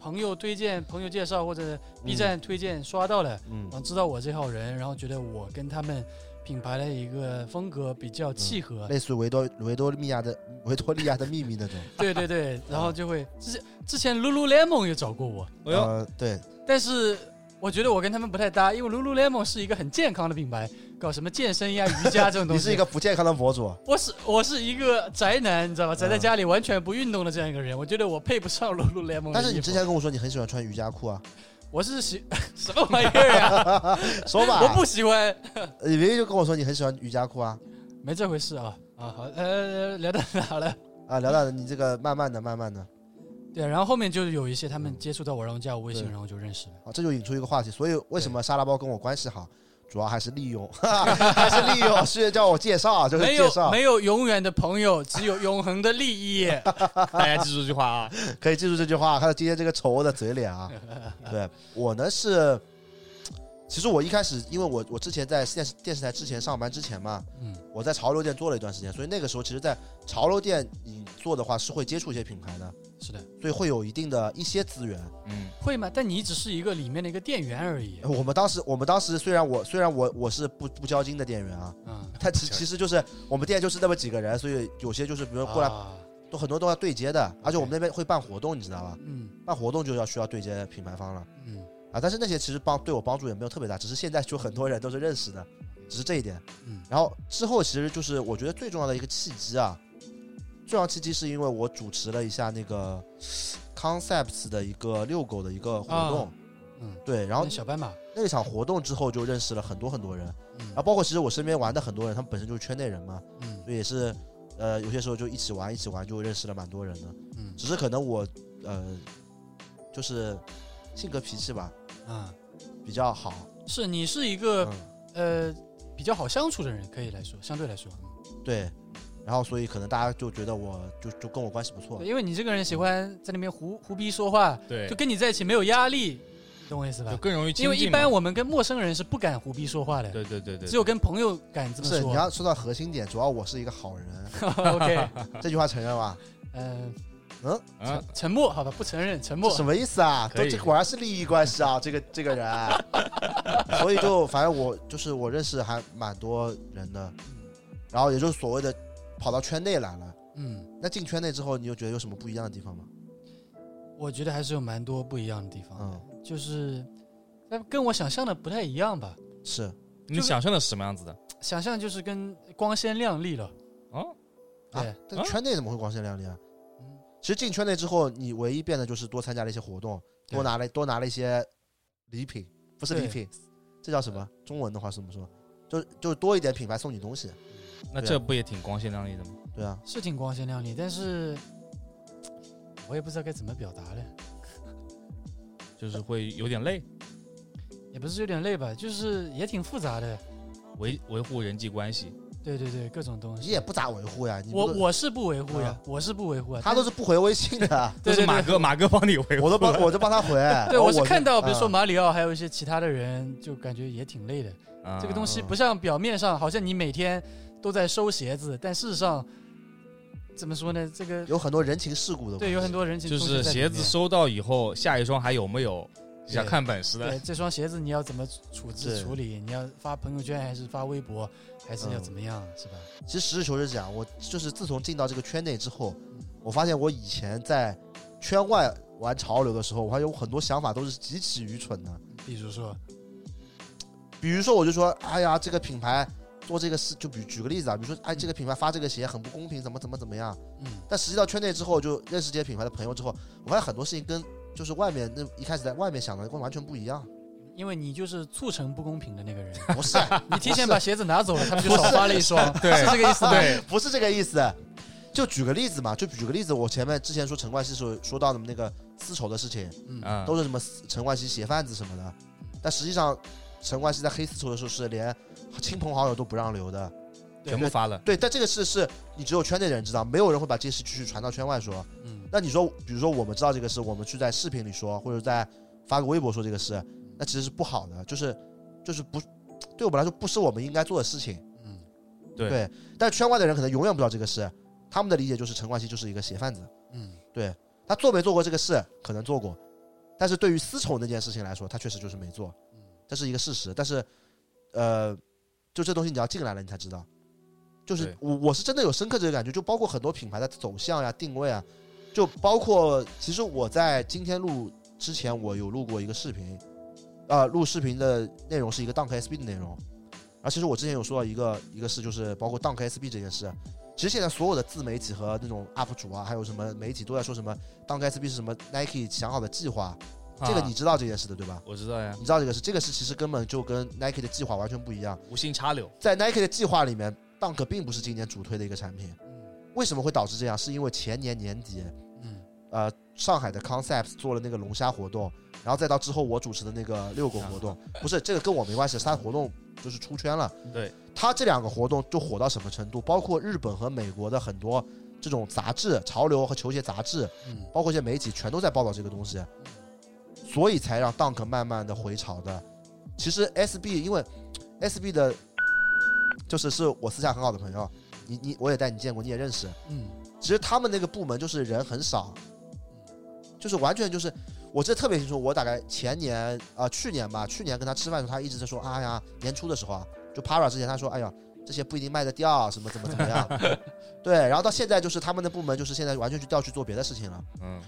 [SPEAKER 2] 朋友推荐、朋友介绍或者 B 站推荐刷到了，
[SPEAKER 1] 嗯
[SPEAKER 2] 然后知道我这号人，然后觉得我跟他们品牌的一个风格比较契合，
[SPEAKER 1] 类似于维多维多利亚的维多利亚的秘密那 种。
[SPEAKER 2] 对对对，然后就会之前之前 Lululemon 也找过我，
[SPEAKER 3] 哎呦，
[SPEAKER 1] 呃，对，
[SPEAKER 2] 但是我觉得我跟他们不太搭，因为 Lululemon 是一个很健康的品牌，搞什么健身呀、瑜伽这种 东
[SPEAKER 1] 你
[SPEAKER 2] 西。
[SPEAKER 1] 是一个不健康的博主，啊
[SPEAKER 2] 我是我是一个宅男，你知道吧？宅在家里完全不运动的这样一个人，我觉得我配不上 Lululemon 的衣服。
[SPEAKER 1] 但是你之前跟我说你很喜欢穿瑜伽裤 啊，
[SPEAKER 2] 我是喜 什么玩意儿呀、
[SPEAKER 1] 说吧，
[SPEAKER 2] 我不喜欢，
[SPEAKER 1] 你明明就跟我说你很喜欢瑜伽裤啊。
[SPEAKER 2] 没这回事啊啊好呃聊到哪了？
[SPEAKER 1] 啊，聊聊你这个慢慢的、慢慢的，
[SPEAKER 2] 对，然后后面就有一些他们接触到我，然后加我微信，
[SPEAKER 1] 对
[SPEAKER 2] 然后就认识了。
[SPEAKER 1] 啊，这就引出一个话题。所以为什么沙拉包跟我关系好，主要还是利用， 还是利用，是叫我介绍，啊就是
[SPEAKER 2] 没
[SPEAKER 1] 介绍
[SPEAKER 2] 有，没有永远的朋友，只有永恒的 利益。
[SPEAKER 3] 大家记住这句话啊，
[SPEAKER 1] 可以记住这句话，看到今天这个丑恶的嘴脸啊。对我呢是，其实我一开始，因为我我之前在电视电视台之前上班之前嘛，
[SPEAKER 2] 嗯，
[SPEAKER 1] 我在潮流店做了一段时间，所以那个时候其实，在潮流店你做的话是会接触一些品牌的，
[SPEAKER 2] 是的，
[SPEAKER 1] 所以会有一定的一些资源。
[SPEAKER 3] 嗯，
[SPEAKER 2] 会吗？但你只是一个里面的一个店员而已。
[SPEAKER 1] 我们当时，我们当时虽然我虽然我我是不不交金的店员啊，
[SPEAKER 2] 嗯，
[SPEAKER 1] 他其其实就是我们店就是那么几个人，所以有些就是比如过来
[SPEAKER 2] 啊
[SPEAKER 1] 都很多都要对接的，而且我们那边会办活动，你知道吧？
[SPEAKER 2] 嗯
[SPEAKER 1] 办活动就要需要对接品牌方了
[SPEAKER 2] 嗯
[SPEAKER 1] 啊。但是那些其实帮对我帮助也没有特别大，只是现在就很多人都是认识的，只是这一点。
[SPEAKER 2] 嗯
[SPEAKER 1] 然后之后其实就是我觉得最重要的一个契机啊，最重要契机是因为我主持了一下那个 Concepts 的一个遛狗的一个活动，
[SPEAKER 2] 嗯，
[SPEAKER 1] 对，然后
[SPEAKER 2] 那小斑马，
[SPEAKER 1] 那场活动之后就认识了很多很多人，
[SPEAKER 2] 嗯
[SPEAKER 1] 然后包括其实我身边玩的很多人，他们本身就是圈内人嘛，
[SPEAKER 2] 嗯
[SPEAKER 1] 所以也是，呃，有些时候就一起玩，一起玩就认识了蛮多人的。
[SPEAKER 2] 嗯
[SPEAKER 1] 只是可能我，呃，就是性格脾气吧
[SPEAKER 2] 啊，
[SPEAKER 1] 比较好，
[SPEAKER 2] 是你是一个
[SPEAKER 1] 嗯，
[SPEAKER 2] 呃比较好相处的人，可以来说，相对来说，
[SPEAKER 1] 对，然后所以可能大家就觉得我就就跟我关系不错
[SPEAKER 2] 对，因为你这个人喜欢在那边胡胡逼说话，
[SPEAKER 3] 对哎
[SPEAKER 2] 就，跟你在一起没有压力，你懂我意思
[SPEAKER 3] 就
[SPEAKER 2] 吧？
[SPEAKER 3] 更容易亲近
[SPEAKER 2] 因
[SPEAKER 3] 嘛。
[SPEAKER 2] 为一般我们跟陌生人是不敢胡逼说话的，
[SPEAKER 3] 对对对对，
[SPEAKER 2] 只有跟朋友敢这
[SPEAKER 1] 不
[SPEAKER 2] 么
[SPEAKER 1] 是，你
[SPEAKER 2] 说。
[SPEAKER 1] 要说到核心点，主要我是一个好人，
[SPEAKER 2] OK，
[SPEAKER 1] 这句话承认吧？
[SPEAKER 2] 嗯，
[SPEAKER 3] 嗯，
[SPEAKER 2] 沉默，好吧，不承认，
[SPEAKER 1] 这
[SPEAKER 2] 沉默。
[SPEAKER 1] 什么意思啊？
[SPEAKER 3] 可
[SPEAKER 1] 都
[SPEAKER 3] 以
[SPEAKER 1] 这果然是利益关系啊，这个这个人， 所以就反正我就是我认识还蛮多人的，然后也就是所谓的跑到圈内来了。
[SPEAKER 2] 嗯，
[SPEAKER 1] 那进圈内之后，你有觉得有什么不一样的地方吗？
[SPEAKER 2] 我觉得还是有蛮多不一样的地方，
[SPEAKER 1] 嗯，
[SPEAKER 2] 就是，但跟我想象的不太一样吧。
[SPEAKER 1] 是
[SPEAKER 3] 你想象的是什么样子的？
[SPEAKER 2] 想象就是跟光鲜亮丽了，
[SPEAKER 3] 哦，
[SPEAKER 1] 啊
[SPEAKER 2] 对，
[SPEAKER 1] 但圈内怎么会光鲜亮丽啊
[SPEAKER 2] 嗯？
[SPEAKER 1] 其实进圈内之后，你唯一变的就是多参加了一些活动，
[SPEAKER 2] 对
[SPEAKER 1] 多拿了多拿了一些礼品，不是
[SPEAKER 2] 对
[SPEAKER 1] 礼品，这叫什么？中文的话是怎么说？就就多一点品牌送你东西，
[SPEAKER 2] 啊
[SPEAKER 3] 那这不也挺光鲜亮丽的吗？
[SPEAKER 1] 对啊，
[SPEAKER 2] 是挺光鲜亮丽，但是我也不知道该怎么表达了，
[SPEAKER 3] 就是会有点累，
[SPEAKER 2] 也不是有点累吧，就是也挺复杂的。
[SPEAKER 3] 维维护人际关系。
[SPEAKER 2] 对对对，各种东
[SPEAKER 1] 你
[SPEAKER 2] 西。
[SPEAKER 1] 也不咋维护呀，你不
[SPEAKER 2] 我我是不维护呀，
[SPEAKER 1] 啊
[SPEAKER 2] 我是不维护啊。
[SPEAKER 1] 他都是不回微信的，
[SPEAKER 2] 对
[SPEAKER 3] 都
[SPEAKER 2] 对
[SPEAKER 3] 是马
[SPEAKER 2] 对，
[SPEAKER 3] 哥，马哥帮你维护。
[SPEAKER 1] 我都帮我都帮他回。
[SPEAKER 2] 对
[SPEAKER 1] 然后
[SPEAKER 2] 我是看到，比如说
[SPEAKER 1] 嗯
[SPEAKER 2] 马里奥，还有一些其他的人，就感觉也挺累的。
[SPEAKER 3] 啊
[SPEAKER 2] 这个东西不像表面上，好像你每天都在收鞋子，但事实上怎么说呢？这个
[SPEAKER 1] 有很多人情世故的，
[SPEAKER 2] 对有很多人情
[SPEAKER 3] 就
[SPEAKER 2] 东西
[SPEAKER 3] 是
[SPEAKER 2] 在里
[SPEAKER 3] 鞋子
[SPEAKER 2] 面
[SPEAKER 3] 收到以后，下一双还有没有，
[SPEAKER 2] 对
[SPEAKER 3] 想看本事
[SPEAKER 2] 对
[SPEAKER 3] 的。
[SPEAKER 2] 这双鞋子你要怎么处置
[SPEAKER 1] 对
[SPEAKER 2] 处理？你要发朋友圈还是发微博，还是要
[SPEAKER 1] 嗯
[SPEAKER 2] 怎么样，是吧？
[SPEAKER 1] 其实实事求是讲，我就是自从进到这个圈内之后
[SPEAKER 2] 嗯，
[SPEAKER 1] 我发现我以前在圈外玩潮流的时候，我发现我很多想法都是极其愚蠢的。
[SPEAKER 2] 比如说，
[SPEAKER 1] 比如说，我就说，哎呀，这个品牌做这个事，就比举个例子啊，比如说哎这个品牌发这个鞋很不公平，怎么怎么怎么样。
[SPEAKER 2] 嗯，
[SPEAKER 1] 但实际到圈内之后，就认识这些品牌的朋友之后，我发现很多事情跟就是外面那一开始在外面想的跟完全不一样。
[SPEAKER 2] 因为你就是促成不公平的那个人，
[SPEAKER 1] 不是，
[SPEAKER 2] 你提前把鞋子拿走了，他们就少发了一双，
[SPEAKER 3] 对
[SPEAKER 2] 是这个意思吧？
[SPEAKER 3] 对，
[SPEAKER 1] 不是这个意思。就举个例子嘛，就举个例子，我前面之前说陈冠希的时候说到的那个丝绸的事情，
[SPEAKER 2] 嗯，
[SPEAKER 3] 嗯，
[SPEAKER 1] 都是什么丝陈冠希鞋贩子什么的，但实际上陈冠希在黑丝绸的时候是连亲朋好友都不让留的。
[SPEAKER 3] 全部发了，
[SPEAKER 1] 对，但这个事是你只有圈内人知道，没有人会把这些事去传到圈外说。
[SPEAKER 2] 嗯，
[SPEAKER 1] 那你说，比如说我们知道这个事，我们去在视频里说，或者在发个微博说这个事，那其实是不好的，就是就是不对我们来说不是我们应该做的事情。
[SPEAKER 2] 嗯，
[SPEAKER 3] 对
[SPEAKER 1] 对，但圈外的人可能永远不知道这个事，他们的理解就是陈冠希就是一个鞋贩子，
[SPEAKER 2] 嗯，
[SPEAKER 1] 对他做没做过这个事，可能做过，但是对于丝绸那件事情来说，他确实就是没做，这是一个事实。但是，呃，就这东西你要进来了，你才知道。就是
[SPEAKER 3] 对
[SPEAKER 1] 我我是真的有深刻这个感觉，就包括很多品牌的走向呀、定位啊，就包括其实我在今天录之前，我有录过一个视频，啊、录视频的内容是一个 Dunk SB 的内容。而其实我之前有说到一个一个事，就是包括 Dunk SB 这件事，其实现在所有的自媒体和那种 UP 主啊，还有什么媒体都在说什么 Dunk SB 是什么 Nike 想好的计划，这个
[SPEAKER 3] 啊
[SPEAKER 1] 你知道这件事的对吧？
[SPEAKER 3] 我知道呀，
[SPEAKER 1] 你知道这个事，这个事其实根本就跟 Nike 的计划完全不一样。
[SPEAKER 3] 无心插柳，
[SPEAKER 1] 在 Nike 的计划里面，Dunk 并不是今年主推的一个产品。为什么会导致这样？是因为前年年底，
[SPEAKER 2] 嗯，
[SPEAKER 1] 呃，上海的 Concepts 做了那个龙虾活动，然后再到之后我主持的那个遛狗活动，不是这个跟我没关系，是他活动就是出圈了。
[SPEAKER 3] 对，
[SPEAKER 1] 他这两个活动就火到什么程度？包括日本和美国的很多这种杂志、潮流和球鞋杂志，
[SPEAKER 2] 嗯
[SPEAKER 1] 包括一些媒体全都在报道这个东西，所以才让 Dunk 慢慢的回潮的。其实 SB 因为 SB 的，就是是我私下很好的朋友，你你我也带你见过，你也认识。
[SPEAKER 2] 嗯，
[SPEAKER 1] 其实他们那个部门就是人很少，就是完全就是，我记得特别清楚，我大概前年啊、呃去年吧，去年跟他吃饭的时候，他一直在说，哎呀，年初的时候啊，就 Para 之前他说，哎呀，这些不一定卖得掉，什么怎么怎么样，对，然后到现在就是他们的部门就是现在完全去调去做别的事情了，
[SPEAKER 3] 嗯，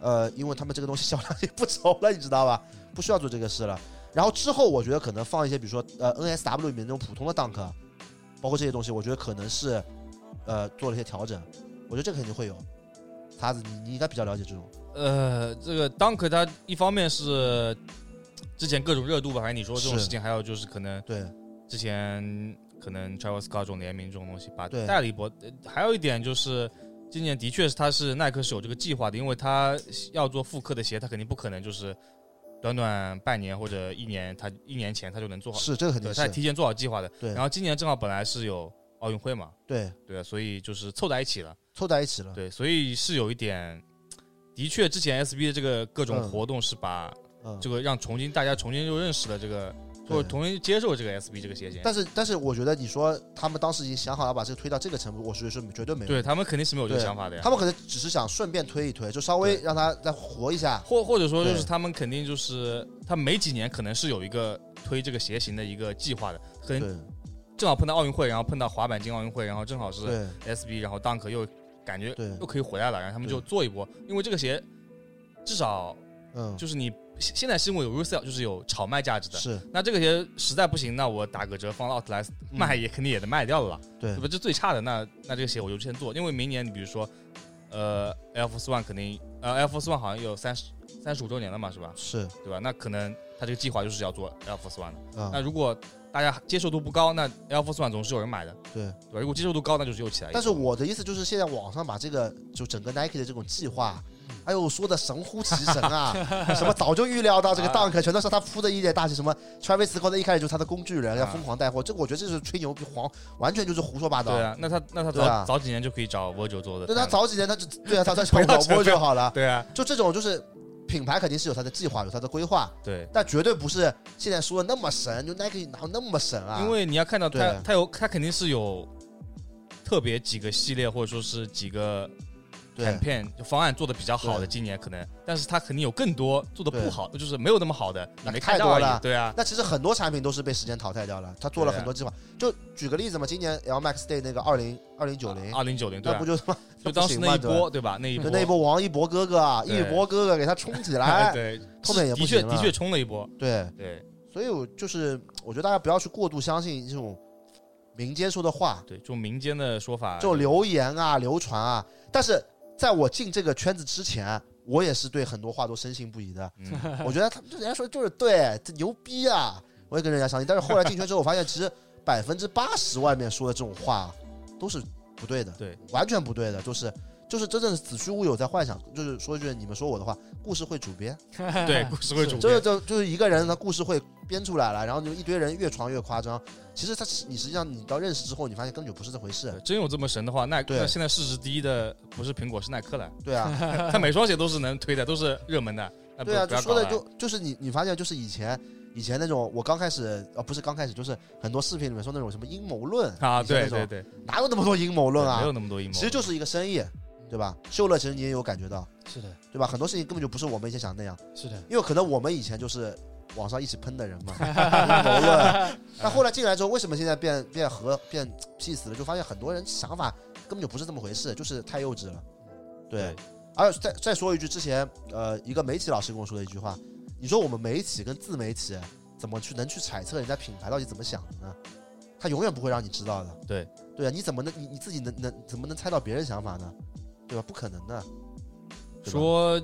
[SPEAKER 1] 呃，因为他们这个东西销量也不愁了，你知道吧？不需要做这个事了。然后之后我觉得可能放一些，比如说呃 NSW 里面那种普通的 Dunk，包括这些东西，我觉得可能是呃做了一些调整。我觉得这个肯定会有。叉子，你你应该比较了解这种，
[SPEAKER 3] 呃，这个 Dunk 它一方面是之前各种热度吧，反正你说这种
[SPEAKER 1] 是
[SPEAKER 3] 事情，还有就是可能
[SPEAKER 1] 对
[SPEAKER 3] 之前可能 Travis Scott 这种联名这种东西把
[SPEAKER 1] 对
[SPEAKER 3] 带了一波。呃还有一点就是，今年的确是它是耐克是有这个计划的，因为它要做复刻的鞋，它肯定不可能就是短短半年或者一年，它一年前它就能做好，
[SPEAKER 1] 是这个肯定
[SPEAKER 3] 对，它
[SPEAKER 1] 是
[SPEAKER 3] 提前做好计划的。
[SPEAKER 1] 对
[SPEAKER 3] 然后今年正好本来是有奥运会嘛，
[SPEAKER 1] 对
[SPEAKER 3] 对啊，所以就是凑在一起了。
[SPEAKER 1] 凑在一起了。
[SPEAKER 3] 对，所以是有一点，的确，之前 SB 的这个各种
[SPEAKER 1] 嗯
[SPEAKER 3] 活动是把
[SPEAKER 1] 嗯，
[SPEAKER 3] 这个让重新大家重新就认识了这个，或者
[SPEAKER 1] 对
[SPEAKER 3] 重新接受这个 SB 这个鞋型。
[SPEAKER 1] 但是但是我觉得你说他们当时已经想好要把这个推到这个程度，我觉得是绝对没有。
[SPEAKER 3] 对他们肯定是没有这个
[SPEAKER 1] 对
[SPEAKER 3] 想法的呀
[SPEAKER 1] 他。们可能只是想顺便推一推，就稍微
[SPEAKER 3] 对
[SPEAKER 1] 让它再活一下。
[SPEAKER 3] 或或者说就是
[SPEAKER 1] 对
[SPEAKER 3] 他们肯定就是他每几年可能是有一个推这个鞋型的一个计划的，可能
[SPEAKER 1] 对
[SPEAKER 3] 正好碰到奥运会，然后碰到滑板进奥运会，然后正好是
[SPEAKER 1] 对
[SPEAKER 3] SB，然后 Dunk 又感觉
[SPEAKER 1] 对
[SPEAKER 3] 又可以回来了，然后他们
[SPEAKER 1] 对
[SPEAKER 3] 就做一波，因为这个鞋至少
[SPEAKER 1] 嗯，
[SPEAKER 3] 就是你现现在是因为有 resale，就是有炒卖价值的。
[SPEAKER 1] 是
[SPEAKER 3] 那这个鞋实在不行，那我打个折放到 Outlast 卖也肯定也能卖掉了啦，
[SPEAKER 1] 嗯对
[SPEAKER 3] 对吧？这最差的，那那这个鞋我就先做，因为明年你比如说，呃，Air Force One 肯定，呃，Air Force One 好像有三十三十五周年了嘛，是吧？
[SPEAKER 1] 是
[SPEAKER 3] 对吧？那可能他这个计划就是要做 Air Force One 的。那
[SPEAKER 1] 嗯，
[SPEAKER 3] 如果大家接受度不高，那 Air Force One 总是有人买的，
[SPEAKER 1] 对。
[SPEAKER 3] 对吧？如果接受度高，那就是又起来一波。
[SPEAKER 1] 但是我的意思就是，现在网上把这个就整个 Nike 的这种计划，
[SPEAKER 3] 嗯
[SPEAKER 1] 哎呦说的神乎其神啊，什么早就预料 到这个 Dunk 全都是他铺的一点大戏，什么 Travis Scott 一开始就是他的工具人，要
[SPEAKER 3] 啊
[SPEAKER 1] 疯狂带货，这个我觉得这是吹牛逼，黄完全就是胡说八道
[SPEAKER 3] 对。啊，那他那他
[SPEAKER 1] 对啊
[SPEAKER 3] 早早几年就可以找 Virgil 做的。
[SPEAKER 1] 对他早几年他就对啊，他在
[SPEAKER 3] 不要
[SPEAKER 1] 炒火
[SPEAKER 3] 扯不要
[SPEAKER 1] 就好了。
[SPEAKER 3] 对啊，
[SPEAKER 1] 就这种就是品牌肯定是有他的计划，有他的规划，
[SPEAKER 3] 对，
[SPEAKER 1] 但绝对不是现在说的那么神，就 Nike 哪有那么神啊？
[SPEAKER 3] 因为你要看到他
[SPEAKER 1] 对，
[SPEAKER 3] 他有他肯定是有特别几个系列，或者说是几个
[SPEAKER 1] 对
[SPEAKER 3] campaign 就方案做的比较好
[SPEAKER 1] 对
[SPEAKER 3] 的，今年可能，但是他肯定有更多做的不
[SPEAKER 1] 对
[SPEAKER 3] 好，就是没有那么好的，你
[SPEAKER 1] 那
[SPEAKER 3] 没
[SPEAKER 1] 太
[SPEAKER 3] 看到
[SPEAKER 1] 多
[SPEAKER 3] 而
[SPEAKER 1] 了
[SPEAKER 3] 已。对啊，
[SPEAKER 1] 那其实很多产品都是被时间淘汰掉了，他做了很多计划。就举个例子嘛，今年 L Max Day 那个二零二零九零，
[SPEAKER 3] 二零九零对
[SPEAKER 1] 那
[SPEAKER 3] 啊
[SPEAKER 1] 不，就他妈
[SPEAKER 3] 就当时那一，波对吧？那一
[SPEAKER 1] 那不行万对就
[SPEAKER 3] 波
[SPEAKER 1] 那一波王一博哥哥啊，
[SPEAKER 3] 对
[SPEAKER 1] 一博哥哥给他冲起来，
[SPEAKER 3] 对，
[SPEAKER 1] 后面也
[SPEAKER 3] 的
[SPEAKER 1] 不
[SPEAKER 3] 确
[SPEAKER 1] 行了
[SPEAKER 3] 的确冲了一波，
[SPEAKER 1] 对，
[SPEAKER 3] 对
[SPEAKER 1] 所以我就是我觉得大家不要去过度相信这种民间说的话，
[SPEAKER 3] 对，就民间的说法，
[SPEAKER 1] 就流言啊、流传啊。但是在我进这个圈子之前，我也是对很多话都深信不疑的。
[SPEAKER 3] 嗯
[SPEAKER 1] 我觉得他们这人家说的就是对，这牛逼啊！我也跟人家相信。但是后来进圈之后，我发现其实百分之八十外面说的这种话都是不对的，
[SPEAKER 3] 对，
[SPEAKER 1] 完全不对的，就是就是真正是子虚乌有在幻想。就是说一句你们说我的话，故事会主编，
[SPEAKER 2] 嗯
[SPEAKER 3] 对，故事会主
[SPEAKER 1] 就是
[SPEAKER 3] 编，
[SPEAKER 1] 就就是一个人他故事会编出来了，然后就一堆人越传越夸张。其实他你实际上你到认识之后，你发现根本就不是这回事
[SPEAKER 3] 对。真有这么神的话，那
[SPEAKER 1] 对
[SPEAKER 3] 那现在市值第一的不是苹果，是耐克了。
[SPEAKER 1] 对啊，
[SPEAKER 3] 他每双鞋都是能推的，都是热门的。 那不
[SPEAKER 1] 对啊，
[SPEAKER 3] 不
[SPEAKER 1] 就
[SPEAKER 3] 要
[SPEAKER 1] 说
[SPEAKER 3] 搞
[SPEAKER 1] 的
[SPEAKER 3] 了
[SPEAKER 1] 就就是你你发现就是以前以前那种我刚开始呃不是刚开始就是很多视频里面说那种什么阴谋论
[SPEAKER 3] 啊，
[SPEAKER 1] 以前
[SPEAKER 3] 对
[SPEAKER 1] 那种
[SPEAKER 3] 对对，
[SPEAKER 1] 哪有那么多阴谋论
[SPEAKER 3] 没有
[SPEAKER 1] 啊？
[SPEAKER 3] 那么多阴谋，
[SPEAKER 1] 其实就是一个生意，对吧？秀乐其实你也有感觉到，
[SPEAKER 2] 是的，
[SPEAKER 1] 对吧？很多事情根本就不是我们以前想的那样，
[SPEAKER 2] 是的，
[SPEAKER 1] 因为可能我们以前就是网上一起喷的人嘛，阴谋论。那后来进来之后，为什么现在变变和变 peace 了？就发现很多人想法根本就不是这么回事，就是太幼稚了。对
[SPEAKER 3] 对，
[SPEAKER 1] 而且再再说一句，之前呃，一个媒体老师跟我说的一句话，你说我们媒体跟自媒体怎么去能去揣测人家品牌到底怎么想的呢？他永远不会让你知道的。
[SPEAKER 3] 对，
[SPEAKER 1] 对啊，你怎么能你你自己能能怎么能猜到别人想法呢？对吧？不可能的。对吧
[SPEAKER 3] 说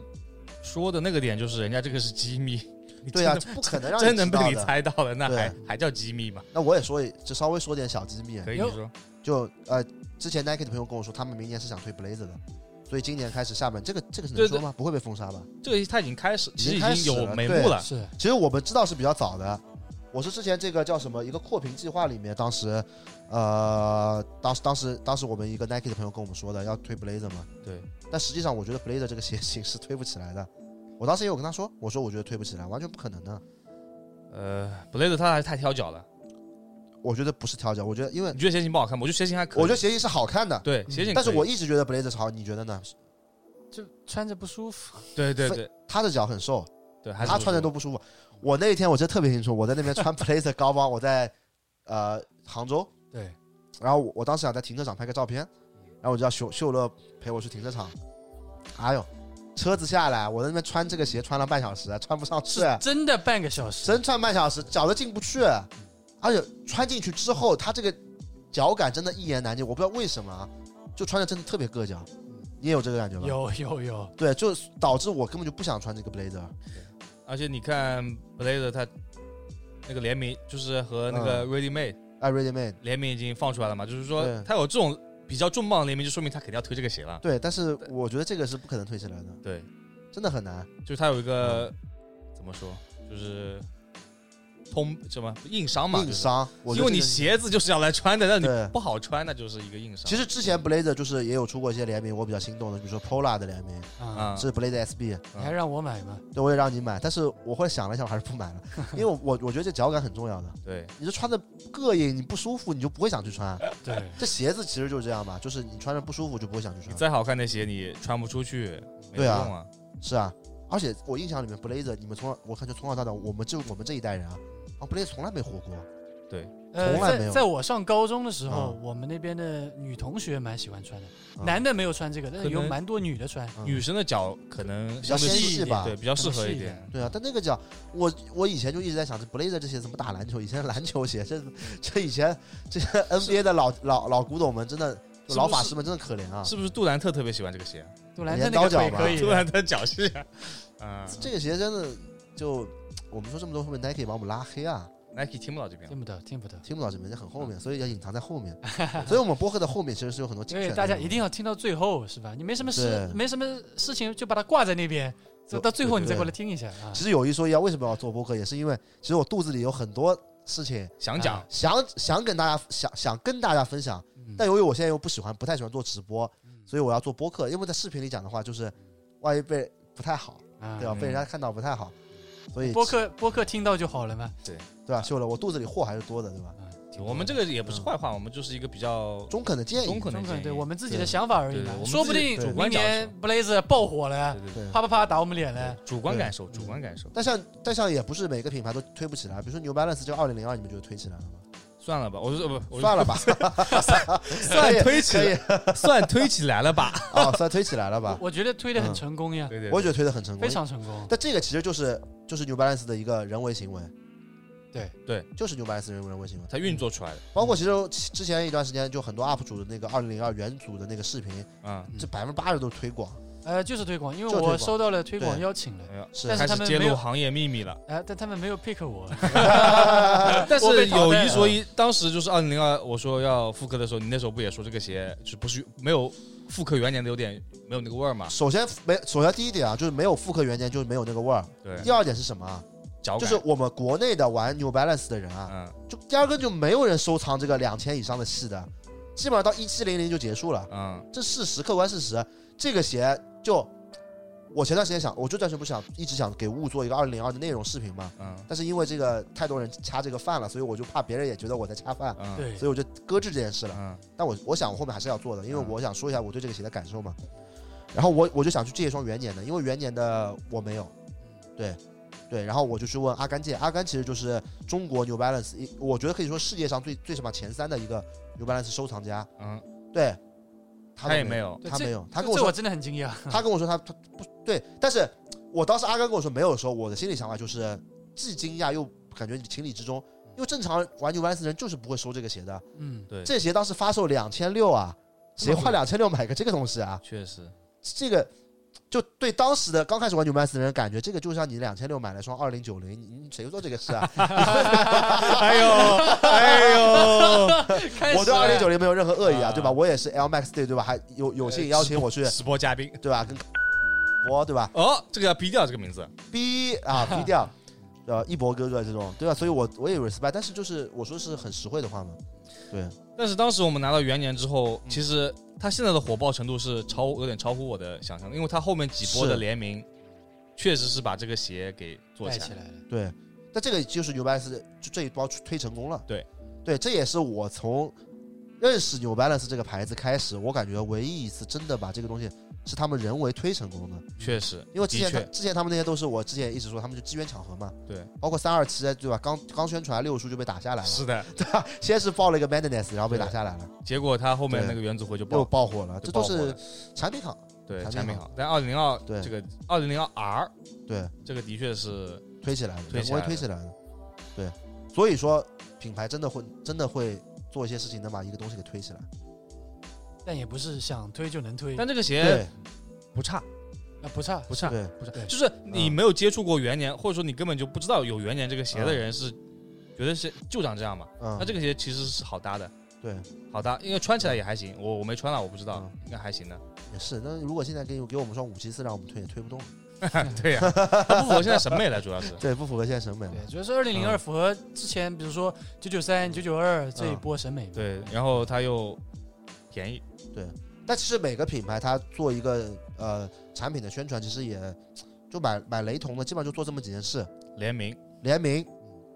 [SPEAKER 3] 说的那个点就是人家这个是机密，你
[SPEAKER 1] 对啊，
[SPEAKER 3] 真的
[SPEAKER 1] 不可能让
[SPEAKER 3] 真
[SPEAKER 1] 你
[SPEAKER 3] 能
[SPEAKER 1] 知
[SPEAKER 3] 被
[SPEAKER 1] 道
[SPEAKER 3] 你
[SPEAKER 1] 的。
[SPEAKER 3] 猜到了，那
[SPEAKER 1] 对
[SPEAKER 3] 还还叫机密吗？
[SPEAKER 1] 那我也说一，就稍微说点小机密。
[SPEAKER 3] 可以
[SPEAKER 2] 哟
[SPEAKER 3] 你说，
[SPEAKER 1] 就呃，之前 Nike 的朋友跟我说，他们明年是想推 Blazer 的，所以今年开始下半这个这个是能
[SPEAKER 3] 对
[SPEAKER 1] 说
[SPEAKER 3] 对
[SPEAKER 1] 吗？不会被封杀吧？
[SPEAKER 3] 这个他已经开始，其实
[SPEAKER 1] 已经开
[SPEAKER 3] 已
[SPEAKER 1] 始
[SPEAKER 3] 经有
[SPEAKER 1] 了
[SPEAKER 3] 眉目
[SPEAKER 1] 对
[SPEAKER 3] 了，
[SPEAKER 2] 是的，
[SPEAKER 1] 其实我们知道是比较早的，我是之前这个叫什么一个扩屏计划里面，当时，呃，当时当时当时我们一个 Nike 的朋友跟我们说的，要推 Blazer 嘛。
[SPEAKER 3] 对。
[SPEAKER 1] 但实际上，我觉得 Blazer 这个鞋型是推不起来的。我当时也有跟他说，我说我觉得推不起来，完全不可能的。
[SPEAKER 3] 呃，Blazer 他还是太挑脚了，
[SPEAKER 1] 我觉得不是挑脚，我觉得因为
[SPEAKER 3] 你觉得鞋型不好看吗？我觉得鞋型还可以，
[SPEAKER 1] 我觉得鞋型是好看的，
[SPEAKER 3] 对鞋型可以，
[SPEAKER 1] 但是我一直觉得 Blazer 是好，你觉得呢？
[SPEAKER 2] 就穿着不舒服，
[SPEAKER 3] 对对对
[SPEAKER 1] 他的脚很瘦，
[SPEAKER 3] 对，还是
[SPEAKER 1] 他
[SPEAKER 3] 不
[SPEAKER 1] 穿着
[SPEAKER 3] 错
[SPEAKER 1] 都不舒服。我那一天我真的特别清楚，我在那边穿 Blazer 高帮，我在呃杭州，
[SPEAKER 2] 对，
[SPEAKER 1] 然后我我当时想在停车场拍个照片，
[SPEAKER 3] 嗯
[SPEAKER 1] 然后我就叫秀秀乐陪我去停车场。哎呦，车子下来，我在那边穿这个鞋穿了半小时，穿不上去，
[SPEAKER 2] 真的半个小时，
[SPEAKER 1] 啊真穿半小时，脚都进不去。而且穿进去之后，它这个脚感真的一言难尽，我不知道为什么啊，就穿着真的特别硌脚。你也有这个感觉吧？。
[SPEAKER 2] 有有有，
[SPEAKER 1] 对，就导致我根本就不想穿这个 blazer。
[SPEAKER 3] 而且你看 Blazer 他那个联名，就是和那个 Ready Made
[SPEAKER 1] 哎，ready made。
[SPEAKER 3] 联名已经放出来了嘛，就是说
[SPEAKER 1] 对
[SPEAKER 3] 他有这种比较重磅的联名，就说明他肯定要推这个鞋了。
[SPEAKER 1] 对，但是我觉得这个是不可能推起来的，
[SPEAKER 3] 对，
[SPEAKER 1] 真的很难。
[SPEAKER 3] 就是他有一个怎么说，就是通什么硬伤嘛，
[SPEAKER 1] 硬伤，
[SPEAKER 3] 就
[SPEAKER 1] 我
[SPEAKER 3] 是，
[SPEAKER 1] 觉得
[SPEAKER 3] 因为你
[SPEAKER 1] 这个
[SPEAKER 3] 鞋子就是要来穿的，那
[SPEAKER 1] 对
[SPEAKER 3] 你不好穿，那就是一个硬伤。
[SPEAKER 1] 其实之前 Blazer 就是也有出过一些联名，我比较心动的，比如说 Pola 的联名
[SPEAKER 2] 啊，
[SPEAKER 3] 啊，
[SPEAKER 1] 是 Blazer SB，
[SPEAKER 2] 你还让我买吗？
[SPEAKER 1] 对我也让你买，但是我后来想了一下，我还是不买 了，因为我我我觉得这脚感很重要的，
[SPEAKER 3] 对，
[SPEAKER 1] 你是穿的膈应，你不舒服，你就不会想去穿。啊
[SPEAKER 2] 对，
[SPEAKER 1] 这鞋子其实就是这样嘛，就是你穿着不舒服就不会想去
[SPEAKER 3] 你
[SPEAKER 1] 穿。
[SPEAKER 3] 再好看的鞋你穿不出去，没有
[SPEAKER 1] 对啊
[SPEAKER 3] 用啊。
[SPEAKER 1] 是啊，而且我印象里面 Blazer，你们从我看就从小到大，我们就我们这一代人啊，啊 Blazer 从来没火过。
[SPEAKER 2] 呃，
[SPEAKER 1] 从来没
[SPEAKER 2] 在
[SPEAKER 1] 有
[SPEAKER 2] 在我上高中的时候，
[SPEAKER 1] 嗯
[SPEAKER 2] 我们那边的女同学蛮喜欢穿的，
[SPEAKER 1] 嗯
[SPEAKER 2] 男的没有穿这个，但是
[SPEAKER 3] 可能
[SPEAKER 2] 有蛮多女的穿，
[SPEAKER 1] 嗯
[SPEAKER 3] 女生的脚可能
[SPEAKER 1] 比较
[SPEAKER 3] 相对
[SPEAKER 1] 纤
[SPEAKER 3] 细
[SPEAKER 1] 细吧
[SPEAKER 3] 对，比较适
[SPEAKER 2] 可
[SPEAKER 3] 合
[SPEAKER 2] 能
[SPEAKER 3] 一
[SPEAKER 2] 细一
[SPEAKER 3] 点。
[SPEAKER 1] 对啊，但那个脚，我我以前就一直在想，这 Blazer 这鞋怎么打篮球？以前篮球鞋，这这以前这些 NBA 的老老老古董们，真的
[SPEAKER 3] 是不
[SPEAKER 1] 就老法
[SPEAKER 3] 是
[SPEAKER 1] 师们真的可怜啊！
[SPEAKER 3] 是不是杜兰特特别喜欢这个鞋？
[SPEAKER 2] 杜兰特
[SPEAKER 1] 镰刀
[SPEAKER 2] 那个
[SPEAKER 1] 脚
[SPEAKER 2] 腿
[SPEAKER 1] 吧
[SPEAKER 2] 可以
[SPEAKER 3] 杜
[SPEAKER 2] 的，
[SPEAKER 3] 兰特脚是啊，嗯
[SPEAKER 1] 这个鞋真的就我们说这么多，会不会 Nike 把我们拉黑啊？
[SPEAKER 3] ，Nike 听不到这边了
[SPEAKER 2] 听。不到，听不到，
[SPEAKER 1] 听不到这边，这很后
[SPEAKER 2] 嗯
[SPEAKER 1] 面，所以要隐藏在后 面。所以我们播客的后面其实是有很多精
[SPEAKER 2] 所
[SPEAKER 1] 选
[SPEAKER 2] 以
[SPEAKER 1] 的
[SPEAKER 2] 大家
[SPEAKER 1] 内容
[SPEAKER 2] 一定要听到最后，是吧？你没什么事，
[SPEAKER 1] 对
[SPEAKER 2] 没什么事情就把它挂在那边，
[SPEAKER 1] 对
[SPEAKER 2] 到最后你再
[SPEAKER 1] 对
[SPEAKER 2] 过来听一下啊。
[SPEAKER 1] 其实有一说一啊，为什么要做播客，也是因为其实我肚子里有很多事情
[SPEAKER 3] 想讲
[SPEAKER 2] 啊，
[SPEAKER 1] 想想跟大家想想跟大家分享，
[SPEAKER 2] 嗯
[SPEAKER 1] 但由于我现在又不喜欢，不太喜欢做直播，
[SPEAKER 2] 嗯
[SPEAKER 1] 所以我要做播客，因为在视频里讲的话，就是万一被不太好，
[SPEAKER 2] 啊
[SPEAKER 1] 对吧？
[SPEAKER 3] 嗯
[SPEAKER 1] 被人家看到不太好，所以
[SPEAKER 2] 播客播客听到就好了嘛。
[SPEAKER 1] 对吧？秀了，我肚子里货还是多的，对吧？
[SPEAKER 2] 啊，挺
[SPEAKER 3] 我们这
[SPEAKER 2] 多的
[SPEAKER 3] 个也不是坏话，我们就是一个比较
[SPEAKER 1] 嗯中肯的建
[SPEAKER 3] 中
[SPEAKER 1] 议，
[SPEAKER 3] 肯的
[SPEAKER 2] 中
[SPEAKER 3] 建
[SPEAKER 2] 肯
[SPEAKER 3] 议。
[SPEAKER 2] 对我们自己的
[SPEAKER 1] 对
[SPEAKER 2] 想法而已
[SPEAKER 3] 对
[SPEAKER 2] 嘛
[SPEAKER 3] 我，们
[SPEAKER 2] 说不
[SPEAKER 3] 自己
[SPEAKER 2] 定
[SPEAKER 1] 主
[SPEAKER 2] 明
[SPEAKER 3] 观
[SPEAKER 2] 年
[SPEAKER 3] 讲
[SPEAKER 2] Blazer 爆火了，
[SPEAKER 3] 对对对，
[SPEAKER 1] 对。
[SPEAKER 2] 啪啪啪打我们脸了，
[SPEAKER 3] 主观
[SPEAKER 1] 对
[SPEAKER 3] 感受，主
[SPEAKER 2] 嗯
[SPEAKER 3] 观感受。
[SPEAKER 1] 但像但像也不是每个品牌都推不起来，比如说 New Balance 这个二零零二，你们觉得推起来了吗？
[SPEAKER 3] 算了吧，我说不，我
[SPEAKER 1] 算了吧，
[SPEAKER 3] 算推起
[SPEAKER 1] 可以
[SPEAKER 3] 来， 算推起来 了吧？
[SPEAKER 1] 哦，算推起来了
[SPEAKER 2] 我
[SPEAKER 1] 吧？
[SPEAKER 2] 我觉得推的很
[SPEAKER 1] 嗯
[SPEAKER 2] 成功呀，
[SPEAKER 3] 对对，
[SPEAKER 1] 我也觉得推的很成功
[SPEAKER 2] 非，常成功。
[SPEAKER 1] 但这个其实就是就是 New Balance 的一个人为行为，
[SPEAKER 2] 对
[SPEAKER 3] 对，
[SPEAKER 1] 就是 New Balance 人文新闻。
[SPEAKER 3] 它运作出来的
[SPEAKER 1] 包括其实其之前一段时间，就很多 UP 主的那个二零零二元组的那个视频，
[SPEAKER 3] 啊，
[SPEAKER 1] 这百分之八十都是推广，
[SPEAKER 2] 呃，就是推广，因为
[SPEAKER 1] 就是推
[SPEAKER 2] 我
[SPEAKER 1] 广
[SPEAKER 2] 收到了推广
[SPEAKER 1] 对
[SPEAKER 2] 邀请了，
[SPEAKER 3] 哎呀
[SPEAKER 1] 是
[SPEAKER 2] 但是
[SPEAKER 3] 开
[SPEAKER 2] 他
[SPEAKER 3] 始
[SPEAKER 2] 们
[SPEAKER 3] 揭
[SPEAKER 2] 没
[SPEAKER 3] 露
[SPEAKER 2] 有
[SPEAKER 3] 行业秘密了。
[SPEAKER 2] 呃，但他们没有 pick 我，
[SPEAKER 1] 啊
[SPEAKER 3] 但
[SPEAKER 2] 呃我被
[SPEAKER 3] 是
[SPEAKER 2] 淘
[SPEAKER 3] 有
[SPEAKER 2] 汰
[SPEAKER 3] 一说一，当时就是二零零二，我说要复刻的时候，你那时候不也说这个鞋是不是没有复刻原年的有点没有那个味儿嘛？
[SPEAKER 1] 首先没，首先第一点啊，就是没有复刻原件，就是没有那个味儿。
[SPEAKER 3] 对，
[SPEAKER 1] 第二点是什么啊？
[SPEAKER 3] 脚
[SPEAKER 1] 就
[SPEAKER 3] 感
[SPEAKER 1] 是我们国内的玩 New Balance 的人啊，
[SPEAKER 3] 嗯
[SPEAKER 1] 就压根就没有人收藏这个两千以上的系的，基本上到一七零零就结束了，
[SPEAKER 3] 嗯
[SPEAKER 1] 这事实客观事实。这个鞋就我前段时间想，我就暂时不想一直想给雾做一个二零零二的内容视频嘛，
[SPEAKER 3] 嗯
[SPEAKER 1] 但是因为这个太多人掐这个饭了，所以我就怕别人也觉得我在掐饭，
[SPEAKER 3] 嗯，
[SPEAKER 2] 对
[SPEAKER 1] 所以我就搁置这件事了。
[SPEAKER 3] 嗯
[SPEAKER 1] 但我我想我后面还是要做的，因为
[SPEAKER 3] 嗯
[SPEAKER 1] 我想说一下我对这个鞋的感受嘛。然后我我就想去借一双元年的，因为元年的我没有，对对。然后我就去问阿甘借，阿甘其实就是中国 New Balance，一我觉得可以说世界上最最起码前三的一个 New Balance 收藏家。
[SPEAKER 3] 嗯，
[SPEAKER 1] 对，他
[SPEAKER 3] 他
[SPEAKER 1] 都
[SPEAKER 3] 也没，有，
[SPEAKER 2] 对
[SPEAKER 1] 他
[SPEAKER 2] 这
[SPEAKER 1] 没有，他
[SPEAKER 2] 这
[SPEAKER 1] 跟我
[SPEAKER 2] 这
[SPEAKER 1] 说
[SPEAKER 2] 我真的很惊讶，
[SPEAKER 1] 他跟我说他他不对，但是我当时阿甘跟我说没有的时候，我的心里想法就是既惊讶又感觉情理之中，因为正常玩 New Balance 的人就是不会收这个鞋的。
[SPEAKER 2] 嗯，
[SPEAKER 3] 对，
[SPEAKER 1] 这鞋当时发售两千六啊，谁花两千六买个这个东西啊？
[SPEAKER 3] 确实，
[SPEAKER 1] 这个就对当时的刚开始玩 New Balance 的人感觉，这个就像你两千六买了双二零九零，你你谁做这个事 啊？
[SPEAKER 3] 哎呦哎 呦，
[SPEAKER 2] 开 始
[SPEAKER 1] 我对二零九
[SPEAKER 2] 了
[SPEAKER 1] 零没有任何恶意啊，
[SPEAKER 3] 啊
[SPEAKER 1] 对吧？我也是 L Max Day 对吧？还有有
[SPEAKER 2] 呃
[SPEAKER 1] 幸邀请我去
[SPEAKER 3] 直播嘉宾
[SPEAKER 1] 对吧？跟 博对吧
[SPEAKER 3] 哦，这个要逼掉这个名字，
[SPEAKER 1] ？B 啊 B 调。呃，一博哥哥这种，对吧？所以我我也 respect，但是就是我说是很实惠的话嘛，对，
[SPEAKER 3] 但是当时我们拿到元年之后，
[SPEAKER 1] 嗯
[SPEAKER 3] 其实它现在的火爆程度是超有点超乎我的想象，因为它后面几波的
[SPEAKER 1] 是
[SPEAKER 3] 联名，确实是把这个鞋给做
[SPEAKER 2] 带
[SPEAKER 3] 起
[SPEAKER 2] 起
[SPEAKER 3] 来。
[SPEAKER 2] 来了，
[SPEAKER 1] 对，那这个就是 New Balance 就这一包推成功了。
[SPEAKER 3] 对，
[SPEAKER 1] 对，这也是我从认识 New Balance 这个牌子开始，我感觉唯一一次真的把这个东西是他们人为推成功的。
[SPEAKER 3] 确实，
[SPEAKER 1] 因为之前
[SPEAKER 3] 的
[SPEAKER 1] 他
[SPEAKER 3] 确
[SPEAKER 1] 之前他们那些都是我之前也一直说他们就机缘巧合嘛，
[SPEAKER 3] 对，
[SPEAKER 1] 包括三二七啊对吧？刚刚宣传六叔就被打下来了，
[SPEAKER 3] 是的，
[SPEAKER 1] 先是爆了一个 Madness，然后被打下来了，
[SPEAKER 3] 结果它后面
[SPEAKER 1] 对
[SPEAKER 3] 那个元祖回就爆
[SPEAKER 1] 又爆火了，这
[SPEAKER 3] 就
[SPEAKER 1] 都
[SPEAKER 3] 爆火
[SPEAKER 1] 是
[SPEAKER 3] 了
[SPEAKER 1] 产品好，
[SPEAKER 3] 对
[SPEAKER 1] 产
[SPEAKER 3] 产
[SPEAKER 1] 品
[SPEAKER 3] 品好，但二零二
[SPEAKER 1] 对
[SPEAKER 3] 这个二零零二 R
[SPEAKER 1] 对，
[SPEAKER 3] 这个的确是
[SPEAKER 1] 推起来了，
[SPEAKER 3] 推
[SPEAKER 1] 人
[SPEAKER 3] 起
[SPEAKER 1] 为
[SPEAKER 3] 来
[SPEAKER 1] 推
[SPEAKER 3] 了
[SPEAKER 1] 起来了，对，所以说品牌真的会真的会做一些事情能把一个东西给推起来，
[SPEAKER 2] 但也不是想推就能推，
[SPEAKER 3] 但这个鞋
[SPEAKER 1] 对
[SPEAKER 3] 不差，
[SPEAKER 2] 那不差，
[SPEAKER 3] 不差，
[SPEAKER 1] 对。
[SPEAKER 3] 不差
[SPEAKER 2] 对，
[SPEAKER 3] 就是你
[SPEAKER 1] 嗯
[SPEAKER 3] 没有接触过元年，或者说你根本就不知道有元年这个鞋的人是觉得是就长这样嘛。
[SPEAKER 1] 嗯，
[SPEAKER 3] 那这个鞋其实是好搭的，
[SPEAKER 1] 对
[SPEAKER 3] 好搭，因为穿起来也还行。我我没穿了，我不知道，
[SPEAKER 1] 嗯
[SPEAKER 3] 应该还行的。
[SPEAKER 1] 也是。那如果现在给给我们双五七四，让我们推也推不动，
[SPEAKER 3] 对呀、它不符合现在审美了，主要是。
[SPEAKER 1] 对，不符合现在审美了
[SPEAKER 2] 对，。主要是二零零二
[SPEAKER 1] 嗯
[SPEAKER 2] 符合之前，比如说九九三、九九二这一波审美，
[SPEAKER 3] 对，然后它又便宜，
[SPEAKER 1] 但其实每个品牌它做一个呃产品的宣传，其实也就买买雷同的，基本上就做这么几件事：
[SPEAKER 3] 联名，
[SPEAKER 1] 联名、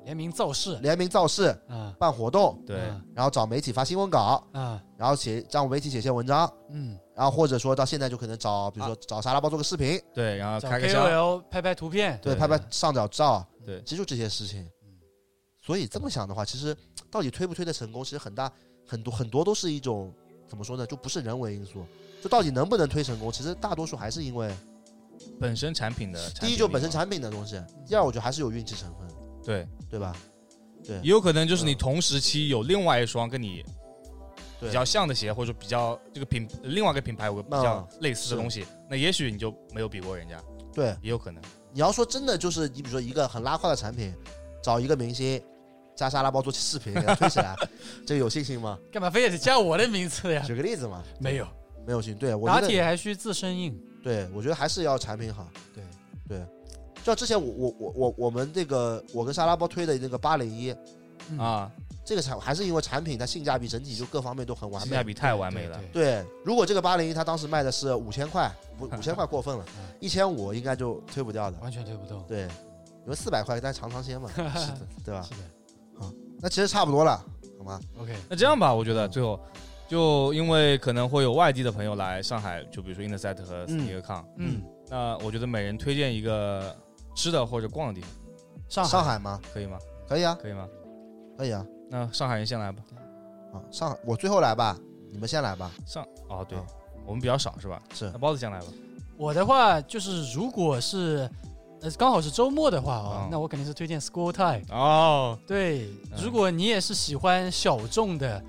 [SPEAKER 2] 联名造势
[SPEAKER 1] 联名造势、
[SPEAKER 2] 啊，
[SPEAKER 1] 办活动，
[SPEAKER 3] 对，
[SPEAKER 2] 啊
[SPEAKER 1] 然后找媒体发新闻稿，
[SPEAKER 2] 啊，
[SPEAKER 1] 然后写让媒体写些文章，
[SPEAKER 2] 嗯，
[SPEAKER 1] 然后或者说到现在就可能找，比如
[SPEAKER 3] 啊
[SPEAKER 1] 说找沙拉包做个视频，
[SPEAKER 3] 对，然后
[SPEAKER 2] 找
[SPEAKER 3] 开个箱，
[SPEAKER 2] KOL 拍拍图片，
[SPEAKER 1] 对，
[SPEAKER 3] 对
[SPEAKER 1] 拍拍上脚照，
[SPEAKER 3] 对
[SPEAKER 1] 其实就这些事情。所以这么想的话，其实到底推不推的成功，其实很大很多很多都是一种怎么说呢，就不是人为因素。就到底能不能推成功，其实大多数还是因为
[SPEAKER 3] 本身产品的，
[SPEAKER 1] 第一就本身，产品的东西，第二我觉得还是有运气成分，
[SPEAKER 3] 对，
[SPEAKER 1] 对吧？
[SPEAKER 3] 也有可能就是你
[SPEAKER 1] 嗯
[SPEAKER 3] 同时期有另外一双跟你
[SPEAKER 1] 对
[SPEAKER 3] 比较像的鞋，或者说比较这个品另外一个品牌有个比较类似
[SPEAKER 1] 嗯是
[SPEAKER 3] 的东西，那也许你就没有比过人家，
[SPEAKER 1] 对，
[SPEAKER 3] 也有可能。
[SPEAKER 1] 你要说真的就是你比如说一个很拉胯的产品，找一个明星加沙拉包做视频给他推起来，这个有信心吗？
[SPEAKER 2] 干嘛非得加我的名字呀？
[SPEAKER 1] 举个例子嘛，
[SPEAKER 2] 没有，
[SPEAKER 1] 没有信心。对我觉
[SPEAKER 2] 打
[SPEAKER 1] 得
[SPEAKER 2] 铁还需自身硬，
[SPEAKER 1] 对，我觉得还是要产品好。
[SPEAKER 2] 对
[SPEAKER 1] 对，就像之前我我我我我们那个我跟沙拉包推的那个八零一，
[SPEAKER 2] 嗯
[SPEAKER 3] 啊，
[SPEAKER 1] 这个产还是因为产品它性价比整体就各方面都很完
[SPEAKER 3] 性
[SPEAKER 1] 美
[SPEAKER 3] 价。比太完美了
[SPEAKER 2] 对，对
[SPEAKER 1] 对，如果这个八零一它当时卖的是五千块，不五千块过分了
[SPEAKER 2] 嗯，
[SPEAKER 1] 一千五应该就推不掉的。
[SPEAKER 2] 完全推不动，
[SPEAKER 1] 对，你说四百块，但尝尝鲜嘛，
[SPEAKER 2] 是的，
[SPEAKER 1] 对吧
[SPEAKER 2] 是？的
[SPEAKER 1] 那其实差不多了，好吗？
[SPEAKER 2] ，OK，
[SPEAKER 3] 那这样吧，我觉得
[SPEAKER 1] 嗯
[SPEAKER 3] 最后就因为可能会有外地的朋友来上海，就比如说 Interset 和 SneakerCon，、
[SPEAKER 2] 嗯，
[SPEAKER 3] 那我觉得每人推荐一个吃的或者逛的地方，
[SPEAKER 2] 上
[SPEAKER 1] 上
[SPEAKER 2] 海
[SPEAKER 1] 海吗？
[SPEAKER 3] 可以吗？
[SPEAKER 1] 可以啊，
[SPEAKER 3] 可以吗？
[SPEAKER 1] 可以啊。
[SPEAKER 3] 那上海人先来吧。
[SPEAKER 1] 啊，上海我最后来吧，你们先来吧。
[SPEAKER 3] 上哦，对
[SPEAKER 2] 啊
[SPEAKER 1] 嗯，
[SPEAKER 3] 我们比较少是吧？
[SPEAKER 1] 是
[SPEAKER 3] 那包子先来吧。
[SPEAKER 2] 我的话就是，如果是呃，刚好是周末的话啊、
[SPEAKER 3] 嗯
[SPEAKER 2] 那我肯定是推荐 School Time。
[SPEAKER 3] 哦，
[SPEAKER 2] 对，
[SPEAKER 3] 嗯
[SPEAKER 2] 如果你也是喜欢小众的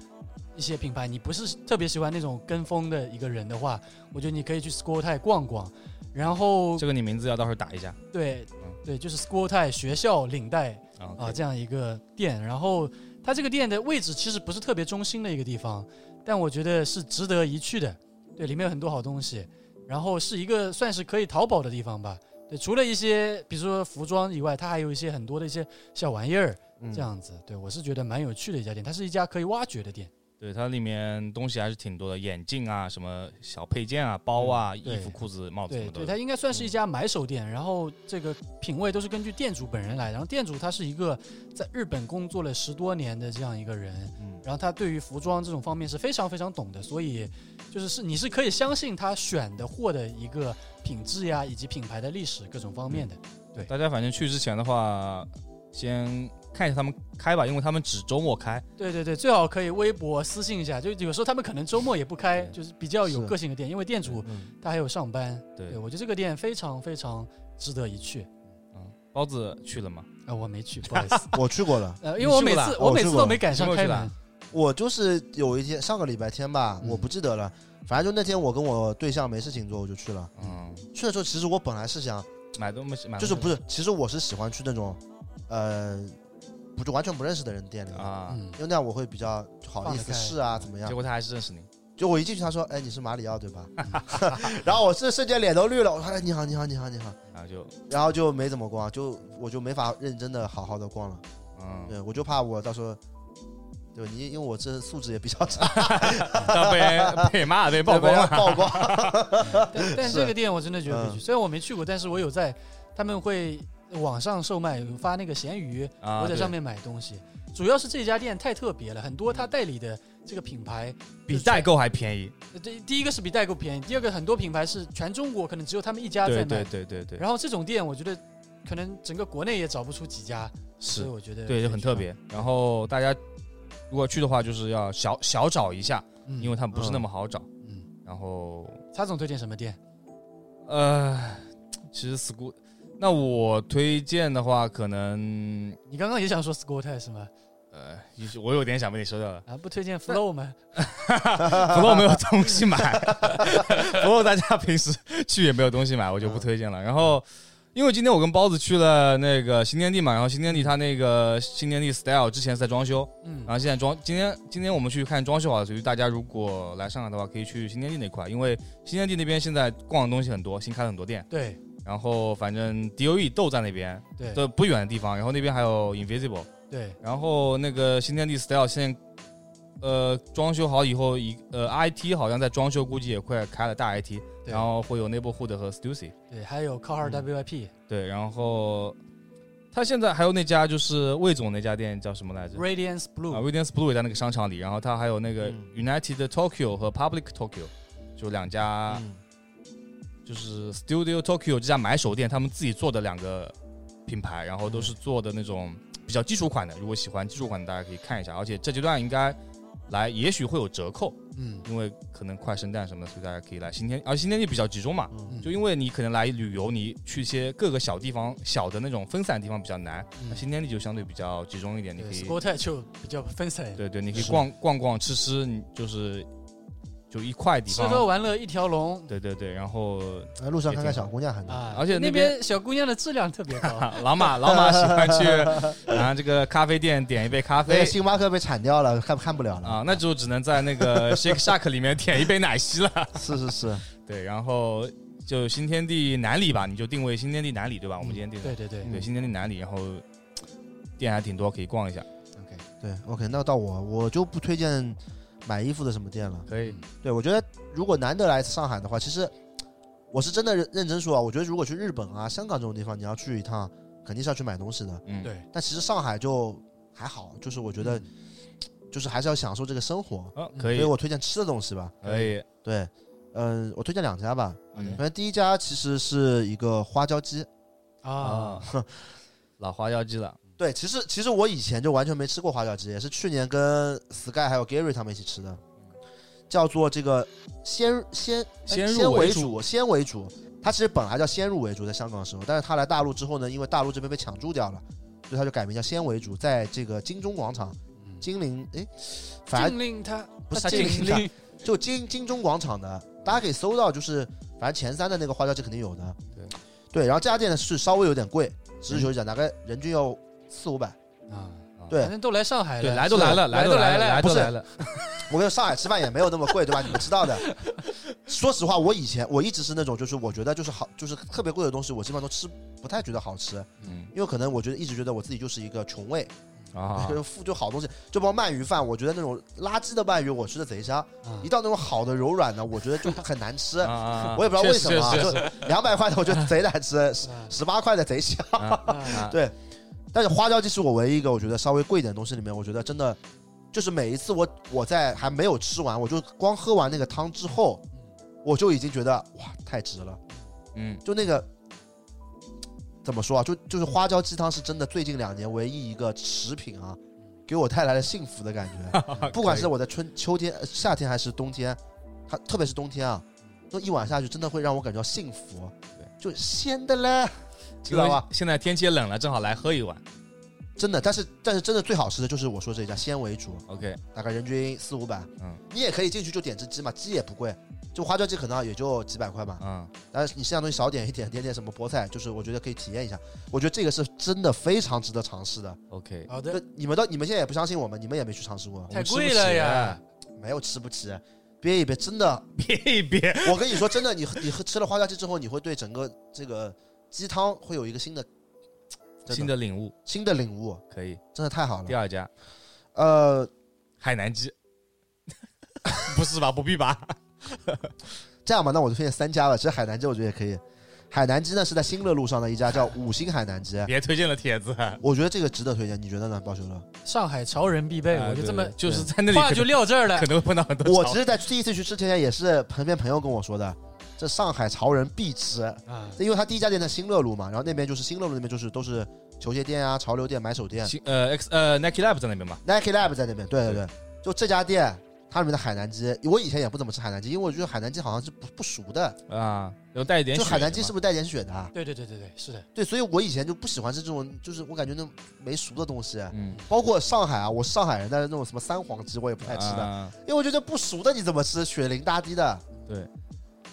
[SPEAKER 2] 一些品牌，你不是特别喜欢那种跟风的一个人的话，我觉得你可以去 School Time 逛逛。然后
[SPEAKER 3] 这个你名字要到时候打一下
[SPEAKER 2] 对
[SPEAKER 3] 嗯
[SPEAKER 2] 对，就是 School Time 学校领带
[SPEAKER 3] 啊
[SPEAKER 2] 啊，这样一个店。然后它这个店的位置其实不是特别中心的一个地方，但我觉得是值得一去的。对，里面有很多好东西，然后是一个算是可以淘宝的地方吧。对，除了一些比如说服装以外，它还有一些很多的一些小玩意儿，
[SPEAKER 1] 嗯
[SPEAKER 2] 这样子。对我是觉得蛮有趣的一家店，它是一家可以挖掘的店。
[SPEAKER 3] 对，它里面东西还是挺多的，眼镜啊，什么小配件啊，包啊，
[SPEAKER 2] 嗯对
[SPEAKER 3] 衣服、裤子、帽子什
[SPEAKER 2] 对
[SPEAKER 3] 么
[SPEAKER 2] 对，
[SPEAKER 3] 都
[SPEAKER 2] 它
[SPEAKER 3] 有。
[SPEAKER 2] 应该算是一家买手店，然后这个品味都是根据店主本人来的。然后店主他是一个在日本工作了十多年的这样一个人，
[SPEAKER 3] 嗯
[SPEAKER 2] 然后他对于服装这种方面是非常非常懂的，所以就是是你是可以相信他选的货的一个品质呀，以及品牌的历史各种方面
[SPEAKER 3] 嗯
[SPEAKER 2] 的。
[SPEAKER 3] 大家反正去之前的话，先看一下他们开吧，因为他们只周末开。
[SPEAKER 2] 对对对，最好可以微博私信一下，就有时候他们可能周末也不开，
[SPEAKER 3] 对
[SPEAKER 2] 就是比较有
[SPEAKER 1] 是
[SPEAKER 2] 个性的店，因为店主
[SPEAKER 1] 嗯
[SPEAKER 2] 他还有上班。
[SPEAKER 3] 对
[SPEAKER 2] 对，我觉得这个店非常非常值得一去。
[SPEAKER 3] 嗯，包子去了吗？
[SPEAKER 2] 啊，我没 去，不好意思。
[SPEAKER 1] 我去过了，
[SPEAKER 2] 呃，因为我
[SPEAKER 3] 你
[SPEAKER 2] 每
[SPEAKER 3] 去过了
[SPEAKER 2] 次
[SPEAKER 1] 哦
[SPEAKER 2] 我
[SPEAKER 1] 我
[SPEAKER 2] 每
[SPEAKER 1] 去
[SPEAKER 2] 次
[SPEAKER 1] 过
[SPEAKER 2] 都
[SPEAKER 1] 了
[SPEAKER 2] 没赶上
[SPEAKER 3] 你有
[SPEAKER 2] 开
[SPEAKER 3] 去
[SPEAKER 2] 门
[SPEAKER 3] 了。
[SPEAKER 1] 我就是有一天上个礼拜天吧，
[SPEAKER 2] 嗯
[SPEAKER 1] 我不记得了，反正就那天我跟我对象没事情做，我就去了。
[SPEAKER 3] 嗯，
[SPEAKER 1] 去的时候，其实我本来是想，
[SPEAKER 3] 买东西买
[SPEAKER 1] 就是不
[SPEAKER 3] 是
[SPEAKER 1] 是，其实我是喜欢去那种，呃，不就完全不认识的人店里的，
[SPEAKER 3] 啊？
[SPEAKER 2] 嗯
[SPEAKER 1] 因，为那样我会比较好意
[SPEAKER 2] 放得
[SPEAKER 1] 思
[SPEAKER 2] 开
[SPEAKER 1] 试啊，怎么样
[SPEAKER 3] 结？果他还是认识你。
[SPEAKER 1] 就我一进去，他说：“哎，你是马里奥对吧？” 然后我是瞬间脸都绿了，我说：“哎，你好，你好，你好，你好。
[SPEAKER 3] 然后啊就”
[SPEAKER 1] 然后就没怎么逛，就我就没法认真的好好的逛了。
[SPEAKER 3] 嗯，
[SPEAKER 1] 对，我就怕我到时候，对你，因为我这素质也比较差，
[SPEAKER 3] 但被 人被骂被曝 光了。
[SPEAKER 1] 曝光。
[SPEAKER 2] 但但
[SPEAKER 1] 是
[SPEAKER 2] 这个店我真的觉得可以
[SPEAKER 1] 嗯
[SPEAKER 2] 去，虽然我没去过，但是我有在他们会网上售卖，有发那个闲鱼，
[SPEAKER 3] 啊
[SPEAKER 2] 我在
[SPEAKER 3] 对
[SPEAKER 2] 上面买东西。主要是这家店太特别了，很多他代理的这个品牌，
[SPEAKER 3] 比代购还便宜。
[SPEAKER 2] 呃第第一个是比代购便宜，第二个很多品牌是全中国可能只有他们一家在
[SPEAKER 3] 对
[SPEAKER 2] 卖。
[SPEAKER 3] 对对对对，
[SPEAKER 2] 然后这种店，我觉得可能整个国内也找不出几家，所以
[SPEAKER 3] 是，
[SPEAKER 2] 我觉得
[SPEAKER 3] 对，就很特
[SPEAKER 2] 可以去
[SPEAKER 3] 别。然后大家如果去的话，就是要小小找一下，
[SPEAKER 2] 看。嗯，
[SPEAKER 3] 因为它不是那么好找。
[SPEAKER 2] 嗯，
[SPEAKER 3] 然后
[SPEAKER 2] 查总推荐什么店？
[SPEAKER 3] 呃，其实 school，那我推荐的话，可能
[SPEAKER 2] 你刚刚也想说 s c o t 是吗？。
[SPEAKER 3] 呃，也许我有点想被你说掉了
[SPEAKER 2] 啊，不推荐 Flow 吗？
[SPEAKER 3] 不过没有东西买， 不过大家平时去也没有东西买，我就
[SPEAKER 2] 嗯
[SPEAKER 3] 不推荐了。然后。因为今天我跟包子去了那个新天地嘛，然后新天地它那个新天地 style 之前是在装修，
[SPEAKER 2] 嗯
[SPEAKER 3] 然，后现在装，今天今天我们去看装修啊好了，所以大家如果来上海的话，可以去新天地那块，因为新天地那边现在逛的东西很多，新开了很多店。
[SPEAKER 2] 对
[SPEAKER 3] 然后反正 DOE 都在那边，
[SPEAKER 2] 对
[SPEAKER 3] 都不远的地方。然后那边还有 Invisible，
[SPEAKER 2] 对，
[SPEAKER 3] 然后那个新天地 Style 现在呃装修好以后，一呃 IT 好像在装修，估计也快开了大 IT，
[SPEAKER 2] 对
[SPEAKER 3] 然后会有 Neighborhood 和 Stussy。
[SPEAKER 2] 对，还有 Car
[SPEAKER 1] 嗯
[SPEAKER 2] WIP、
[SPEAKER 3] 对，然后他现在还有那家就是魏总那家店叫什么来着？
[SPEAKER 2] Radiance Blue，、
[SPEAKER 3] 啊，Radiance Blue 也在那个商场里，然后它还有那个
[SPEAKER 1] 嗯
[SPEAKER 3] United Tokyo 和 Public Tokyo，就两家，
[SPEAKER 1] 嗯
[SPEAKER 3] 就是 Studio Tokyo 这家买手店，他们自己做的两个品牌，然后
[SPEAKER 1] 嗯
[SPEAKER 3] 都是做的那种比较基础款的。如果喜欢基础款的，大家可以看一下，而且这阶段应该来，也许会有折扣，
[SPEAKER 2] 嗯，
[SPEAKER 3] 因为可能快圣诞什么的，所以大家可以来新天，啊而新天地比较集中嘛，
[SPEAKER 1] 嗯
[SPEAKER 3] 就因为你可能来旅游，你去一些各个小地方、小的那种分散的地方比较难，
[SPEAKER 1] 嗯
[SPEAKER 3] 那新天地就相对比较集中一点，你可以
[SPEAKER 2] s c o t 就比较分散，
[SPEAKER 3] 对对，你可以
[SPEAKER 1] 是
[SPEAKER 3] 逛逛逛吃吃，你就是就一块地
[SPEAKER 2] 吃喝
[SPEAKER 3] 方。
[SPEAKER 2] 玩乐一条龙
[SPEAKER 3] 对对对，然后
[SPEAKER 1] 来呃路上看看小姑娘还能。
[SPEAKER 2] 啊，
[SPEAKER 3] 而且
[SPEAKER 2] 那
[SPEAKER 3] 那
[SPEAKER 2] 边小姑娘的质量特别 高，
[SPEAKER 3] 啊老马老马喜欢去 啊这个咖啡店点一杯咖
[SPEAKER 1] 那
[SPEAKER 3] 啡
[SPEAKER 1] 个哎星巴克被铲掉了，看看不了了。
[SPEAKER 3] 啊，那就只能在那个 Shake Shack 里面点一杯奶昔了。
[SPEAKER 1] 是是是，
[SPEAKER 3] 对，然后就新天地南里吧，你就定位新天地南里对吧？我们今天定
[SPEAKER 2] 嗯对
[SPEAKER 3] 的
[SPEAKER 2] 对对，
[SPEAKER 3] 对新天地南里，然后店还挺多，可以逛一下。
[SPEAKER 1] 对，OK，那到我，我就不推荐买衣服的什么店了。
[SPEAKER 3] 可以
[SPEAKER 1] 对，我觉得如果难得来上海的话，其实我是真的认认真说啊，我觉得如果去日本啊、香港这种地方，你要去一趟，肯定是要去买东西的。
[SPEAKER 3] 嗯
[SPEAKER 2] 对，
[SPEAKER 1] 但其实上海就还好，就是我觉得
[SPEAKER 2] 嗯
[SPEAKER 1] 就是还是要享受这个生活，
[SPEAKER 3] 啊
[SPEAKER 2] 嗯
[SPEAKER 3] 可
[SPEAKER 1] 所以
[SPEAKER 3] 以
[SPEAKER 1] 我推荐吃的东西吧。
[SPEAKER 3] 可以
[SPEAKER 1] 对，嗯、我推荐两家吧。
[SPEAKER 3] 嗯
[SPEAKER 1] 反正第一家其实是一个花椒鸡，
[SPEAKER 2] 啊
[SPEAKER 3] 啊，老花椒鸡了
[SPEAKER 1] 对，其实其实我以前就完全没吃过花椒鸡，也是去年跟 Sky 还有 Gary 他们一起吃的，叫做这个先先哎
[SPEAKER 3] 先入
[SPEAKER 1] 先
[SPEAKER 3] 为
[SPEAKER 1] 主，先为主，它其实本来叫先入为主，在香港的时候，但是它来大陆之后呢，因为大陆这边被抢注掉了，所以它就改名叫先为主，在这个金钟广场、
[SPEAKER 3] 嗯
[SPEAKER 1] 金陵，哎，反正
[SPEAKER 2] 禁令他
[SPEAKER 1] 不是
[SPEAKER 2] 他
[SPEAKER 1] 禁
[SPEAKER 2] 禁
[SPEAKER 1] 令
[SPEAKER 2] 令
[SPEAKER 1] 就金金钟广场的，大家可以搜到，就是反正前三的那个花椒鸡肯定有的。
[SPEAKER 3] 对嗯
[SPEAKER 1] 对，然后这家店呢是稍微有点贵，实事求是讲，大概人均要四五百。
[SPEAKER 2] 啊，
[SPEAKER 1] 对
[SPEAKER 2] 反，正都来上海
[SPEAKER 3] 对，
[SPEAKER 2] 了，
[SPEAKER 3] 来都来了，
[SPEAKER 2] 来
[SPEAKER 3] 都来
[SPEAKER 2] 了，
[SPEAKER 3] 来
[SPEAKER 1] 不
[SPEAKER 3] 都
[SPEAKER 1] 是
[SPEAKER 3] 来了，
[SPEAKER 1] 我跟上海吃饭也没有那么贵，对吧？你们知道的。 说实话，我以前我一直是那种，就是我觉得就是好，就是特别贵的东西，我基本上都吃不太觉得好吃，
[SPEAKER 3] 嗯
[SPEAKER 1] 因为可能我觉得一直觉得我自己就是一个穷胃，
[SPEAKER 3] 啊
[SPEAKER 1] 就，是富就好东西，就包括鳗鱼饭，我觉得那种垃圾的鳗鱼我吃的贼香，
[SPEAKER 2] 啊
[SPEAKER 1] 一到那种好的柔软的，我觉得就很难吃。
[SPEAKER 3] 啊
[SPEAKER 1] 我也不知道为什么啊，
[SPEAKER 3] 确实确实
[SPEAKER 1] 就两百块的我觉得贼难吃，十十八块的贼香。
[SPEAKER 2] 啊
[SPEAKER 1] 对但是花椒鸡是我唯一一个我觉得稍微贵一点的东西里面，我觉得真的就是每一次我我在还没有吃完，我就光喝完那个汤之后，我就已经觉得哇太值了，
[SPEAKER 3] 嗯
[SPEAKER 1] 就那个。怎么说啊？就就是花椒鸡汤是真的最近两年唯一一个食品啊，给我带来了幸福的感 觉。 不管是我在春、秋天、呃夏天还是冬天，它特别是冬天啊，就一晚下去真的会让我感觉到幸福。就鲜的嘞，知道吧？？
[SPEAKER 3] 现在天气也冷了，正好来喝一碗。
[SPEAKER 1] 真的，但是但是真的最好吃的就是我说这家鲜为主，
[SPEAKER 3] OK，
[SPEAKER 1] 大概人均四五百。
[SPEAKER 3] 嗯，
[SPEAKER 1] 你也可以进去就点只鸡嘛，鸡也不贵，就花椒鸡可能也就几百块吧。
[SPEAKER 3] 嗯，
[SPEAKER 1] 但是你剩下东西少点一点，点点什么菠菜，就是我觉得可以体验一下。我觉得这个是真的非常值得尝试的。
[SPEAKER 3] OK，
[SPEAKER 2] 好
[SPEAKER 1] 就
[SPEAKER 2] 的，
[SPEAKER 1] 你们都你们现在也不相信我们，你们也没去尝试过，
[SPEAKER 2] 太贵了
[SPEAKER 3] 啊
[SPEAKER 2] 呀，
[SPEAKER 1] 没有吃不起。憋一憋，真的，
[SPEAKER 3] 憋 一憋，
[SPEAKER 1] 我跟你说，真的，你你吃了花椒鸡之后，你会对整个这个鸡汤会有一个新的、真
[SPEAKER 3] 新的领悟
[SPEAKER 1] 新的领悟，
[SPEAKER 3] 可以。
[SPEAKER 1] 真的太好
[SPEAKER 3] 第
[SPEAKER 1] 了。
[SPEAKER 3] 二家
[SPEAKER 1] 呃，
[SPEAKER 3] 海南鸡， 不是吧？不必吧？
[SPEAKER 1] 这样吧，那我就推荐三家了。其实海南鸡我觉得也可以。海南鸡呢是在新乐路上的一家叫五星海南鸡，
[SPEAKER 3] 别推荐了帖子。
[SPEAKER 1] 我觉得这个值得推荐，你觉得呢，包修乐？
[SPEAKER 2] 上海潮人必备，我
[SPEAKER 3] 啊
[SPEAKER 2] 就
[SPEAKER 3] 对
[SPEAKER 2] 这么
[SPEAKER 3] 对就是在那里
[SPEAKER 2] 话
[SPEAKER 3] 可
[SPEAKER 2] 就
[SPEAKER 3] 能
[SPEAKER 2] 撂这儿了
[SPEAKER 3] 可。能会碰到很多
[SPEAKER 1] 我
[SPEAKER 3] 潮
[SPEAKER 1] 其实，在第一次去吃之前也是旁边朋友跟我说的，这上海潮人必吃，
[SPEAKER 2] 啊，
[SPEAKER 1] 因为他第一家店在新乐路嘛，然后那边就是新乐路那边就是都是球鞋店啊、潮流店、买手店
[SPEAKER 3] 新呃 X 呃 Nike Lab 在那边嘛，
[SPEAKER 1] ，Nike Lab 在那边，对对对，就这家店。它里面的海南鸡，我以前也不怎么吃海南鸡，因为我觉得海南鸡好像是不不熟的，
[SPEAKER 3] 啊，有带一点
[SPEAKER 1] 就
[SPEAKER 3] 血
[SPEAKER 1] 海南鸡
[SPEAKER 3] 嘛
[SPEAKER 1] 是不是带点血的啊？
[SPEAKER 2] 对对对对对，是的，
[SPEAKER 1] 对，所以我以前就不喜欢吃这种，就是我感觉那种没熟的东西。
[SPEAKER 3] 嗯
[SPEAKER 1] 包括上海啊，我是上海人，但是那种什么三黄鸡我也不太吃的，
[SPEAKER 3] 啊
[SPEAKER 1] 因为我觉得不熟的你怎么吃，血淋大滴的。
[SPEAKER 3] 对，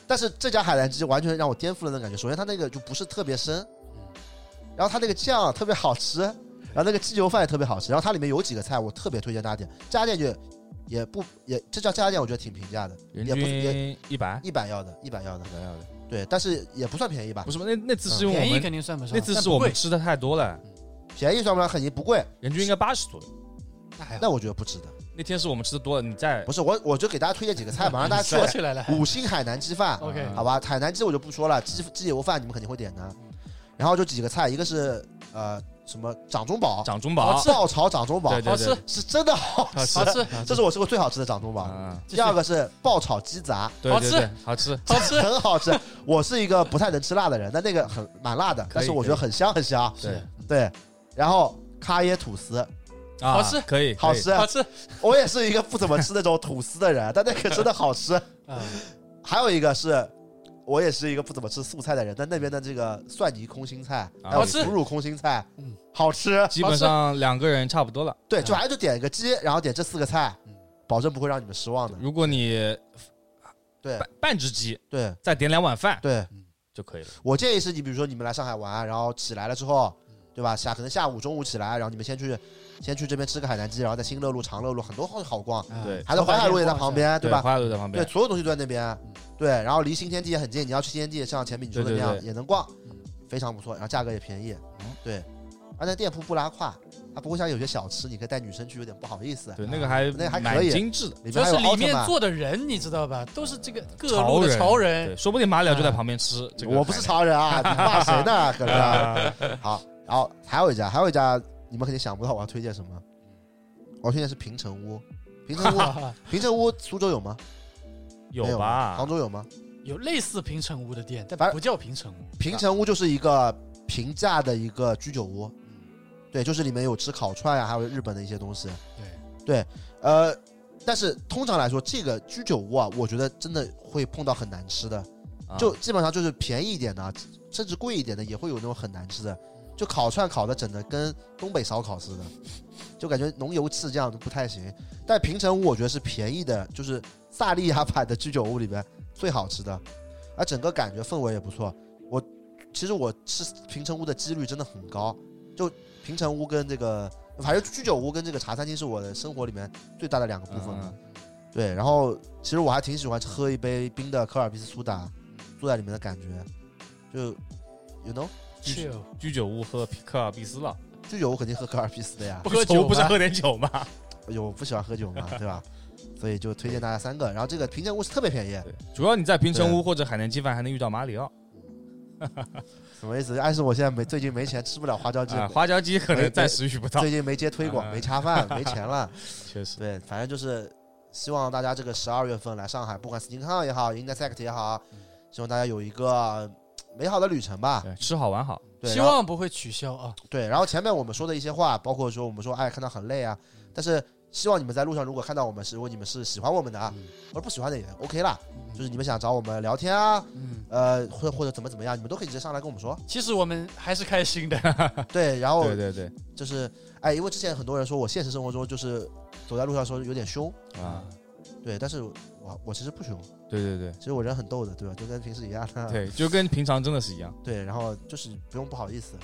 [SPEAKER 1] 但是这家海南鸡完全让我颠覆了那种感觉。首先它那个就不是特别深，然后它那个酱特别好吃，然后那个鸡油饭也特别好吃，然后它里面有几个菜我特别推荐大家点，这家店就也不也这家这家店我觉得挺平价的，
[SPEAKER 3] 人
[SPEAKER 1] 也不是也
[SPEAKER 3] 均一百，
[SPEAKER 1] 一百要的，一百嗯要的，
[SPEAKER 3] 没有的，
[SPEAKER 1] 对，但是也不算便宜吧
[SPEAKER 3] 不，是那那次是因为
[SPEAKER 2] 便
[SPEAKER 3] 我
[SPEAKER 2] 宜
[SPEAKER 3] 们
[SPEAKER 2] 肯定算不上，
[SPEAKER 3] 那次
[SPEAKER 2] 但
[SPEAKER 3] 是
[SPEAKER 2] 不
[SPEAKER 3] 我们
[SPEAKER 2] 贵
[SPEAKER 3] 吃的太多了，
[SPEAKER 1] 便宜算不上很便宜，不贵，
[SPEAKER 3] 人均应该八十左右。
[SPEAKER 2] 那还好
[SPEAKER 1] 那我觉得不 值得。
[SPEAKER 3] 那天是我们吃的多了，你再
[SPEAKER 1] 不是我，我就给大家推荐几个菜吧，让大家去
[SPEAKER 2] 说 起来了，
[SPEAKER 1] 五星海南鸡饭，
[SPEAKER 2] OK
[SPEAKER 1] 好
[SPEAKER 3] 嗯
[SPEAKER 1] 吧，海南鸡我就不说了，鸡鸡油饭你们肯定会点的。然后就几个菜，一个是呃什么掌中宝，
[SPEAKER 3] 掌中宝
[SPEAKER 2] 好，
[SPEAKER 1] 爆炒掌中宝
[SPEAKER 3] 对
[SPEAKER 2] 好
[SPEAKER 3] 对
[SPEAKER 2] 吃
[SPEAKER 3] 对，
[SPEAKER 1] 是真的好
[SPEAKER 3] 好
[SPEAKER 1] 吃
[SPEAKER 3] 吃
[SPEAKER 2] 好，吃
[SPEAKER 1] 这是我吃过最好吃的掌中宝。
[SPEAKER 3] 啊，
[SPEAKER 2] 继续
[SPEAKER 1] 第二个是爆炒鸡杂，
[SPEAKER 3] 对
[SPEAKER 2] 好
[SPEAKER 3] 对
[SPEAKER 2] 吃
[SPEAKER 3] 对，好吃，
[SPEAKER 2] 好吃，
[SPEAKER 1] 很好吃。我是一个不太能吃辣的人，但那个很蛮辣的，但是我觉得很香很香。
[SPEAKER 3] 对，
[SPEAKER 1] 对，然后咖椰吐司
[SPEAKER 3] 啊
[SPEAKER 2] 好吃
[SPEAKER 3] 可以，
[SPEAKER 1] 好
[SPEAKER 3] 可以
[SPEAKER 1] 吃，啊
[SPEAKER 2] 好吃
[SPEAKER 1] 我也是一个不怎么吃那种吐司的人，但那个真的好吃。
[SPEAKER 2] 啊！
[SPEAKER 1] 还有一个是，我也是一个不怎么吃素菜的人，但那边的这个蒜泥空心菜，
[SPEAKER 3] 啊
[SPEAKER 1] 还有
[SPEAKER 2] 好吃
[SPEAKER 1] 腐乳空心菜，
[SPEAKER 2] 嗯
[SPEAKER 1] 好吃。
[SPEAKER 3] 基本上两个人差不多了。
[SPEAKER 1] 对，就还就点一个鸡，然后点这四个菜，保证不会让你们失望的。
[SPEAKER 3] 如果你
[SPEAKER 1] 对
[SPEAKER 3] 半半只鸡，
[SPEAKER 1] 对
[SPEAKER 3] 再点两碗饭
[SPEAKER 1] 对，
[SPEAKER 3] 就可以了。
[SPEAKER 1] 我建议是你，比如说你们来上海玩，然后起来了之后，对吧？下可能下午、中午起来，然后你们先去，先去这边吃个海南鸡，然后在新乐路、长乐路很多好好逛，
[SPEAKER 2] 啊
[SPEAKER 3] 对
[SPEAKER 1] 还有淮海路也在旁，边，
[SPEAKER 3] 对
[SPEAKER 1] 吧？
[SPEAKER 3] 花都在旁
[SPEAKER 1] 对，
[SPEAKER 3] 边，
[SPEAKER 1] 所有东西都在那边。啊对，然后离新天地也很近，你要去新天地，像前面你说的那
[SPEAKER 3] 嗯对嗯对
[SPEAKER 1] 样
[SPEAKER 3] 对
[SPEAKER 1] 也能逛
[SPEAKER 2] 嗯，
[SPEAKER 1] 非常不错，然后价格也便宜。对，而且店铺不拉胯，它不会像有些小吃，你可以带女生去有点不好意思。
[SPEAKER 3] 对那个还
[SPEAKER 1] 那还可
[SPEAKER 3] 蛮
[SPEAKER 1] 以
[SPEAKER 3] 精致的。
[SPEAKER 1] 里
[SPEAKER 2] 主
[SPEAKER 1] 面
[SPEAKER 2] 要
[SPEAKER 1] 还
[SPEAKER 2] 是
[SPEAKER 1] 有
[SPEAKER 2] 里
[SPEAKER 1] 奥特
[SPEAKER 2] 面
[SPEAKER 1] 曼，
[SPEAKER 2] 坐的人，你知道吧？都是这个各路的潮
[SPEAKER 3] 潮
[SPEAKER 2] 人
[SPEAKER 3] 对，，说不定马里奥就在旁边吃这个
[SPEAKER 1] 哎
[SPEAKER 3] 海南。
[SPEAKER 1] 嗯
[SPEAKER 3] 啊
[SPEAKER 1] 我不是潮人 啊，你骂谁呢？可能。好，然后还有一家，还有一家，你们肯定想不到我要推荐什么。
[SPEAKER 3] 嗯
[SPEAKER 1] 我要推荐是平城屋，平城 屋，平城屋，苏州有吗？没
[SPEAKER 3] 有
[SPEAKER 1] 吧？
[SPEAKER 3] 吧
[SPEAKER 1] 杭？州有吗？
[SPEAKER 2] 有类似平城屋的店，
[SPEAKER 1] 反
[SPEAKER 2] 但
[SPEAKER 1] 正
[SPEAKER 2] 不叫平城屋。
[SPEAKER 1] 平城屋就是一个平价的一个居酒屋，对，就是里面有吃烤串呀、啊还有日本的一些东西。
[SPEAKER 2] 对，
[SPEAKER 1] 呃，但是通常来说，这个居酒屋啊，我觉得真的会碰到很难吃的，
[SPEAKER 3] 啊
[SPEAKER 1] 就基本上就是便宜一点的啊，甚至贵一点的也会有那种很难吃的，就烤串烤的整的跟东北烧烤似的，就感觉浓油赤酱不太行。但平城屋我觉得是便宜的，就是萨莉亚版的居酒屋里边最好吃的，而整个感觉氛围也不错。我其实我吃平城屋的几率真的很高，就平城屋跟这个反正居酒屋跟这个茶餐厅是我的生活里面最大的两个部分了。
[SPEAKER 3] 嗯
[SPEAKER 1] 对，然后其实我还挺喜欢喝一杯冰的科尔必斯苏打，坐在里面的感觉，就，you know，
[SPEAKER 3] Chill 居酒屋喝皮克尔必斯了，
[SPEAKER 1] 居酒屋肯定喝科尔必斯的呀
[SPEAKER 2] 不，喝酒
[SPEAKER 3] 居酒屋不是
[SPEAKER 2] 吗
[SPEAKER 3] 喝点酒 吗？
[SPEAKER 1] 哎呦，我不喜欢喝酒嘛，对吧？所以就推荐大家三个，然后这个平价屋是特别便宜，
[SPEAKER 3] 对，主要你在平城屋或者海南鸡饭还能遇到马里奥
[SPEAKER 1] 什么意思？暗示我现在没最近没钱吃不了花椒鸡，
[SPEAKER 3] 啊，花椒鸡可能暂时遇不到，
[SPEAKER 1] 最近没接推广，
[SPEAKER 3] 嗯
[SPEAKER 1] 没恰饭，没钱了。
[SPEAKER 3] 确实。
[SPEAKER 1] 对，反正就是希望大家这个十二月份来上海，不管 Skin Con 也好，Intersect 也好，希望大家有一个美好的旅程吧。
[SPEAKER 3] 对，吃好玩好，
[SPEAKER 1] 对，
[SPEAKER 2] 希
[SPEAKER 1] 然后
[SPEAKER 2] 望不会取消啊。
[SPEAKER 1] 对，然后前面我们说的一些话，包括说我们说哎看到很累啊，
[SPEAKER 3] 嗯
[SPEAKER 1] 但是希望你们在路上如果看到我们是，如果你们是喜欢我们的
[SPEAKER 2] 嗯
[SPEAKER 3] 嗯
[SPEAKER 1] 啊，或者不喜欢的也 OK 啦，就是你们想找我们聊天啊，
[SPEAKER 2] 嗯，
[SPEAKER 1] 呃，或者或者怎么怎么样，你们都可以直接上来跟我们 说。
[SPEAKER 2] 其实我们还是开心的。
[SPEAKER 1] 对，然后
[SPEAKER 3] 对对对
[SPEAKER 1] 就是哎，因为之前很多人说我现实生活中就是走在路上说有点凶，
[SPEAKER 3] 啊，
[SPEAKER 1] 对，但是我我其实不凶，
[SPEAKER 3] 对对对
[SPEAKER 1] 其实我人很逗的，对吧？就跟平时一样的。
[SPEAKER 3] 对，就跟平常真的是一样，
[SPEAKER 1] 对，然后就是不用不好意思。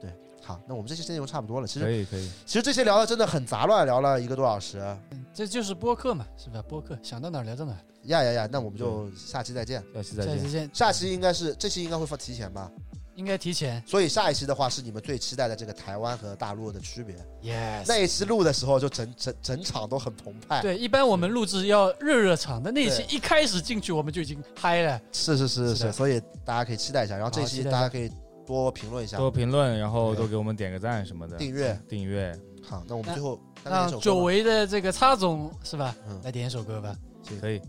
[SPEAKER 1] 对，好，那我们这期内容差不多了。其
[SPEAKER 3] 可
[SPEAKER 1] 实
[SPEAKER 3] 以可以，
[SPEAKER 1] 其实这些聊的真的很杂乱，聊了一个多小时。啊
[SPEAKER 2] 这就是播客嘛，是吧？播客想到哪儿聊到哪儿。
[SPEAKER 1] 呀呀呀！那
[SPEAKER 2] 嗯
[SPEAKER 1] 我们就下期再见。
[SPEAKER 3] 下期再
[SPEAKER 2] 下期
[SPEAKER 3] 见，
[SPEAKER 2] 见，
[SPEAKER 1] 下期应该是这期应该会放提前吧，
[SPEAKER 2] 应该提前。
[SPEAKER 1] 所以下一期的话是你们最期待的这个台湾和大陆的区别。
[SPEAKER 2] Yes。
[SPEAKER 1] 那一期录的时候就整整整场都很澎湃，
[SPEAKER 2] 对，一般我们录制要热热场的，那一期
[SPEAKER 1] 对
[SPEAKER 2] 一开始进去我们就已经嗨了。
[SPEAKER 1] 是是是是
[SPEAKER 2] 是的
[SPEAKER 1] 是，所以大家可以期待一下。然后这一
[SPEAKER 2] 好期
[SPEAKER 1] 期
[SPEAKER 2] 待
[SPEAKER 1] 大
[SPEAKER 2] 一下
[SPEAKER 1] 家可以多评论一下，
[SPEAKER 3] 多评论，然后
[SPEAKER 1] 对
[SPEAKER 3] 多给我们点个赞什么的，
[SPEAKER 1] 订阅。
[SPEAKER 3] 订阅，
[SPEAKER 2] 嗯
[SPEAKER 1] 好，那我们最后单个
[SPEAKER 2] 让
[SPEAKER 1] 一首
[SPEAKER 2] 久
[SPEAKER 1] 歌吧，
[SPEAKER 2] 违的这个叉总是吧？
[SPEAKER 1] 嗯，
[SPEAKER 2] 来点一首歌吧。
[SPEAKER 3] 可以。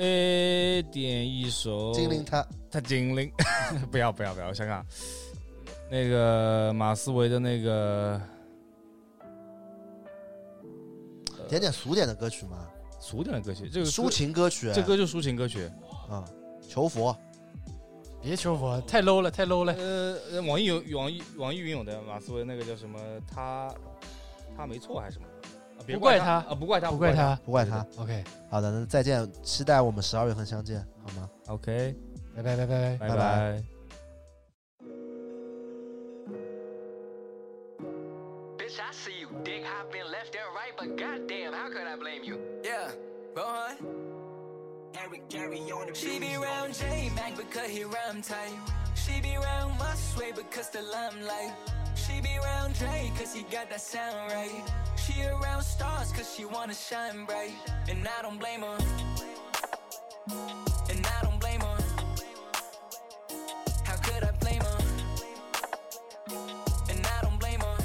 [SPEAKER 3] 呃，点一首
[SPEAKER 1] 精灵它
[SPEAKER 3] 他精灵， 不要不要不要，我想想啊，那个马思唯的那个
[SPEAKER 1] 点点俗点的歌曲嘛，
[SPEAKER 3] 俗点的歌曲，这个歌
[SPEAKER 1] 抒，情歌曲，
[SPEAKER 3] 这歌就抒情歌曲。
[SPEAKER 1] 啊，求佛
[SPEAKER 2] 别求佛，太 low 了，太 low
[SPEAKER 1] 嗯
[SPEAKER 2] 了。
[SPEAKER 3] 呃，呃网易有网易网易云有的马思唯那个叫什么？他他没错还是什么？啊别
[SPEAKER 2] 不怪
[SPEAKER 3] 他
[SPEAKER 2] 他
[SPEAKER 3] 啊，不怪他，
[SPEAKER 2] 不怪
[SPEAKER 3] 他。
[SPEAKER 2] 他。
[SPEAKER 1] 不怪他。
[SPEAKER 2] OK，
[SPEAKER 1] 好的，那再见，期待我们十二月份相见，好吗？
[SPEAKER 3] OK，
[SPEAKER 2] 拜拜拜拜
[SPEAKER 1] 拜
[SPEAKER 2] 拜。
[SPEAKER 3] 拜拜。
[SPEAKER 4] Bitch, I see you dick hopping left and right, but goddamn, how could I blame you?
[SPEAKER 5] Yeah, Bohan. She be round J Mac because he rhyme tight. She be round my sway because the limelight. She be round Dre cause he got that sound right. She around stars cause she wanna shine bright. And I don't blame her. And I don't blame her. How could I blame her? And I don't blame her.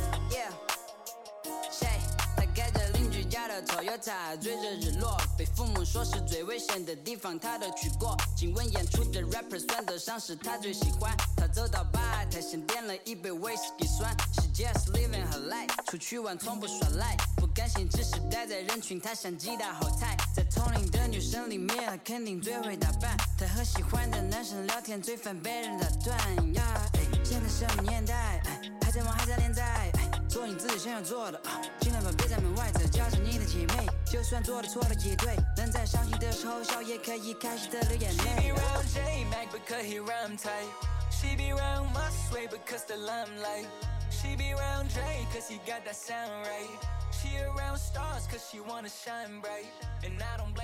[SPEAKER 6] 谁？他开着邻居家的 Toyota，追着日落。被父母说是最危险的地方，他都去过。请问演出的 rapper 算得上是他最喜欢。他走到吧台，先点了一杯 whisky 酸。She just living her life，出去玩从不耍赖，不甘心只是待在人群，他想击打好菜。在同龄的女生里面，她肯定最会打扮。她和喜欢的男生聊天，最烦被人打断呀。哎现在什么年代？哎还在玩，还在恋爱。哎做你自己想要做的，啊尽量吧，别在门外再交上你的姐妹。就算做的错了也对，能在伤心的时候笑，也可以开心的流眼
[SPEAKER 5] She be
[SPEAKER 6] 泪。
[SPEAKER 5] round J Mac because he rhyme tight. She be round my sway because the limelight. She be round Dre cause he got that sound right. She around stars cause she wanna shine bright. And I don't blame